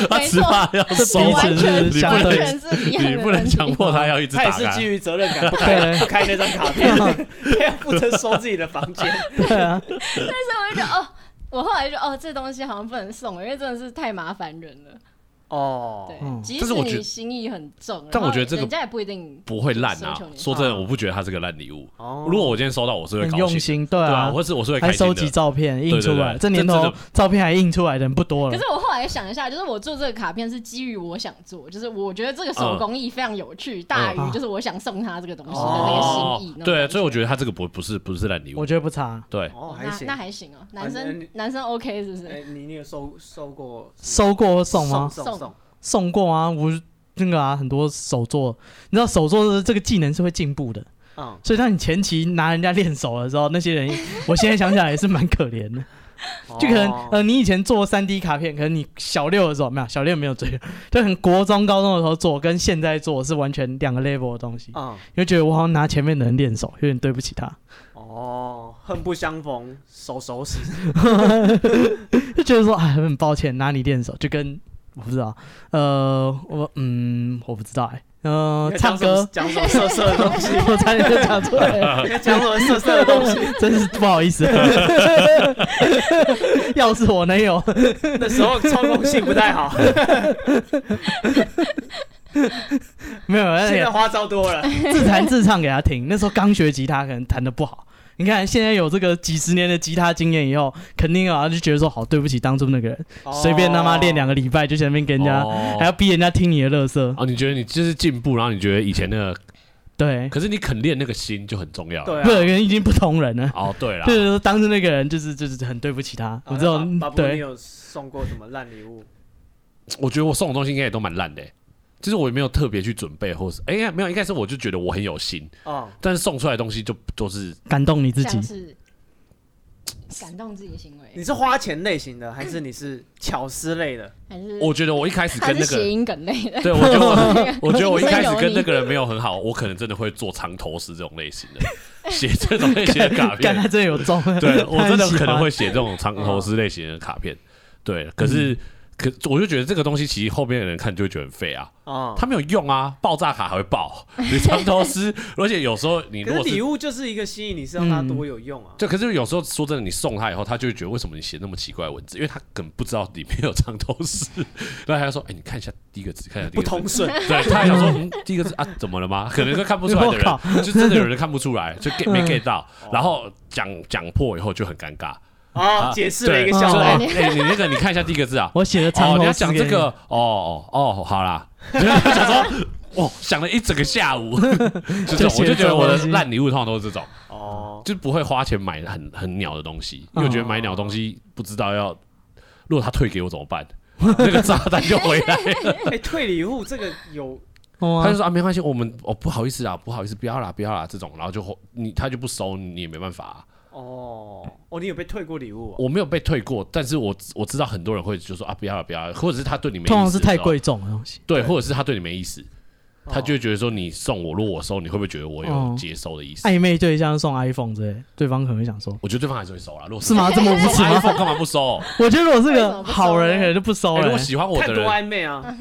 C: 他
D: 没
C: 只
D: 错，
C: 怕要
B: 这
C: 收
B: 彼
C: 啊，
B: 此
D: 完
B: 是
D: 全
C: 相
D: 完
C: 对
D: 全 是一样的
C: 你不能
D: 问题
C: 强 迫他要一直
A: 他也
C: 打
A: 是基
C: 开。
A: 于责任感，不
B: 对
A: 开不开那张 卡 片，
C: 啊
A: 他要负责收自己的房间。
B: 对啊，
D: 我就觉得哦，我后来就哦，这东西好像不能送，因为真的是太麻烦人了。
A: 哦
D: 对，
B: 嗯
D: 即
C: 但
D: 使
C: 是我觉得
D: 你心意很重，
C: 但我
D: 然后
C: 觉得这个
D: 人家也不一定
C: 不会烂
D: 奢
C: 啊
D: 求！你
C: 说真的，我不觉得他是个烂礼物。
A: 哦
C: 如果我今天收到，我是会
B: 很
C: 高
B: 用
C: 兴，
B: 心，对
C: 对
B: 啊
C: 啊，，我是我是会开
B: 还
C: 心
B: 收
C: 的
B: 集。照片印出来，
C: 对对对
B: 这年
C: 这
B: 头
C: 这
B: 照片还印出来的人不多
D: 可
B: 了
D: 是。我后来想一下，就是我做这个卡片是基于我想做，就是我觉得这个手工艺非常有趣，大于就是我想送他这个东西的那个
A: 哦
D: 心意。
C: 嗯对，所以我觉
D: 得
C: 得他这个不不是不是烂礼
B: 我
C: 物。
B: 觉得不差，
C: 对，
A: 哦，还
D: 那
A: 行
D: 那。还行哦，男
A: 啊
D: 生
A: 你
D: 男生 OK 是不是？
A: 哎，你你有收收过
B: 收过或送吗？
A: 送
D: 送
A: 送送，
B: 送过啊，我那个啊，很多手作，你知道手作的这个技能是会进步的，
A: 嗯，
B: 所以当你前期拿人家练手的时候，那些人， 我现在想起来也是蛮可怜的。就可能
A: 哦
B: 呃，你以前做三 D 卡片，可能你小六的时候没有，小六没有追，就很国中、高中的时候做，跟现在做是完全两个 level 的东西。
A: 嗯
B: 你会觉得我好像拿前面的人练手，有点对不起他，
A: 哦，恨不相逢，手手死。
B: 就觉得说哎，很抱歉拿你练手，就跟我不知道，呃，我嗯，我不知道哎、呃，
A: 你在
B: 唱
A: 讲什么
B: 歌，
A: 讲什么色色的 东西？
B: 我差点就讲出来了，
A: 你在讲什么色色的东西？
B: 真是不好意思。 要是我能有，
A: 那时候操控性不太好，
B: 没有人
A: 现在花招多了。
B: 自弹自唱给他听。那时候刚学吉他，可能弹的不好。你看，现在有这个几十年的吉他经验以后，肯定啊就觉得说，好对不起当初那个人，
A: 哦
B: 随便他妈练两
A: 个。
B: 个礼拜就前面跟人家，还要
C: 哦，
B: 逼人家听你的乐色。
C: 哦你觉得你就是进步，然后你觉得以前那个，
B: 对，
A: 啊
C: 可是你肯练那个心就很重要。
A: 对啊，
B: 不然人已经不同人
A: 啊
B: 了。
C: 哦，对啦
B: 就，是说当初那个人就是就是很对不起他，
A: 好
B: 我知道
A: 那，爸爸爸，你
B: 对，
A: 有送过什么烂礼物？
C: 我觉得我送的东西应该也都蛮烂的欸、就是我也没有特别去准备，或是哎呀、没有，应该是我就觉得我很有心，
A: 哦，
C: 但是送出来的东西就都是
B: 感动你自己
D: 像。是感动自己的行
A: 你
D: 为，
A: 是花钱类型的，还是你是巧思类的？
D: 还是
C: 我觉得我一开始
D: 嗯还
C: 跟
D: 是
C: 那
D: 谐
C: 个，
D: 音梗类的？
C: 对我觉得我我觉得我一开始
D: 你
C: 跟那个人没有很好，我可能真的会做藏头诗这种类型 的，写这种类型的卡
B: 干他
C: 片，
B: 真的有中，
C: 对我真的可
B: 他很
C: 能会
B: 喜欢。
C: 写这种藏头诗类型的卡片，对，可
B: 嗯
C: 是。可我就觉得这个东西其实后面的人看就会觉得很废啊，
A: 哦，
C: 它没有用啊，爆炸卡还会 爆，你藏头诗，而且有时候你如
A: 可
C: 果
A: 是
C: 是
A: 礼物就是一个吸引你，是让它多有用
B: 嗯
A: 啊。
C: 对，可是有时候说真的，你送他以后，他就会觉得为什么你写那么奇怪的文字，因为他根本不知道里面有藏头 诗，然后他就说：“哎、你看一下第一个字，看一下第
A: 不
C: 一个字。”
A: 通顺，哦
C: 对，他还想说、嗯、第一个字啊，怎么了吗？可能就 看不出来的
B: 我
C: 人，就真的有人看不出来，就 get 没
A: 嗯
C: get 到，然后讲讲破以后就很尴尬。
A: 哦
C: 啊，
A: 解释了一个
B: 对
A: 笑
C: 就
A: 话
C: 哎、。哎你那个你看一下第一个字 啊，
B: 我写的
C: 哦
B: 长，
C: 你
B: 头
C: 要
B: 诗
C: 讲
B: 给
C: 这
B: 你
C: 个，哦哦哦，好啦， 就是想说。哦，想了一整个下午， 就这
B: 就
C: 种，我
B: 写
C: 就觉得我
B: 这种
C: 的
B: 东西
C: 烂礼物通常都是这种。
A: 哦，
C: 就不会花钱买很很鸟的东西，因为我觉得买鸟的东西不知道要，如果他退给我怎么办？ 那个炸弹就回 来，
A: 哎，退礼物这个有
B: 哦
C: 他
B: 啊
C: 就说啊，没关系，我们哦不好意思啊，不好意思，不要啦，不要啦，这种，然后就后你他就不收，你也没办法啊、
A: 哦哦，你有被退过礼物哦？
C: 我没有被退过，但是我我知道很多人会就说啊，不要啦，不要啦，或者是他对你没意思，
B: 通常是太，贵重的东西。
C: 对，或者是他对你没意思，
A: 哦
C: 他就会觉得说你送我，如果我收，你会不会觉得我
B: 哦
C: 有接收的意思？
B: 暧昧对象送 iPhone 之类，对方可能会想 说，
C: 我觉得对方还是会收啦，如果
B: 是吗？这么无耻
C: 送
B: 吗？哦
C: iPhone 干嘛 不收？
B: 我觉得我是
D: 为什么
B: 个
D: 不收
B: 好人，
D: 呢
B: 可能就不收
C: 哎如
B: 了、
C: 果喜欢我
A: 看
C: 的
A: 多
C: 人，
A: 暧昧啊！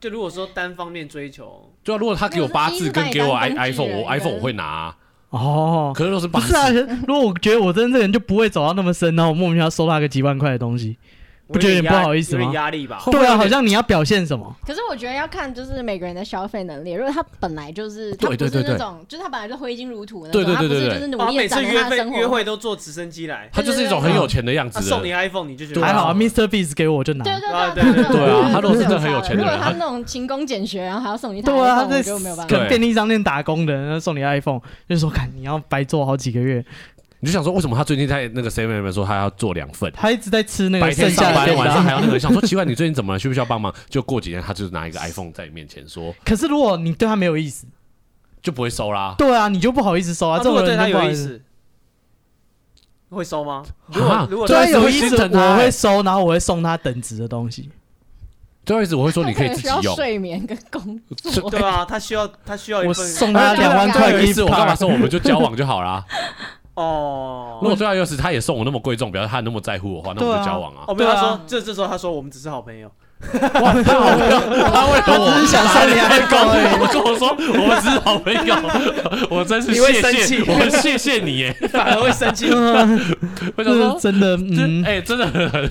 A: 就如果说单方面追求，
C: 对啊，如果他给我八字跟给我
D: 那是
C: i
D: 一直把你当工具
C: iPhone，我
D: 人
C: iPhone 我会拿啊、
B: 哦，
C: 可是都是
B: 不
C: 八
B: 是啊，
C: 字，
B: 如果我觉得我真的这个人就不会走到那么深，然后我莫名其妙收他个几万块的东西，不觉得有点不好意思吗
A: 有点压力吧？
C: 会不会
B: 对
C: 有
B: 啊，
C: 点
B: 好像你要表现什么？
D: 可是我觉得要看就是每个人的消费能力，如果他本来就是他
C: 对
D: 不是
C: 对对
D: 那
C: 对
D: 种，就是他本来就挥金如土的那
C: 对
D: 种，
C: 对
D: 他不
C: 对
D: 是
C: 对
D: 就是努
A: 啊，
D: 力
A: 每
D: 地
A: 次
D: 攒
A: 约
D: 他的
A: 会
D: 生活。
A: 约会都坐直升机来，
C: 他就是一种很有钱的样
A: 他
C: 子
A: 送你
C: 的。
A: iPhone，你就觉得
C: 对啊
B: 还好啊
A: 哦
B: ，Mr. Beast 给我就拿。
D: 对对
A: 啊
D: 对
A: 对
C: 对
D: 对
C: 啊他如果是
D: 这种
C: 真的很有钱的
D: 如果
C: 人
D: 他
C: 他
D: 那种勤工俭学，然后还要送你一台
B: 对啊，他
D: iPhone，
B: 在
D: 我就没有办
B: 可
D: 法。
B: 能便利商店打工的，然后送你 iPhone，就说看你要白做好几个月，
C: 你就想说，为什么他最近在那个 Seven 里面说他要做两 份？
B: 他一直在吃那个
C: 白
B: 剩
C: 天
B: 下
C: 上
B: 的
C: 班，
B: 便
C: 晚上还
B: 当。
C: 要那个，想说奇怪，你最近怎么了？需不需要帮忙？就过几天，他就拿一个 iPhone 在你面前说，
B: 可是如果你对他没有意思，
C: 就不会收啦。
B: 对啊，你就不好意思收啊。
A: 啊
B: 这
A: 如
B: 种
A: 果
B: 人
A: 对他
B: 就不好
A: 有
B: 意
A: 意
B: 思，
A: 思，会收吗？如
C: 啊
A: 果如果
B: 对
C: 对
B: 他
C: 啊
B: 有意
C: 心
B: 思，
C: 疼他
B: 我
C: 欸
B: 会收，然后我会送他等值的东西。
C: 最后一次我会说，你可以
D: 他
C: 自
D: 需
C: 己
D: 要
C: 用。
D: 睡眠跟工 作。
A: 对啊，他需要他需要一
B: 我
A: 份
B: 送他两万块
C: 最后
B: 给
C: 一次我干 嘛收？我们就交往就好啦。
A: 哦
C: 如。果最后一次他也送我那么贵重，表示他那么在乎我的话，那我
B: 对
C: 们
B: 啊
C: 就交往啊。
A: 哦，没有，他
B: 对
A: 说
B: 啊
A: 这这时候他说我们只是好朋友，
C: 哇， 他好朋友，他为了我，
B: 他只是想送你 iPhone
C: 他跟我说我们只是好朋友，我真是
A: 你会
C: 谢
A: 生气
C: 谢，我谢谢你耶。
A: 反而会生 气。
C: 我想
B: 啊这
C: 说
B: 是，真的，
C: 真
B: 嗯，
C: 哎，真的很，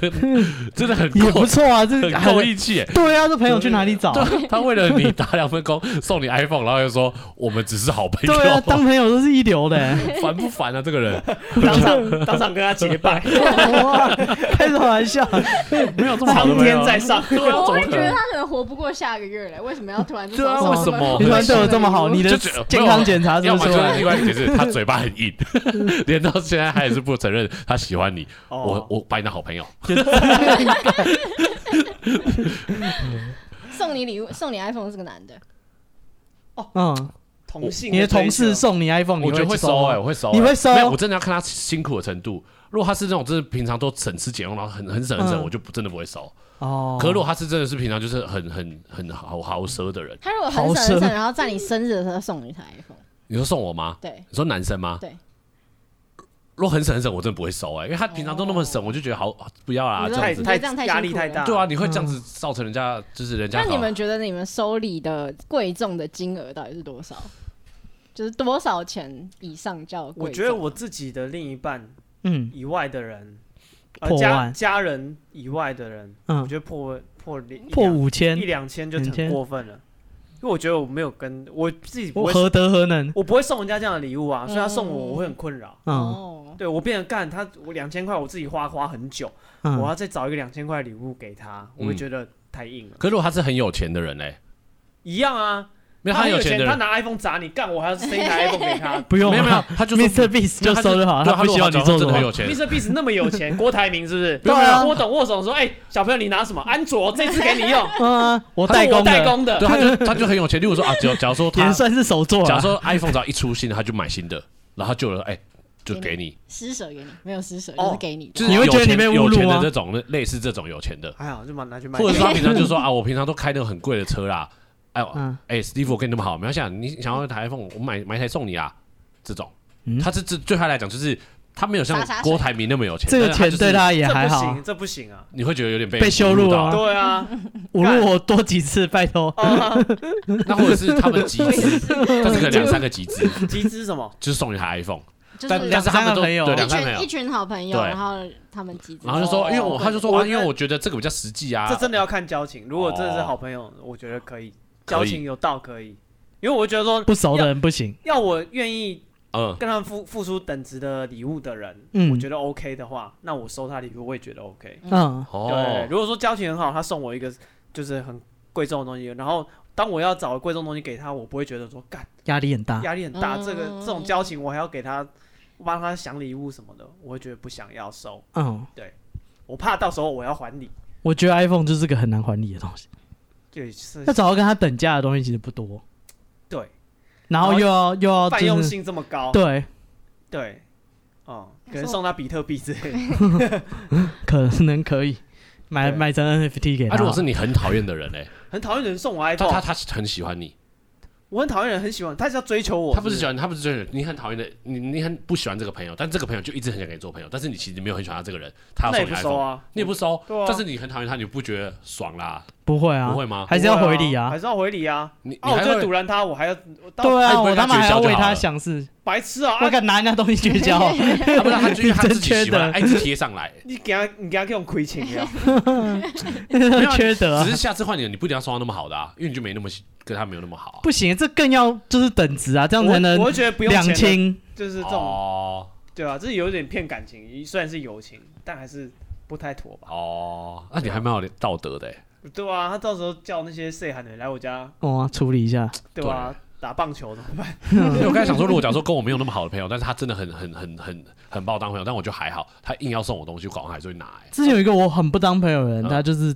C: 真的很
B: 也
C: 够
B: 不，错啊。这
C: 很够义气耶。
B: 对啊，这朋友去哪里找啊？
C: 对，他为了你打两份工，送你 iPhone，然后又说我们只是好朋友，
B: 对啊，当朋友都是一流的欸。
C: 烦不烦啊？这个人
A: 当场当场跟他结拜，
B: 哇开什么玩笑？
C: 没有这么好的
A: 苍
C: 朋友
A: 天在上。
C: 对啊，
D: 我
C: 怎
D: 会
C: 么
D: 觉
C: 可
D: 得
C: 能？
D: 他可能活不过下个月嘞，为什么要突然就
C: 对啊
D: 收
C: 为
D: 收
C: 什么
B: 你突
D: 收
B: 然对我这么好，
D: 礼物
B: 你的
C: 啊就觉得
B: 健康检查是
C: 要
B: 不
C: 么
B: 是
C: 就
B: 出
C: 是
B: 来
C: 另？外一个解释，他嘴巴很硬， 连到现在他也是不承认他喜欢你。我
A: 哦，
C: 我把你当好朋友，
D: 送你礼物，送你 iPhone 是个男的，
B: 嗯，
A: 同性
B: 你的同事
A: 追求
B: 送你 iPhone，你
C: 我觉得会收
B: 收哦啊
C: 哎，我会收欸，
B: 你会收
C: 没有，我真的要看他辛苦的程度。如果他是那种真的平常都省吃俭用，然后很很省很省，
B: 嗯
C: 我就不真的不会收。
B: 哦。
C: 可是如果他是真的是平常就是很很很豪豪奢的人，
D: 他如果很
B: 好
D: 省很
B: 省
D: 省，然后在你生日的时候送你一台 iPhone，
C: 你说送我吗？
D: 对，
C: 你说男生吗？
D: 对。
C: 如果很省很省，我真的不会收哎、因为他平常都那么省，我就觉得好不要啦，
D: 你
C: 啊这
D: 说
C: 样
A: 太
C: 子。
D: 我觉得这样
A: 太
D: 太
A: 压
D: 辛
A: 力
D: 苦
A: 太
D: 了
A: 大。
C: 对啊，，你会这样子造成人家就是人家
D: 那
C: 好。啊
D: 你们觉得你们收礼的贵重的金额到底是多少？就是多少钱以上叫贵重？
A: 我觉得我自己的另一半
B: 嗯
A: 以外的人，呃
B: 破
A: 家
B: 万
A: 家人以外的人，我
B: 嗯，
A: 觉得破破零
B: 破
A: 一
B: 五
A: 两一
B: 千，
A: 两千就
B: 两
A: 很
B: 千
A: 过分了，因为我觉得我没有跟我自己不
B: 我
A: 会，
B: 何德何 能？
A: 我不会送人家这样的礼物啊，所以他送我
D: 嗯
A: 我会很困扰。
B: 嗯
D: 哦，
A: 对我变得干他，我两千块我自己花花很久，我
B: 嗯，
A: 要再找一个两千块礼物给他，我会觉得太硬了。
C: 可是如果他是很有钱的人嘞、欸
A: 一样啊，
C: 没有
A: 他很
C: 他很
A: 有
C: 有钱的
A: 他
C: 人，
A: 拿 iPhone 砸你，干我还要塞一台 iPhone 给他。
B: 不用
C: 没有没有
B: 啊，
C: 他就说
B: ，Mr. Beast 就
C: 他
B: 收就好，
C: 对
B: 他不希望你做什
C: 真的很有
B: 么。
C: 钱。
A: Mr. Beast 那么有钱，郭台铭是不是？
B: 对啊
A: 郭董握手说：“哎、小朋友，你拿什么？安卓，这次给你用，
B: 嗯啊，我
A: 我
B: 代工
A: 代
B: 的，
A: 工的。
C: 对，他就他就很有钱。例如说啊，假假如说他
B: 也，算是手啊作
C: 假如
B: 了。
C: 说 iPhone 只要一出新的，他就买新的，然后他就有了哎、就给你，
D: 施舍给你，没有施舍，
A: 哦
D: 就是给你的。
C: 就是
B: 哦你会
C: 有
B: 觉得你
C: 钱
B: 被侮辱
C: 有钱的
B: 吗
C: 这种类似这种有钱的”，
A: 还好，哎就把拿去卖。
C: 或者说他平常就说啊，我平常都开那个很贵的车啦，哎呦，
B: 嗯，
C: 哎、史蒂夫，我跟你那么好，没关系啊，你想要一台 iPhone，我买买一台送你啊。这种，
B: 嗯
C: 他这这对他来讲就是他没有像
D: 傻傻水
C: 郭台铭那么有钱，
B: 这个
C: 但是他
B: 钱
C: 就是
B: 对他也还
A: 这不
B: 好
A: 行，，这不行啊！
C: 你会觉得有点被
B: 被羞辱
C: 到
B: 啊
A: 对啊，
B: 侮辱我多几次，拜托。
A: 啊，
C: 那或者是他们集 资，但是可能两三个集资，
A: 集资什么？
C: 就是送一台 iPhone，
D: 啊就
C: 但
D: 是
C: 但是他们都
B: 两三个朋友
C: 对
D: 一
C: 两三个朋
D: 群一
C: 友，
D: 群好朋友，
C: 对
D: 然后他们集资，
C: 然后就说，
A: 哦
C: 因为我他就说，
A: 我
C: 啊因为我觉得这个比较实际啊，
A: 这真的要看交情。如果真的是好朋友，我觉得可以，交情有到可以。因为我觉得说，
B: 不熟的人不行。
A: 要我愿意
C: 嗯，
A: 跟他们付付出等值的礼物的人，
B: 嗯
A: 我觉得 OK 的话，那我收他礼物我也觉得 OK。
B: 嗯，
A: 对，
C: 哦，
A: 如果说交情很好，他送我一个就是很贵重的东西，然后当我要找贵重的东西给他，我不会觉得说干
B: 压力很大。
A: 压力很大，
D: 嗯
A: 这个这种交情我还要给他帮他想礼物什么的，我会觉得不想要收，
B: 嗯，
A: 我怕到时候我要还你，
B: 我觉得 iPhone 就是个很难还你的东西，
A: 就是
B: 要找到跟他等价的东西其实不多，
A: 对
B: 然后又要又要
A: 泛用
B: 哦就是
A: 性这么高，
B: 对，
A: 对，哦、可能送他比特币之类的，
B: 可能可以买
A: 对
B: 买成 NFT 给
C: 那
B: 他
C: 如。果是你很讨厌的人嘞，
A: 很讨厌人送我
C: 但他
A: iPhone，
C: 他很喜欢你，
A: 我很讨厌人很喜欢，他是要追求我，
C: 他不是喜
A: 欢，
C: 欢，他不是喜欢你很讨厌的，你你很不喜欢这个朋友，但这个朋友就一直很想跟你做朋友，但是你其实没有很喜欢他这个人，他要
A: 那也
C: 送你
A: 不熟
C: iPhone，
A: 啊，
C: 你也不收
A: 对啊，
C: 但是你很讨厌他，你不觉得爽啦？
B: 不会啊，
C: 不会吗？
B: 还是要回礼
A: 不会
B: 啊
A: 还。是要回礼啊。
C: 你
A: 啊，
C: 你
A: 我
C: 还
A: 就
C: 会
A: 堵拦他，我还要我到
B: 对
C: 还
B: 啊，
C: 不会
B: 我他妈还
C: 跟他绝交
B: 要
C: 就
B: 为
C: 好
B: 他
C: 了
B: 想事，
A: 白痴啊！
B: 我
A: 啊
B: 敢拿人家东西绝交，
C: 啊不是 他就是因为他 自
B: 真
C: 己
B: 缺
C: 喜欢，
B: 德
C: 哎，一直贴上来，
A: 你给他，你给他给我们亏钱呀！
C: 有啊
B: 缺德啊
C: 只是下次换你，你不一定要送到那么好的啊，因为你就没那么喜跟他没有那么好啊。
B: 不行，这更要就是等值啊，这样
A: 我
B: 才能
A: 我会觉得不用
B: 两
A: 钱的，
B: 清。
A: 就是这种，
C: 哦
A: 对啊，这有点骗感情，虽然是友情，但还是不太妥吧？
C: 哦，那你还蛮有道德的欸，
A: 对啊，他到时候叫那些 say 喊的人来我家，
B: 哦，处理一下，
A: 对吧？打棒球怎么办？
B: 嗯
C: 因为我刚才想说，如果假如说跟我没有那么好的朋友，但是他真的很很很很很把我当朋友，但我就还好，他硬要送我东西，我搞完还是会拿欸。
B: 之前有一个我很不当朋友的人，
C: 嗯
B: 他就是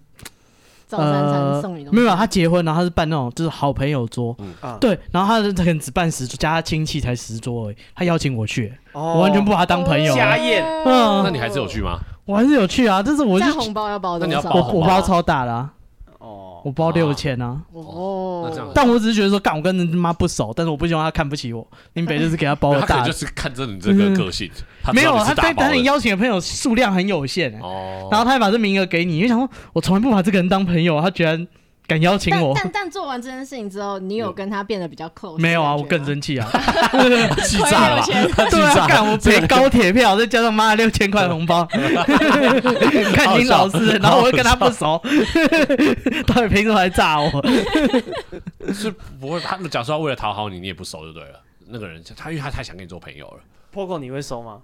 D: 早餐餐
B: 呃
D: 送你东西，
B: 没有，他结婚，然后他是办那种就是好朋友桌
C: 嗯
A: 啊，
B: 对，然后他可能只办十桌，加他亲戚才十桌而已，他邀请我去，
A: 我
C: 哦
B: 我完全
A: 哦
B: 不把他当朋
C: 啊
B: 友，
A: 家宴
B: 嗯
C: 那你还是有去吗？
B: 我还是有去啊，但是我就
D: 但红包要包多
C: 那你要
D: 少？
C: 包
B: 我
C: 红
B: 我
C: 包啊
B: 包超大的啊，
A: 哦
B: 我包六千啊，
D: 哦，
C: 那这样
B: 但我只是觉得说，干我跟人他妈不熟，但是我不希望他看不起我，林北就是给他包
C: 他可
B: 哦大
C: 能就
B: 的，
C: 是看着你这个个性，他
B: 没
C: 知
B: 有啊
C: 道
B: 他
C: 你是
B: 但
C: 大包
B: 但你
C: 的
B: 邀请的朋友数量很有限 欸，
C: 哦，
B: 然后他还把这名额给你，因为想说我从来不把这个人当朋友，他居然敢邀请
D: 但
B: 我。
D: 但但做完这件事情之后，你有跟他变得比较 close？
B: 没有啊，我
D: 的感觉
B: 更
D: 吗
B: 生气 啊！
C: 气炸了吧
D: 亏 了六？
C: 他气
B: 对啊，
C: 炸
B: 干
C: 了，
B: 我赔高铁票，再加上妈的六千块红包，看清老师，然后我又跟他不熟， 到底凭什么来炸我？
C: 是不会。他假设他为了讨好你，你也不熟就对了。那个人他因为他太想跟你做朋友了，
A: ，Poco 你会收吗？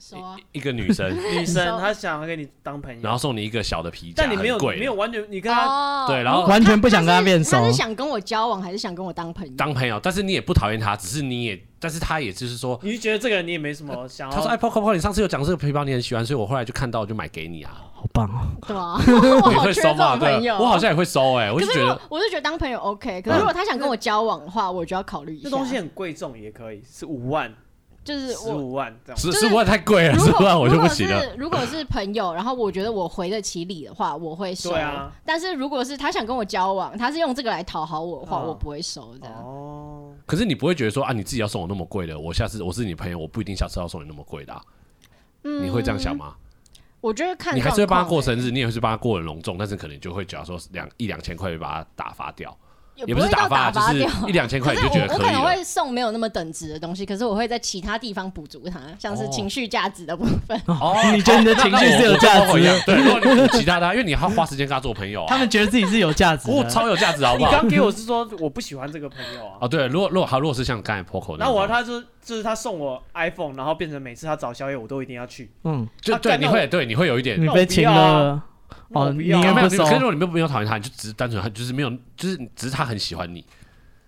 D: 收啊，
C: 一个女生，
A: 女
D: 收
A: 生她想要跟你当朋友，
C: 然后送你一个小的皮夹，
A: 但你没有
C: 很贵的
A: 没有完全，你跟他
D: 哦
C: 对，然后
B: 完全不想跟他变熟
D: 他是想跟我交往，还是想跟我当朋友？
C: 当朋友，但是你也不讨厌他，只是你也，但是他也就是说，
A: 你就觉得这个人你也没什么想要。
C: 他说哎 p o c o 你上次有讲这个皮包你很喜欢，所以我后来就看到就买给你啊，
B: 好棒哦！
D: 对 啊，我
C: 你
D: 好
C: 会
D: 缺
C: 收
D: 这
C: 吗？
D: 种朋
C: 对，啊
D: 友。
C: 我好像也会收哎，我
D: 可
C: 就是觉
D: 如
C: 得嗯
D: 果我就觉得当朋友 OK，可是如果他想跟我交往的话，我就要考虑一下。
A: 这东西很贵重也可以，是五万、
D: 就是
A: 十
D: 我。
A: 五万这样。
C: 十
D: 就是
C: 十五万太贵了，
D: 如
C: 十五
D: 果
C: 啊万我就不行了。
D: 如果是如果是朋友，然后我觉得我回得起礼的话，我会收。
A: 对啊
D: 但是如果是他想跟我交往，他是用这个来讨好我的话，
A: 嗯
D: 我不会收的。
A: 哦，
C: 可是你不会觉得说啊，你自己要送我那么贵的，我下次我是你朋友，我不一定下次要送你那么贵的啊，
D: 嗯
C: 你会这样想？吗？
D: 我觉得看
C: 你还是会帮他过
D: 状欸
C: 生日，你也是帮他过很隆重，但是可能就会假如说两一两千块就把他打发掉，
D: 况欸，
C: 也
D: 也
C: 不是
D: 会到打
C: 发，就
D: 发
C: 是
D: 掉。
C: 一两千块
D: 可
C: 你
D: 是
C: 就觉
D: 我
C: 得
D: 我
C: 可
D: 可
C: 以
D: 能
C: 了。
D: 会送没有那么等值的东西，可是我会在其他地方补足它，像是
C: 哦
D: 情绪价值的部分。
C: 哦
B: 你觉得你的情绪是有价值的？
C: 对，如果你补其他的啊，因为你还要花时间跟他做朋友啊。
B: 他们觉得自己是有价值
C: 哦，
B: 的，
C: 超有价值，好
A: 你
C: 不好？
A: 刚给我是说我不喜欢这个朋友啊
C: 哦，，对，如果如果好，如果是像刚才 Poco 那
A: 然
C: 种
A: 后我要他就就是他送我 iPhone，然后变成每次他找宵夜我都一定要去，
B: 嗯，
C: 就
A: 啊
C: 对，
A: 干
C: 你
A: 到
C: 会对你会有一点
B: 你
A: 那我
B: 被
A: 不
B: 请
A: 要
B: 了
A: 啊，
B: 哦
A: 我不要
B: 你
C: 没
B: 应
C: 有
B: 该
C: 没
B: 不收
C: 有，可是如果你没有没有讨厌他，你就只是单纯他就是没有，就是只是他很喜欢你，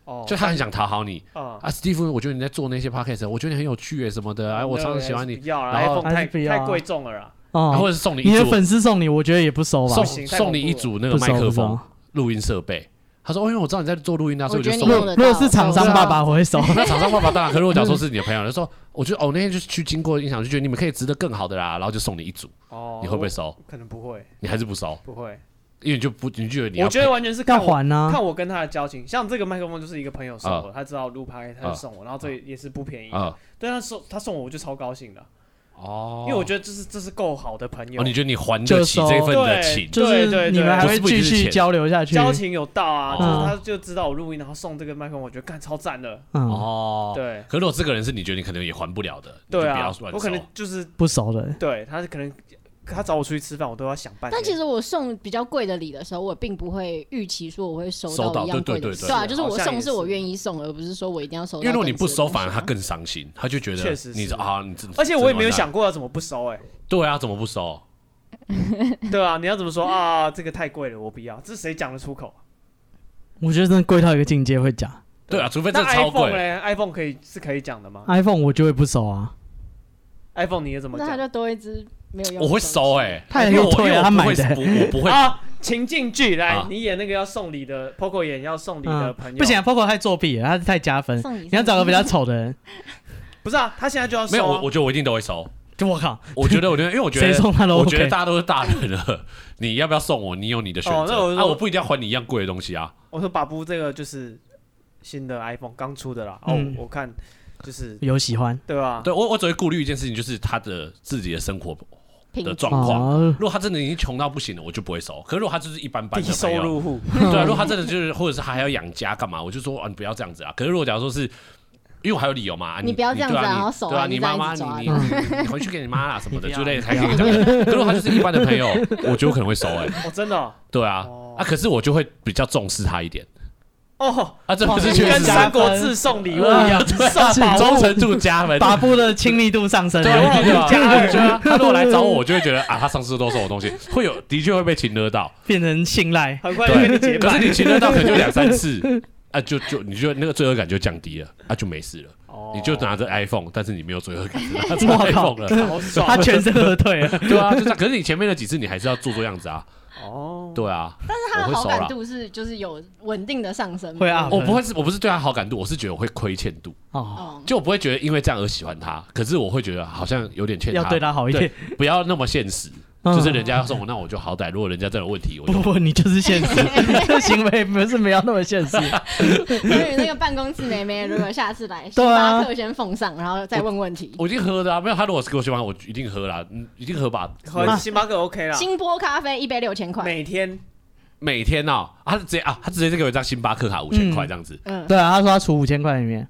A: 哦，
C: 就他很想讨好你
A: 啊，
C: 啊。Steve，我觉得你在做那些 podcast，我觉得你很有趣耶什么的，哎，我超级喜欢你，
A: 不要了
C: 然后
A: ，iPhone 太
B: 还是不要啊
A: 太贵重了啦，
C: 啊
B: 哦，
C: 或者是送你
B: 你
C: 一
B: 的
C: 组
B: 粉丝送你，我觉得也不收吧，
C: 送
A: 不行太
C: 送你
A: 恐怖
C: 一
A: 了
C: 组那个
B: 不
C: 麦
B: 收
C: 克
B: 不
C: 风
B: 收。
C: 录音设备。他说：“哦，因为我知道你在做录音啊，所以
D: 我
C: 就
D: 觉得
C: 送
D: 你
C: 你
D: 用得
B: 如
D: 到
B: 果是厂商
D: 啊
B: 爸爸，我会 收。
C: 那厂商爸爸当然，可是如果假如说是你的 朋友，就说，我觉得哦，那天就是去经过音响，就觉得你们可以值得更好的啦，然后就送你一组，
A: 哦，
C: 你会不会收？
A: 我？可能不会，
C: 你还是不收，
A: 不会，
C: 因为你就不，你就觉得你要
A: 我觉得完全是
B: 要
A: 看我
B: 还啊呢、
A: 看我跟他的交情，像这个麦克风就是一个朋友送我，他知道录拍，他就送我，然后这也是不便宜
C: 赔
A: 的，
C: 啊，
A: 对他送他送我我就超高兴的，
C: 哦
A: 因为我觉得这是这是够好的朋友
C: 哦，，你觉得你还得起这份的情，
B: 就
A: 对
B: 是
A: 对对
B: 你们还
C: 不
B: 会
C: 是不一
B: 继
C: 定是
B: 续
C: 钱
B: 交流下去。
A: 交情有到啊，
C: 哦
A: 就是他就知道我录音，然后送这个麦克风，我觉得干超赞的，
B: 嗯，
C: 哦。
A: 对
C: 可是如果这个人是你觉得你可能也还不了的，
A: 对
C: 你就不
A: 啊
C: 要乱，收
A: 我可能就是
B: 不熟的，
A: 对他可能他找我出去吃饭，我都要想半天。
D: 但其实我送比较贵的礼的时候，我并不会预期说我会收
C: 收到
D: 一样贵的
C: 对对
D: 礼，
C: 对对
D: 对啊，
A: 是
D: 就是我
A: 好像也
D: 送是我
A: 是
D: 愿意送，而不是说我一定要收到
C: 因
D: 等值的东西啊。
C: 为如果你不收，反而他更伤心，他就觉得
A: 确实是
C: 你啊，你这
A: 而且我也没有，想过要怎么不收 哎、
C: 这对啊，怎么不收？
A: 对啊，你要怎么说啊？这个太贵了，我不要，这谁讲得出口？
B: 我觉得真的贵到一个境界会讲。
C: 对啊，除非这
A: 那
C: 超
A: iPhone
C: 贵，
A: 嘞？iPhone 可以是可以讲的吗
B: iPhone 我就会不收啊，
A: ？iPhone 你也怎么
D: 那他
A: 讲
D: 就多一只没有用。
C: 我会收，哎，
B: 他也
C: 因为
B: 可
C: 我
B: 以退
C: 因为
B: 啊，
C: 我
B: 他
C: 不
B: 买
C: 会，
B: 的。
C: 我我不会
A: 啊？情境剧来，
C: 啊
A: 你演那个要送礼的，Poco 演要送礼的
B: 嗯
A: 朋友，
B: 不行、啊、，Poco 太作弊了，他是太加分。
D: 送你
B: 你要找个比较丑的人，
A: 不是啊，他现在就要
C: 没有，
A: 收啊、
C: 我我觉得我一定都会收。
B: 就我靠，
C: 我觉得，我觉得，因为我觉
B: 谁
C: 得，
B: 送他都
C: 我觉得
B: OK。
C: 大家都是大人了， 你要不要送我？你有你的选
A: 哦那我
C: 择。
A: 就
C: 啊，
A: 说
C: 我不一定要还你一样贵的东西啊。
A: 我说把布这个就是新的 iPhone 刚出的啦，哦，
B: 嗯
A: 我看就是
B: 有喜欢
A: 对吧？
C: 对我我只会顾虑一件事情，就是他的自己的生活
D: 品
C: 的
D: 质
C: 状况。
B: 哦，
C: 如果他真的已经穷到不行了，我就不会收。可是如果他就是一般般
A: 低
C: 的
A: 收
C: 朋友，
A: 入户，
C: 对啊，如果他真的就是，或者是他还要养家干嘛，我就说啊，你不要这样子啊。可是如果假如说是，因为我还有理由嘛，啊
D: 你不要这样子啊
C: 对
D: 然
C: 啊
D: 后
C: 你
D: 手啊
C: 对啊，
D: 你
C: 你
D: 这样
C: 妈
D: 一
C: 妈，
D: 直
C: 你你你回去给你妈啦什么的
A: 你不
C: 之
A: 要
C: 类的，才可以这样。可是如果他就是一般的朋友，我觉得我可能会收哎，
A: 哦，真的哦，
C: 对啊
A: 哦，
C: 啊，可是我就会比较重视他一点
A: 哦，
C: 啊，这不是
A: 就
C: 确
A: 跟
C: 实
A: 《
C: 是
A: 三国志》送礼物一
B: 啊
A: 样，送宝
C: 忠
A: 物，
C: 诚度加分。
B: 把布的亲密度上升
C: 哎对
B: 了，
C: 啊，对啊
A: 加
C: 我
A: 二
C: 觉得他如果来找我，我就会觉得啊，他上次都送我东西，会有的确会被情勒到。
B: 变成信 赖。
A: 很快就跟你结
C: 对，可
A: 拜
C: 是你情勒到可能就两三 次啊，就就你就那个罪恶感就降低了，啊就没事了。
A: 哦
C: 你就拿着 iPhone，但是你没有罪恶感，只拿着
B: 我靠
C: iPhone 了。
A: 好
B: 他
A: 爽
B: 全身而退 了，
C: 对啊，就这样。可是你前面的几次，你还是要做做样子啊。
A: 哦，
C: 对啊，但是
D: 嗯他
C: 我
D: 的
C: 会
D: 好
C: 收
D: 感
C: 啦。
D: 度是就是有稳定的上升吗，
B: 会啊 up
C: 我不会是，我不是对他好感度，我是觉得我会亏欠度，
B: 哦，
D: 哦，
C: 就我不会觉得因为这样而喜欢他，可是我会觉得好像有点欠
B: 要对
C: 他，
B: 他好一点。
C: 不要那么现实。
B: 嗯
C: 就是人家送我，那我就好歹，如果人家真的有问题，我
B: 不
C: 就
B: 不，你就是现 实，你这行为不是没有那么现实。
D: 所以那个办公室妹妹如果下次来，星
B: 对啊
D: 巴克先奉上，然后再问问题。
C: 我一定喝的啊。没有他如果是给我喜欢，我一定喝啦，嗯一定喝吧。
B: 啊
A: 和星巴克 OK 啦，
D: 星波咖啡一杯六千块，
A: 每天
C: 每天啊，啊他直接啊，他直接就给我一张星巴克卡五千块这样子。
D: 嗯，
B: 对啊，他说他出五千块里面，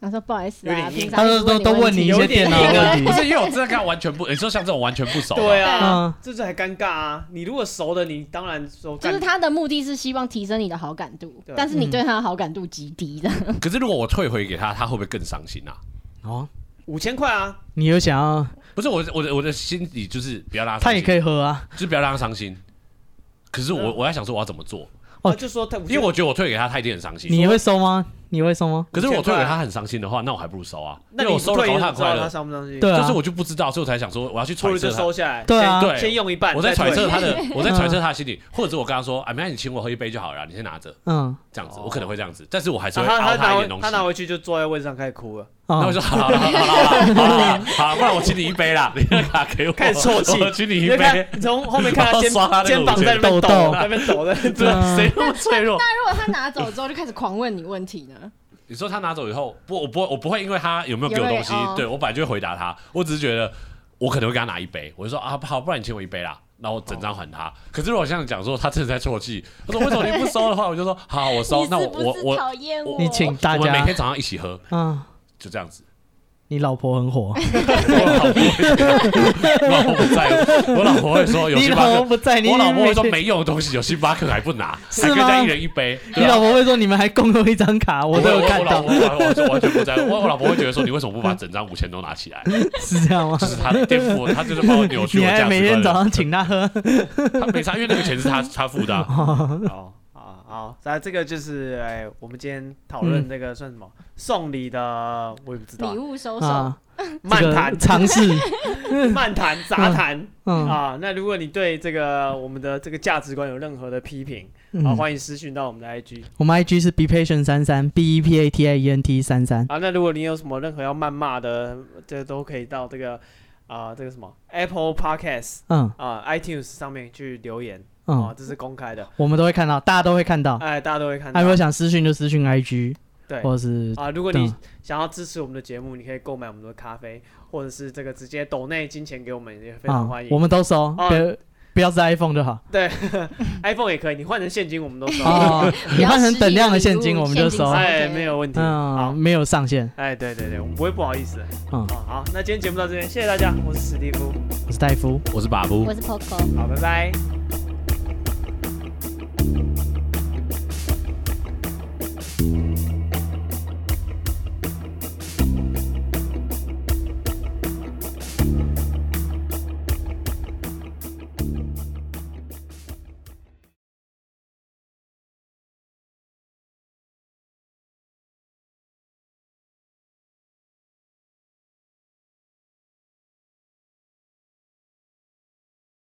D: 他说不好意思
A: 有
D: 啊，
A: 点硬
D: 平常
B: 他说都都问你一些电脑的问
C: 不
B: 题。
C: 是因为我真的跟他完全不，你说像这种完全不熟的，
A: 对啊，
B: 嗯，
A: 这就还尴尬啊。你如果熟的，你当然说
D: 就
A: 干
D: 是他的目的是希望提升你的好感度
A: 对，
D: 但是你对他的好感度极低
B: 嗯
D: 的，
C: 可是如果我退回给他，他会不会更伤心啊？
B: 哦，
A: 五千块啊，
B: 你有想要，
C: 不是我的，我的我的心里就是不要让他
B: 他
C: 伤
B: 也
C: 心，
B: 可以喝啊。
C: 就是不要让他伤心。可是我
A: 嗯
C: 我在想说我要怎么做，
B: 哦
A: 他就说他，
C: 因为我觉得我退给他，他一定很伤心。
B: 你会收吗？你会收吗？
C: 可是我退给他很伤心的话，那我还不如收啊，
A: 那
C: 因
A: 你
C: 为我
A: 不
C: 收了
A: 退
C: 搞
A: 你
C: 他
A: 怎么知道
C: 很快
A: 他
C: 乐。
A: 上不上去？
B: 对啊
C: 就是我就不不知道，所以我才想说我要去
A: 错
C: 揣
A: 了就
C: 测他。
A: 收下来，
B: 对啊
A: 先
C: 对
A: 先用一半，
C: 我在揣
A: 再退
C: 测他的，我在揣测他的心理，或者是我跟他说，啊，没关系，你请我喝一杯就好了啊，你先拿着，
B: 嗯，
C: 这样子，
A: 哦
C: 我可能会这样子，但是我还是
A: 然
C: 会
A: 后啊他
C: 凹
A: 他拿回
C: 一点东西
A: 他。拿回去就坐在位置上开始哭了，
C: 那我
B: 哦，
C: 说好了好了好了好了好了好了，不然我请你一杯啦，你那卡给我，
A: 开始啜泣
C: 我请你
A: 你
C: 一
A: 就看
C: 杯。
A: 你从后面看他肩
C: 然后刷他那个
A: 肩膀在那边抖，
B: 五千豆豆
A: 在那边抖的，
C: 对
A: 对，
C: 啊
B: 嗯
C: 谁那么脆弱？
D: 那如果他拿走之后就开始狂问你问题 呢？
C: 你说他拿走以后，不，我不，我不会因为他有没有给
D: 有
C: 我
D: 没
C: 东
D: 有
C: 西
D: 哦，
C: 对我本来就会回答他，我只是觉得我可能会给他拿一杯，我就说啊，好，不然你请我一杯啦，然后整张还他。可是如果像讲说他真的在啜泣，他说为什么你不收的话，我就说好，我收，
D: 你
C: 那
D: 是
C: 我
D: 不
C: 我
D: 是
C: 我
D: 讨厌我？
B: 你请大
C: 我们每
B: 家
C: 天，早上一起喝，
B: 嗯，
C: 就这样子。
B: 你老婆很火，
C: 我老婆会我老婆不在乎，我老婆会说哦有
B: 你
C: 星巴
B: 老婆
C: 克。
B: 不在，你
C: 我老婆会说
B: 每
C: 没用的东西，有星巴克还不拿，
B: 是
C: 还跟人家
B: 吗
C: 一人一杯。
B: 你
C: 对
B: 老
C: 啊，
B: 婆会说你们还共用一张卡，我都有看到
C: 我，我我我完全不在乎。我我老婆会觉得说，你为什么不把整张五千都拿起来？
B: 是这样吗
C: 就？是他颠覆我，他就是把我扭曲
B: 你
C: 我价值
B: 还
C: 观。
B: 每天早上请她喝，
C: 他没差，因为那个钱是他他付 的啊。
A: 哦， 好好，那这个就是哎，我们今天讨论这个算什么送礼的，我也不知道
D: 礼，物收手，
B: 啊，
A: 漫
B: 这个
A: 谈
B: 尝 试，
A: 漫谈杂谈
B: 嗯
A: 啊。那如果你对这个我们的这个价值观有任何的批评，啊，
B: 嗯，
A: 欢迎私讯到我们的 IG
B: 我们 IG 是 be patient 三三 b e p a t i e n t 三三，
A: 啊。那如果你有什么任何要谩骂的，这都可以到这个啊这个什么 Apple Podcast
B: 嗯
A: 啊 iTunes 上面去留言啊，
B: 嗯，
A: 这是公开的，
B: 我们都会看到，大家都会看到。
A: 哎，大家都会看
B: 啊，
A: 到
B: 如果。想私讯就私讯 IG，
A: 对
B: 或者是
A: 啊，如果你
B: 嗯
A: 想要支持我们的节目，你可以购买我们的咖啡，或者是这个直接抖内金钱给我们，也非常欢迎。
B: 啊我们都收，
C: 哦
A: 啊
B: 不不要是 iPhone 就 好。
A: iPhone 也可以，你换成现金我们都收。
B: 哦，你换成等量的现金，我们就
D: 不
B: 收
D: 要。
A: 哎，
D: OK
A: 没有问题。
B: 嗯，
A: 好，
B: 没有上限。
A: 哎，对对对，我们不会不好意思。
B: 嗯
A: 哦，好，那今天节目到这边，谢谢大家，我是史蒂夫，
B: 我是戴夫。
C: 我是把布
D: 我是 Poco。
A: 好，拜拜。